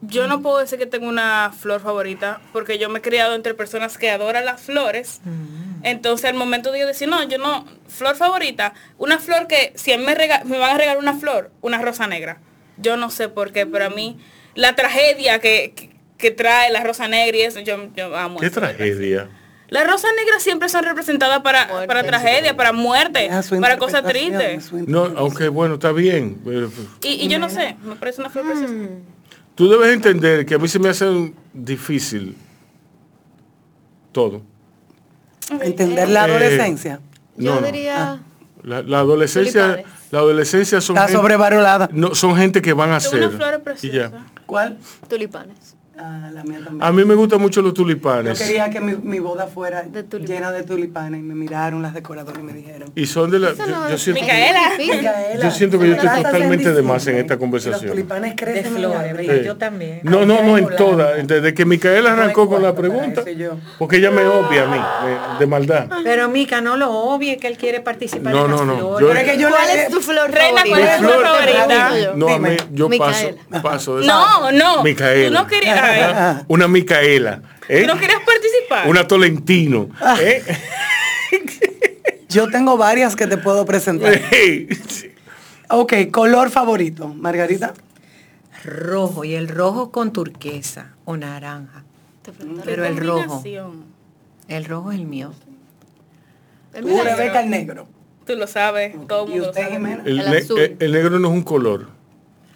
Speaker 8: Yo no puedo decir que tengo una flor favorita porque yo me he criado entre personas que adoran las flores.
Speaker 6: Mm.
Speaker 8: Entonces al momento de yo decir, no, yo no, flor favorita, una flor que si a mí me, rega- me van a regalar una flor, una rosa negra. Yo no sé por qué, pero a mí la tragedia que, que- que trae la rosa negra y eso, yo, yo amo.
Speaker 5: Qué
Speaker 8: eso.
Speaker 5: tragedia.
Speaker 8: Las rosas negras siempre son representadas para, para tragedia, para
Speaker 7: Eh,
Speaker 8: muerte,
Speaker 6: Deja Ah, su
Speaker 8: para cosas
Speaker 6: interpretación,
Speaker 8: tristes.
Speaker 6: su
Speaker 5: No,
Speaker 6: interpretación.
Speaker 5: aunque bueno, está bien. pero-
Speaker 8: Y, y yo no sé, me parece una flor preciosa.
Speaker 5: Mm. Tú debes entender que a mí se me hace difícil todo.
Speaker 6: Entender la
Speaker 5: Eh,
Speaker 6: adolescencia.
Speaker 7: Yo
Speaker 5: No, no.
Speaker 7: diría,
Speaker 5: La, la adolescencia,
Speaker 7: Tulipanes.
Speaker 5: la adolescencia son
Speaker 6: Está
Speaker 5: gente-
Speaker 6: sobrevalorada.
Speaker 5: no, son gente que van a
Speaker 8: Tengo unas
Speaker 5: ser.
Speaker 8: flores
Speaker 5: y
Speaker 8: preciosas.
Speaker 5: ya.
Speaker 6: ¿Cuál?
Speaker 7: tulipanes.
Speaker 6: Ah, la mía también.
Speaker 5: A mí me gustan mucho los
Speaker 6: Yo
Speaker 5: tulipanes.
Speaker 6: quería que mi, mi boda fuera
Speaker 7: De tulipanes.
Speaker 6: llena de tulipanes y me miraron las decoradoras y me dijeron.
Speaker 5: Y son de la.
Speaker 7: Eso
Speaker 5: yo-
Speaker 7: no
Speaker 5: Yo,
Speaker 7: es-
Speaker 5: siento,
Speaker 7: es
Speaker 8: Micaela.
Speaker 7: difícil.
Speaker 5: yo siento que yo estoy totalmente de más en esta
Speaker 6: Los
Speaker 5: conversación. Eh,
Speaker 6: tulipanes crecen en
Speaker 4: flores,
Speaker 6: abril.
Speaker 4: ¿verdad? Yo también.
Speaker 5: No, no, no, en
Speaker 6: volando.
Speaker 5: todas. Desde que Micaela arrancó con la
Speaker 6: cuarto para
Speaker 5: pregunta,
Speaker 6: eso yo.
Speaker 5: porque ella me obvia a mí, de, de
Speaker 7: Ah,
Speaker 5: maldad.
Speaker 4: Pero Mica, no lo obvie que él quiere participar
Speaker 5: No,
Speaker 4: en las
Speaker 5: no, no.
Speaker 4: flores.
Speaker 5: Yo-
Speaker 6: Pero es que yo
Speaker 7: ¿Cuál
Speaker 6: la-
Speaker 7: es tu flor
Speaker 8: Reina, ¿cuál
Speaker 7: favorita?
Speaker 8: es tu flor favorita?
Speaker 7: Digo yo.
Speaker 5: No, a mí,
Speaker 6: Dime.
Speaker 5: yo paso,
Speaker 7: Micaela.
Speaker 5: paso de
Speaker 8: No, no.
Speaker 5: Micaela.
Speaker 8: Tú no querías, ay,
Speaker 5: Una Micaela. ¿eh?
Speaker 8: tú no querías participar.
Speaker 5: Una Tolentino.
Speaker 6: Ah.
Speaker 5: ¿eh?
Speaker 6: Yo tengo varias que te puedo presentar.
Speaker 5: Ey.
Speaker 6: ok, color favorito, Margarita.
Speaker 4: Rojo, y el rojo con turquesa o naranja.
Speaker 7: Te pregunto.
Speaker 4: Pero el rojo,
Speaker 8: Combinación.
Speaker 4: el rojo es el mío.
Speaker 7: El
Speaker 6: Tú,
Speaker 7: mío.
Speaker 6: Rebeca, el negro.
Speaker 8: Tú lo sabes, todo el
Speaker 6: Y
Speaker 8: mundo lo
Speaker 6: usted,
Speaker 8: sabe.
Speaker 6: Jimena.
Speaker 5: El,
Speaker 7: El
Speaker 5: ne-
Speaker 7: azul.
Speaker 5: el- el negro no es un color.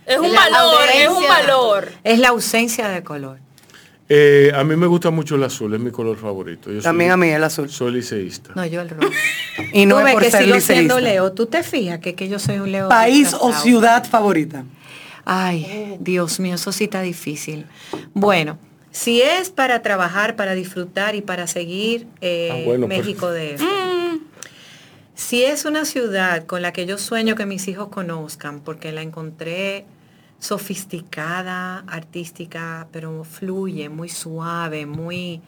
Speaker 8: Es un
Speaker 7: La
Speaker 8: valor, es un
Speaker 7: ausencia.
Speaker 8: valor.
Speaker 4: Es la ausencia de color.
Speaker 5: Eh, a mí me gusta mucho el azul, es mi color favorito. Yo soy-
Speaker 6: También a mí el azul.
Speaker 5: Soy liceísta.
Speaker 4: No, yo el rojo.
Speaker 6: Y no
Speaker 4: Tú
Speaker 6: es
Speaker 4: ves
Speaker 6: por
Speaker 4: que
Speaker 6: ser
Speaker 4: sigo siendo
Speaker 6: liceísta.
Speaker 4: Leo. ¿Tú te fijas que, que yo soy un Leo?
Speaker 6: País o
Speaker 4: disfrazado?
Speaker 6: ciudad favorita.
Speaker 4: Ay, Dios mío, eso sí está difícil. Bueno, si es para trabajar, para disfrutar y para seguir eh,
Speaker 5: Ah, bueno, pero-
Speaker 4: México de esto. Si es una ciudad con la que yo sueño que mis hijos conozcan, porque la encontré sofisticada, artística, pero fluye, muy suave, muy,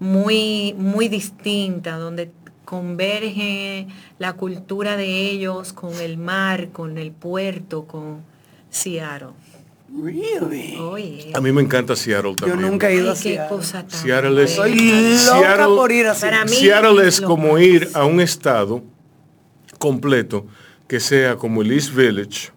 Speaker 4: muy, muy distinta, donde converge la cultura de ellos con el mar, con el puerto, con Seattle.
Speaker 6: Really?
Speaker 4: Oye,
Speaker 5: A mí me encanta Seattle
Speaker 6: Yo
Speaker 5: también.
Speaker 6: nunca he
Speaker 4: ay,
Speaker 6: ido a
Speaker 4: qué
Speaker 6: Seattle.
Speaker 4: cosa tan
Speaker 5: Seattle
Speaker 4: bella.
Speaker 5: es-
Speaker 6: Soy loca
Speaker 5: Seattle-
Speaker 6: por ir a Seattle.
Speaker 4: Para mí
Speaker 5: Seattle es
Speaker 4: lo
Speaker 5: como
Speaker 4: más.
Speaker 5: ir a un estado completo que sea como el East Village.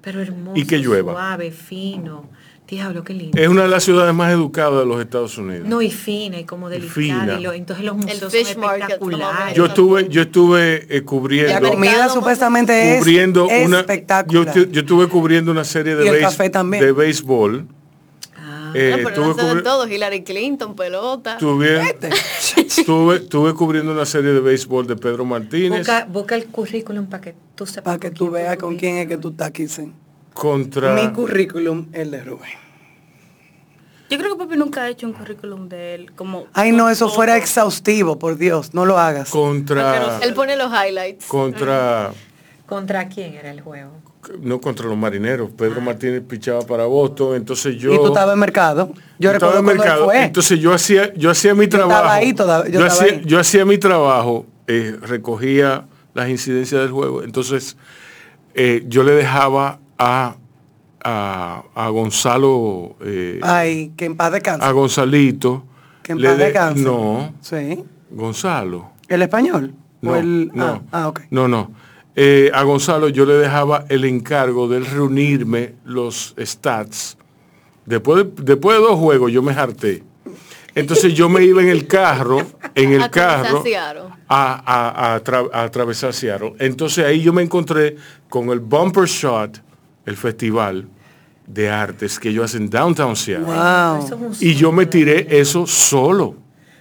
Speaker 4: Pero hermoso,
Speaker 5: Y que llueva.
Speaker 4: suave, fino. Diablo, qué lindo.
Speaker 5: Es una de las ciudades más educadas de los Estados Unidos.
Speaker 4: No, y fina, y como delicada.
Speaker 5: fina.
Speaker 4: y lo- entonces los museos son
Speaker 7: fish market,
Speaker 4: espectaculares.
Speaker 5: yo estuve, yo estuve eh,
Speaker 6: La
Speaker 5: cubriendo,
Speaker 6: comida supuestamente es
Speaker 5: cubriendo una, yo,
Speaker 6: espectacular.
Speaker 5: tu- yo estuve cubriendo una serie de,
Speaker 6: Y el
Speaker 5: béis-
Speaker 6: café también.
Speaker 5: de béisbol.
Speaker 4: Ah,
Speaker 5: Eh,
Speaker 7: No, pero
Speaker 5: estuve
Speaker 7: no se
Speaker 5: cubri-
Speaker 7: dan todo. Hillary Clinton, pelota.
Speaker 5: estuve- estuve- estuve cubriendo una serie de béisbol de Pedro Martínez
Speaker 4: busca, busca el currículum para que tú sepas.
Speaker 6: Para que
Speaker 4: con
Speaker 6: tú
Speaker 4: quién
Speaker 6: veas con quién
Speaker 4: estuviste.
Speaker 6: es que tú estás aquí. sí.
Speaker 5: contra
Speaker 6: Mi currículum, el de Rubén.
Speaker 8: Yo creo que papi nunca ha hecho un currículum de él como.
Speaker 6: Ay, no, eso
Speaker 8: todo.
Speaker 6: fuera exhaustivo, por Dios, no lo hagas.
Speaker 5: contra
Speaker 7: Él pone los highlights.
Speaker 5: contra
Speaker 4: ¿Contra quién era el juego?
Speaker 5: no contra los marineros. Pedro
Speaker 7: Ah.
Speaker 5: Martínez pichaba para Boston, entonces yo
Speaker 6: y tú estabas en mercado. Yo
Speaker 5: Yo estaba
Speaker 6: recuerdo
Speaker 5: en
Speaker 6: cuando él
Speaker 5: mercado,
Speaker 6: fue.
Speaker 5: Entonces yo hacía, yo hacía mi
Speaker 6: estaba
Speaker 5: trabajo.
Speaker 6: ahí toda- yo
Speaker 5: yo,
Speaker 6: estaba
Speaker 5: hacía,
Speaker 6: ahí.
Speaker 5: yo hacía mi trabajo, eh, recogía las incidencias del juego. Entonces eh, yo le dejaba a, a, a Gonzalo, eh,
Speaker 6: Ay, que en paz descanse.
Speaker 5: a Gonzalito.
Speaker 6: Ah, que en
Speaker 5: le
Speaker 6: paz
Speaker 5: de-
Speaker 6: descanse.
Speaker 5: No,
Speaker 6: Sí.
Speaker 5: Gonzalo.
Speaker 6: ¿El español? ¿O
Speaker 5: No,
Speaker 6: el-
Speaker 5: no,
Speaker 6: ah, ah, ok.
Speaker 5: no, no. Eh, a Gonzalo yo le dejaba el encargo de él reunirme los stats. Después de, después de dos juegos yo me harté. Entonces yo me iba en el carro, en el
Speaker 7: A cruzar
Speaker 5: carro,
Speaker 7: Seattle.
Speaker 5: a, a- a atra- a atravesar Seattle. Entonces ahí yo me encontré con el Bumper Shot, el festival de artes que ellos hacen downtown Seattle.
Speaker 6: Wow.
Speaker 4: Eso es un
Speaker 5: Y yo me
Speaker 4: sueño.
Speaker 5: tiré eso solo,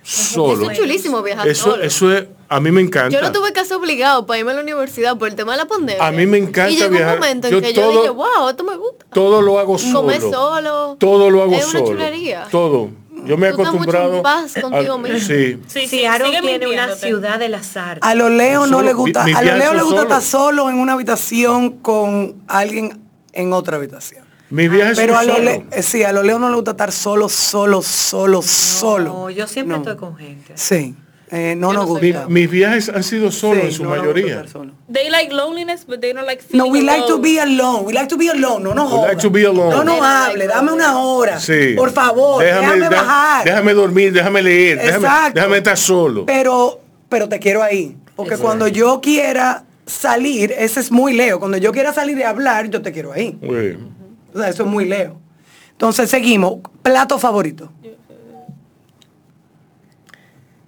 Speaker 7: Eso
Speaker 5: solo.
Speaker 7: es chulísimo viajar
Speaker 5: Eso,
Speaker 7: solo.
Speaker 5: eso es, a mí me encanta.
Speaker 7: Yo no tuve caso obligado para irme a la universidad por el tema de la pandemia.
Speaker 5: A mí me encanta
Speaker 7: Y llegó
Speaker 5: viajar.
Speaker 7: un momento en
Speaker 5: Yo
Speaker 7: que
Speaker 5: todo-
Speaker 7: yo dije, wow, esto me gusta.
Speaker 5: Todo lo hago solo.
Speaker 7: Comer solo.
Speaker 5: Todo lo hago
Speaker 7: Es una
Speaker 5: solo.
Speaker 7: chulería.
Speaker 5: Todo. Yo me he
Speaker 7: Tú estás mucho en
Speaker 5: acostumbrado.
Speaker 7: paz contigo mismo.
Speaker 5: Sí.
Speaker 8: Sí, sí,
Speaker 4: Seattle
Speaker 8: sigue
Speaker 4: tiene una
Speaker 8: mintiéndote.
Speaker 4: ciudad de las artes.
Speaker 6: A los Leo no
Speaker 5: Solo-
Speaker 6: le gusta,
Speaker 5: mi- mi
Speaker 6: a los Leo
Speaker 5: viaje
Speaker 6: le gusta
Speaker 5: solo.
Speaker 6: estar solo en una habitación con alguien en otra habitación.
Speaker 5: Mis viajes
Speaker 6: Pero a
Speaker 5: son
Speaker 6: los
Speaker 5: solo.
Speaker 6: Leo, eh, sí, a los Leo no le gusta estar solo, solo, solo,
Speaker 4: No,
Speaker 6: solo.
Speaker 4: yo siempre
Speaker 6: No.
Speaker 4: estoy con gente.
Speaker 6: Sí, eh, no nos
Speaker 5: Mi-
Speaker 6: gusta.
Speaker 5: mis viajes han sido solo
Speaker 6: Sí,
Speaker 5: en su
Speaker 6: no nos gusta
Speaker 5: mayoría.
Speaker 6: estar solo.
Speaker 8: They like loneliness, but they don't like
Speaker 6: No, we
Speaker 8: feeling
Speaker 6: like to
Speaker 8: alone.
Speaker 6: be alone. We like to be alone. No, no
Speaker 5: We like to be alone.
Speaker 6: No, no
Speaker 7: We like
Speaker 6: hable.
Speaker 7: to be
Speaker 6: Dame una hora.
Speaker 5: Sí.
Speaker 6: Por favor, déjame,
Speaker 5: deja-
Speaker 6: bajar.
Speaker 5: Déjame dormir, déjame leer, déjame,
Speaker 6: Exacto.
Speaker 5: déjame estar solo.
Speaker 6: Pero, pero te quiero ahí. Porque cuando yo quiera salir, ese es muy leo. Cuando yo quiera salir y hablar, yo te quiero ahí.
Speaker 5: Uy.
Speaker 6: O sea, eso es muy leo. Entonces seguimos. Plato favorito.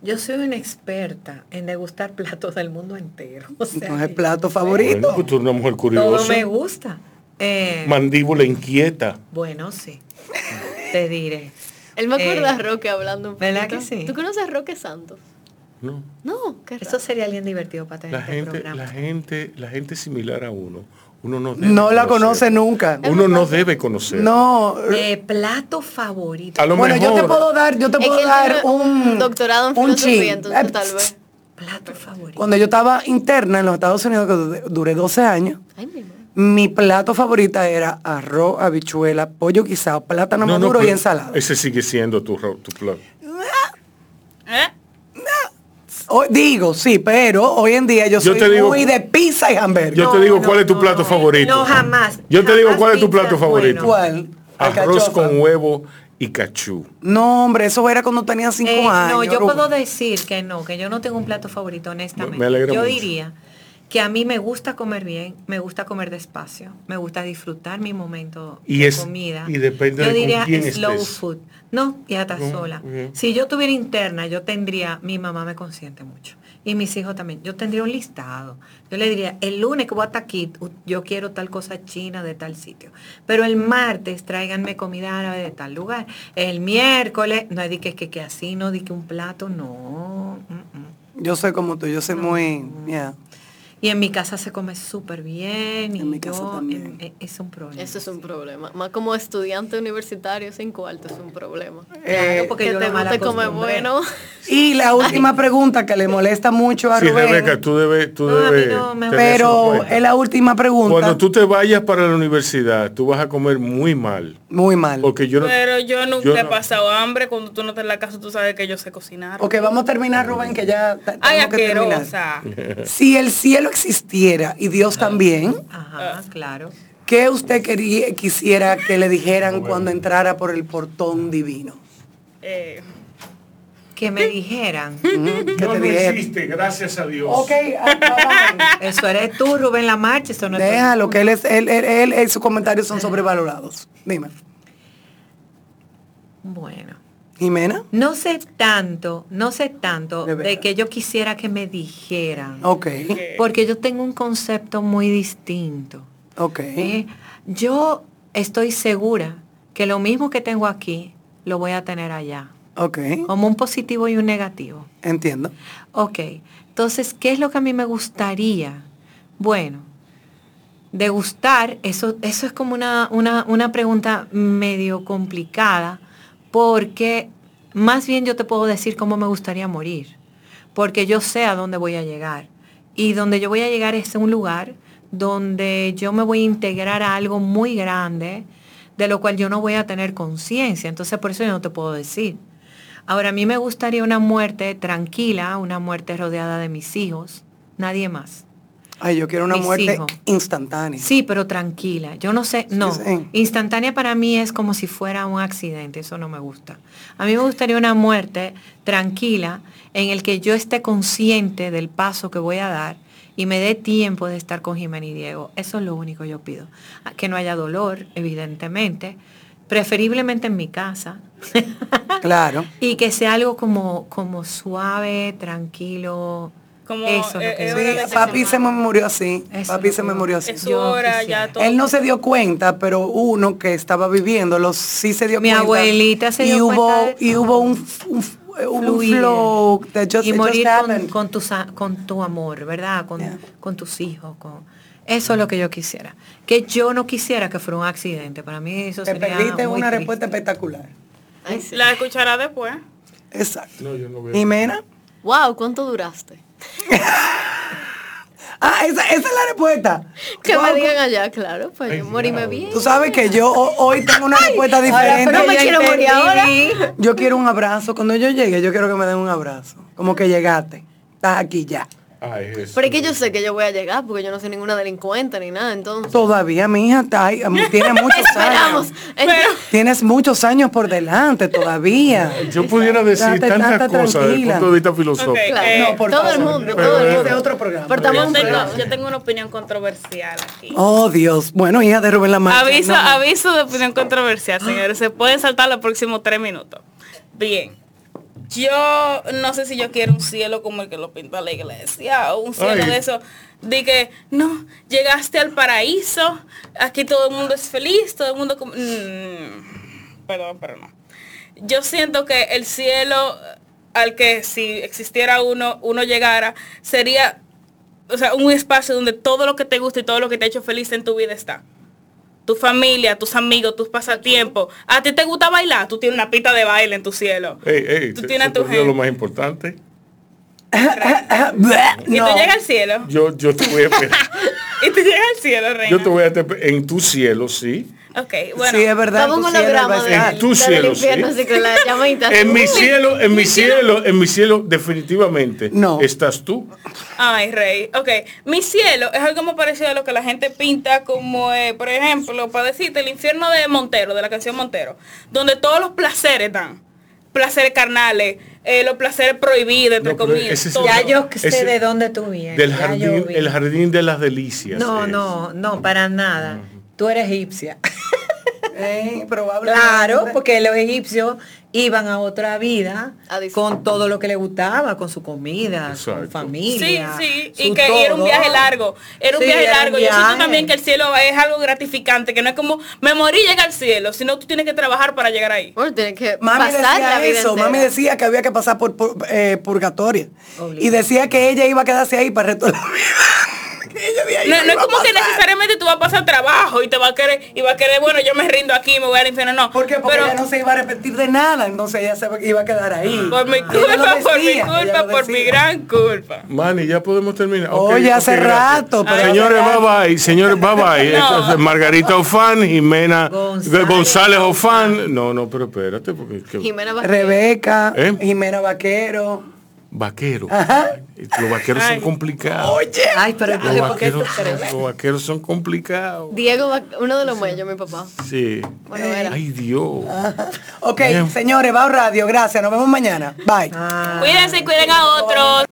Speaker 4: Yo soy una experta en degustar platos del mundo entero. O sea,
Speaker 6: Entonces,
Speaker 4: que
Speaker 6: plato
Speaker 5: Bueno,
Speaker 6: favorito.
Speaker 5: pues tú eres una mujer
Speaker 4: todo
Speaker 5: curiosa.
Speaker 4: me gusta. Eh,
Speaker 5: Mandíbula inquieta.
Speaker 4: bueno, sí. Te diré.
Speaker 7: Él me acuerda a
Speaker 4: Eh,
Speaker 7: Roque hablando un
Speaker 4: ¿verdad
Speaker 7: poquito.
Speaker 4: que sí?
Speaker 7: ¿Tú conoces a Roque Santos?
Speaker 5: No.
Speaker 7: No, qué
Speaker 4: Eso
Speaker 7: raro.
Speaker 4: sería alguien divertido para tener
Speaker 5: La
Speaker 4: este
Speaker 5: gente,
Speaker 4: programa.
Speaker 5: la gente, la gente similar a uno. Uno no debe
Speaker 6: No la conoce
Speaker 5: conocer.
Speaker 6: nunca.
Speaker 5: Uno no debe conocer.
Speaker 6: No.
Speaker 4: Eh, plato favorito.
Speaker 5: A lo
Speaker 6: Bueno,
Speaker 5: mejor.
Speaker 6: yo te puedo dar, yo te
Speaker 7: Es
Speaker 6: puedo
Speaker 7: que él
Speaker 6: dar
Speaker 7: tiene
Speaker 6: un
Speaker 7: doctorado en
Speaker 6: un
Speaker 7: filosofía,
Speaker 6: chin.
Speaker 7: entonces
Speaker 6: Eh,
Speaker 7: tal vez.
Speaker 4: Plato favorito.
Speaker 6: Cuando yo estaba interna en los Estados Unidos, que du- duré 12 años,
Speaker 7: Ay, mi madre.
Speaker 6: mi plato favorita era arroz, habichuela, pollo guisado, plátano maduro y
Speaker 5: pero
Speaker 6: ensalada.
Speaker 5: Ese sigue siendo tu, ro- tu plato.
Speaker 8: ¿Eh?
Speaker 6: Hoy- digo, sí, pero hoy en día yo,
Speaker 5: Yo
Speaker 6: soy
Speaker 5: te digo-
Speaker 6: muy de pizza y hamburger.
Speaker 5: Yo
Speaker 4: No,
Speaker 5: te digo
Speaker 4: no,
Speaker 5: cuál es tu
Speaker 4: no,
Speaker 5: plato
Speaker 4: no.
Speaker 5: favorito.
Speaker 4: No, jamás.
Speaker 5: Yo te digo
Speaker 4: Jamás
Speaker 5: cuál es tu
Speaker 4: pizza
Speaker 5: plato
Speaker 4: es
Speaker 5: favorito.
Speaker 4: no.
Speaker 6: ¿Cuál?
Speaker 5: Arroz
Speaker 6: Alcachofa.
Speaker 5: con huevo y cachú.
Speaker 6: No, hombre, eso era cuando tenía cinco
Speaker 4: Eh,
Speaker 6: años.
Speaker 4: no, yo
Speaker 6: Rubén.
Speaker 4: puedo decir que no, que yo no tengo un plato favorito, honestamente.
Speaker 5: Me alegra
Speaker 4: yo
Speaker 5: mucho.
Speaker 4: diría que a mí me gusta comer bien, me gusta comer despacio, me gusta disfrutar mi momento
Speaker 5: Y
Speaker 4: de
Speaker 5: es-
Speaker 4: comida.
Speaker 5: y depende
Speaker 4: yo
Speaker 5: de con
Speaker 4: diría
Speaker 5: quién
Speaker 4: slow
Speaker 5: estés.
Speaker 4: food. No, y hasta
Speaker 5: Ujú,
Speaker 4: sola.
Speaker 5: ujú.
Speaker 4: Si yo tuviera interna, yo tendría, mi mamá me consiente mucho. Y mis hijos también. Yo tendría un listado. Yo le diría, el lunes que voy hasta aquí, u- yo quiero tal cosa china de tal sitio. Pero el martes tráiganme comida árabe de tal lugar. El miércoles, no di que, que, que así, no di que un plato, no. mm, mm.
Speaker 6: Yo soy como tú, yo soy muy... yeah.
Speaker 4: Y en mi casa se come súper bien. y
Speaker 6: En mi casa
Speaker 4: yo-
Speaker 6: también.
Speaker 4: em- e- es un problema.
Speaker 7: Eso es un problema. Más como estudiante universitario sin cuarto es un problema.
Speaker 4: Claro, porque
Speaker 7: Eh, que
Speaker 4: yo
Speaker 7: te
Speaker 4: la mala
Speaker 7: guste comer
Speaker 4: acostumbré.
Speaker 7: bueno.
Speaker 6: Y la última pregunta que le molesta mucho a
Speaker 5: Sí,
Speaker 6: Rubén,
Speaker 5: Rebeca, tú debes, tú
Speaker 4: No, a mí
Speaker 5: debes
Speaker 4: no me-
Speaker 5: tener eso en
Speaker 6: pero
Speaker 5: cuenta.
Speaker 6: es la última pregunta.
Speaker 5: Cuando tú te vayas para la universidad, tú vas a comer muy mal.
Speaker 6: Muy mal.
Speaker 5: Porque yo no...
Speaker 8: Pero yo nunca
Speaker 5: Yo
Speaker 8: he
Speaker 5: no-
Speaker 8: pasado hambre. Cuando tú no estás en la casa, tú sabes que yo sé cocinar.
Speaker 6: Ok, vamos a terminar, Rubén, que ya ta-
Speaker 8: Ay,
Speaker 6: tenemos que terminar.
Speaker 8: asquerosa.
Speaker 6: Si el cielo existiera y Dios también,
Speaker 4: Ajá,
Speaker 7: Ah.
Speaker 4: claro.
Speaker 6: ¿qué usted quería, quisiera que le dijeran cuando entrara por el portón divino?
Speaker 8: Eh,
Speaker 4: Que me dijeran.
Speaker 6: ¿Qué te dijeron?
Speaker 5: gracias a Dios.
Speaker 6: Ok, ah, ah, vamos.
Speaker 4: Eso eres tú, Rubén La Marcha. Eso no es
Speaker 6: déjalo, que él es, él, él- él- él- sus comentarios son sobrevalorados. Dime,
Speaker 4: Bueno.
Speaker 6: Jimena,
Speaker 4: No sé tanto, no sé tanto de,
Speaker 6: De veras.
Speaker 4: que yo quisiera que me dijeran.
Speaker 6: ok,
Speaker 4: Porque yo tengo un concepto muy distinto.
Speaker 6: ok,
Speaker 4: ¿eh? Yo estoy segura que lo mismo que tengo aquí, lo voy a tener allá.
Speaker 6: ok,
Speaker 4: Como un positivo y un negativo.
Speaker 6: entiendo.
Speaker 4: Ok, entonces, ¿qué es lo que a mí me gustaría? Bueno, degustar, eso, eso es como una, una, una pregunta medio complicada, porque más bien yo te puedo decir cómo me gustaría morir, porque yo sé a dónde voy a llegar. Y donde yo voy a llegar es a un lugar donde yo me voy a integrar a algo muy grande, de lo cual yo no voy a tener conciencia. Entonces, por eso yo no te puedo decir. Ahora, a mí me gustaría una muerte tranquila, una muerte rodeada de mis hijos, nadie más.
Speaker 6: Ay, yo quiero una
Speaker 4: Mis
Speaker 6: muerte
Speaker 4: hijos.
Speaker 6: instantánea.
Speaker 4: Sí, pero tranquila. Yo no sé, no.
Speaker 6: sí.
Speaker 4: Instantánea para mí es como si fuera un accidente, eso no me gusta. A mí me gustaría una muerte tranquila en el que yo esté consciente del paso que voy a dar y me dé tiempo de estar con Jimena y Diego. Eso es lo único que yo pido. Ah, Que no haya dolor, evidentemente, preferiblemente en mi casa.
Speaker 6: Claro.
Speaker 4: Y que sea algo como, como suave, tranquilo.
Speaker 8: Como,
Speaker 4: eso es lo
Speaker 8: eh,
Speaker 4: que
Speaker 8: eh,
Speaker 4: yo-
Speaker 8: hora de
Speaker 6: Sí, papi se me murió así.
Speaker 4: Eso
Speaker 6: papi
Speaker 4: no
Speaker 6: se me
Speaker 4: puedo.
Speaker 6: murió así.
Speaker 8: es su
Speaker 4: Yo
Speaker 8: hora,
Speaker 4: quisiera.
Speaker 8: ya todo.
Speaker 6: Él no se dio cuenta, pero uno que estaba viviéndolo sí se dio
Speaker 4: Mi
Speaker 6: cuenta.
Speaker 4: abuelita se
Speaker 6: y
Speaker 4: dio
Speaker 6: hubo,
Speaker 4: cuenta de-
Speaker 6: Y hubo un, f- un f- un
Speaker 4: fluir.
Speaker 6: flow that just- it
Speaker 4: y
Speaker 6: just
Speaker 4: morir con,
Speaker 6: happened.
Speaker 4: con, tus a- con tu amor, ¿verdad? Con,
Speaker 6: Yeah.
Speaker 4: con tus hijos. Con, eso es lo que yo quisiera. Que yo no quisiera que fuera un accidente. Para mí eso
Speaker 6: Te
Speaker 4: sería
Speaker 6: perdiste
Speaker 4: muy
Speaker 6: una
Speaker 4: triste.
Speaker 6: respuesta espectacular.
Speaker 7: Ay, sí.
Speaker 8: La escuchará después.
Speaker 6: Exacto.
Speaker 5: No, yo no veo.
Speaker 6: Jimena.
Speaker 7: Wow, ¿cuánto duraste?
Speaker 6: Ah, esa, esa es la respuesta.
Speaker 7: Que
Speaker 6: Wow,
Speaker 7: me digan allá, claro, pues yo morirme bien.
Speaker 6: Tú sabes que yo ho- hoy tengo una respuesta diferente.
Speaker 4: pero me quiero morir ahora.
Speaker 6: Yo quiero un abrazo. Cuando yo llegue, yo quiero que me den un abrazo. Como que llegaste. Estás aquí ya.
Speaker 5: Ay, Jesús.
Speaker 7: Pero es que yo sé que yo voy a llegar porque yo no soy ninguna delincuente ni nada, entonces.
Speaker 6: Todavía mi hija está ahí. Tiene muchos
Speaker 7: Esperamos.
Speaker 6: años. Tienes muchos años por delante todavía.
Speaker 5: Yo pudiera decir
Speaker 6: Date,
Speaker 5: tantas
Speaker 6: date
Speaker 5: cosas desde el
Speaker 6: tranquila.
Speaker 5: punto de vista filosófico.
Speaker 8: Ok.
Speaker 7: Claro.
Speaker 8: Eh,
Speaker 6: No, por
Speaker 7: todo
Speaker 6: favor.
Speaker 7: el mundo,
Speaker 5: Pero
Speaker 7: todo el
Speaker 5: es
Speaker 7: mundo.
Speaker 6: otro programa.
Speaker 7: Pero estamos en
Speaker 8: Yo
Speaker 7: un
Speaker 8: tengo,
Speaker 7: programa.
Speaker 8: yo tengo una opinión controversial aquí.
Speaker 6: Oh, Dios. Bueno, hija de Rubén Lamarca.
Speaker 8: aviso,
Speaker 6: no.
Speaker 8: aviso de opinión controversial, señores. Se pueden saltar los próximos tres minutos. Bien. Yo no sé si yo quiero un cielo como el que lo pinta la iglesia o un cielo
Speaker 5: Ay.
Speaker 8: de eso. De que, no, llegaste al paraíso, aquí todo el mundo es feliz, todo el mundo... com- Mm, perdón, pero no. Yo siento que el cielo al que si existiera uno, uno llegara, sería, o sea, un espacio donde todo lo que te gusta y todo lo que te ha hecho feliz en tu vida está tu familia, tus amigos, tus pasatiempos. A ti te gusta bailar, tú tienes una pista de baile en tu cielo.
Speaker 5: Ey, ey,
Speaker 8: Tú
Speaker 5: se-
Speaker 8: tienes
Speaker 5: se
Speaker 8: tu
Speaker 5: perdió
Speaker 8: gen.
Speaker 5: lo más importante.
Speaker 8: Y
Speaker 6: Ah, No.
Speaker 8: tú llegas al cielo.
Speaker 5: Yo, yo te voy a esperar.
Speaker 8: Y tú llegas al cielo, reina.
Speaker 5: yo te voy a esper- en tu cielo, sí.
Speaker 8: Ok, bueno.
Speaker 6: sí, es verdad.
Speaker 7: Todo un
Speaker 6: tu cielo va a "Ah,
Speaker 7: holograma de,
Speaker 6: estar.
Speaker 5: En tu
Speaker 7: de
Speaker 5: cielo,
Speaker 7: infierno,
Speaker 5: sí.
Speaker 7: así con la llamadita.
Speaker 5: En mi cielo, en mi cielo, en mi cielo, definitivamente.
Speaker 6: No.
Speaker 5: Estás tú.
Speaker 8: Ay, rey. Ok. Mi cielo es algo muy parecido a lo que la gente pinta como, eh, por ejemplo, para decirte, el infierno de Montero, de la canción Montero, donde todos los placeres dan. Placeres carnales, eh, los placeres prohibidos, entre
Speaker 5: No, pero
Speaker 8: comillas.
Speaker 5: ese es
Speaker 8: todo.
Speaker 5: otro-
Speaker 4: Ya yo sé
Speaker 5: Ese-
Speaker 4: de dónde tú vienes.
Speaker 5: Del
Speaker 4: ya
Speaker 5: jardín,
Speaker 4: yo vi.
Speaker 5: el jardín de las delicias.
Speaker 4: No,
Speaker 5: es.
Speaker 4: no, no, para nada. Tú eres egipcia.
Speaker 6: Eh, probablemente.
Speaker 4: Claro, porque los egipcios iban a otra vida
Speaker 7: A disfrutar.
Speaker 4: con todo lo que les gustaba, con su comida,
Speaker 5: Exacto.
Speaker 4: su familia.
Speaker 8: Sí, sí, y
Speaker 4: su
Speaker 8: que y era un
Speaker 4: todo.
Speaker 8: viaje largo. Era un
Speaker 4: Sí,
Speaker 8: viaje
Speaker 4: era un
Speaker 8: largo. Yo siento
Speaker 4: viaje.
Speaker 8: también que el cielo es algo gratificante, que no es como me morí y llegué al cielo, sino tú tienes que trabajar para llegar ahí.
Speaker 7: Bueno, tiene que
Speaker 6: Mami
Speaker 7: pasar la
Speaker 6: decía
Speaker 7: vida
Speaker 6: eso, mami
Speaker 7: entera.
Speaker 6: decía que había que pasar por, por- eh, purgatorio.
Speaker 4: Obligado.
Speaker 6: Y decía que ella iba a quedarse ahí para el resto de la vida. Que ella de ahí
Speaker 8: No, no es
Speaker 6: iba a
Speaker 8: como que
Speaker 6: pasar.
Speaker 8: necesariamente tú vas a pasar trabajo y te va a querer, y va a querer, bueno, yo me rindo aquí, me voy al infierno, no.
Speaker 6: ¿Por qué? Porque
Speaker 8: pero
Speaker 6: ella no se iba a arrepentir de nada, entonces ella se iba a quedar ahí.
Speaker 8: Ah. por mi
Speaker 6: Ella lo
Speaker 8: culpa, por mi
Speaker 6: decía, ella
Speaker 8: culpa,
Speaker 6: lo
Speaker 8: por mi
Speaker 6: decía.
Speaker 8: gran culpa.
Speaker 5: Manny, ya podemos terminar. Ok,
Speaker 6: Oye, hace
Speaker 5: ok, gracias.
Speaker 6: rato,
Speaker 8: pero-
Speaker 5: Señores, bye bye. Señores, bye bye.
Speaker 8: No.
Speaker 5: Esto es Margarita Ofan, Jimena González,
Speaker 4: González.
Speaker 5: Ofan. No, no, pero espérate, porque es que-
Speaker 7: Jimena Vázquez.
Speaker 6: Rebeca,
Speaker 5: ¿Eh?
Speaker 6: Jimena Vaquero.
Speaker 5: vaquero.
Speaker 6: Ajá.
Speaker 5: Los vaqueros
Speaker 8: Ay.
Speaker 5: son complicados.
Speaker 4: Ay, pero
Speaker 5: Los
Speaker 4: entonces, ¿por qué
Speaker 5: vaqueros,
Speaker 4: tú
Speaker 5: son,
Speaker 4: crees?
Speaker 5: los vaqueros son complicados.
Speaker 7: Diego, Vaz- uno de los muelles, mi papá.
Speaker 5: Sí.
Speaker 7: Bueno,
Speaker 6: Eh,
Speaker 7: era.
Speaker 5: Ay, Dios.
Speaker 6: Ok,
Speaker 5: Bien.
Speaker 6: señores, Bao Radio, gracias, nos vemos mañana. Bye.
Speaker 8: Cuídense, cuiden a otros.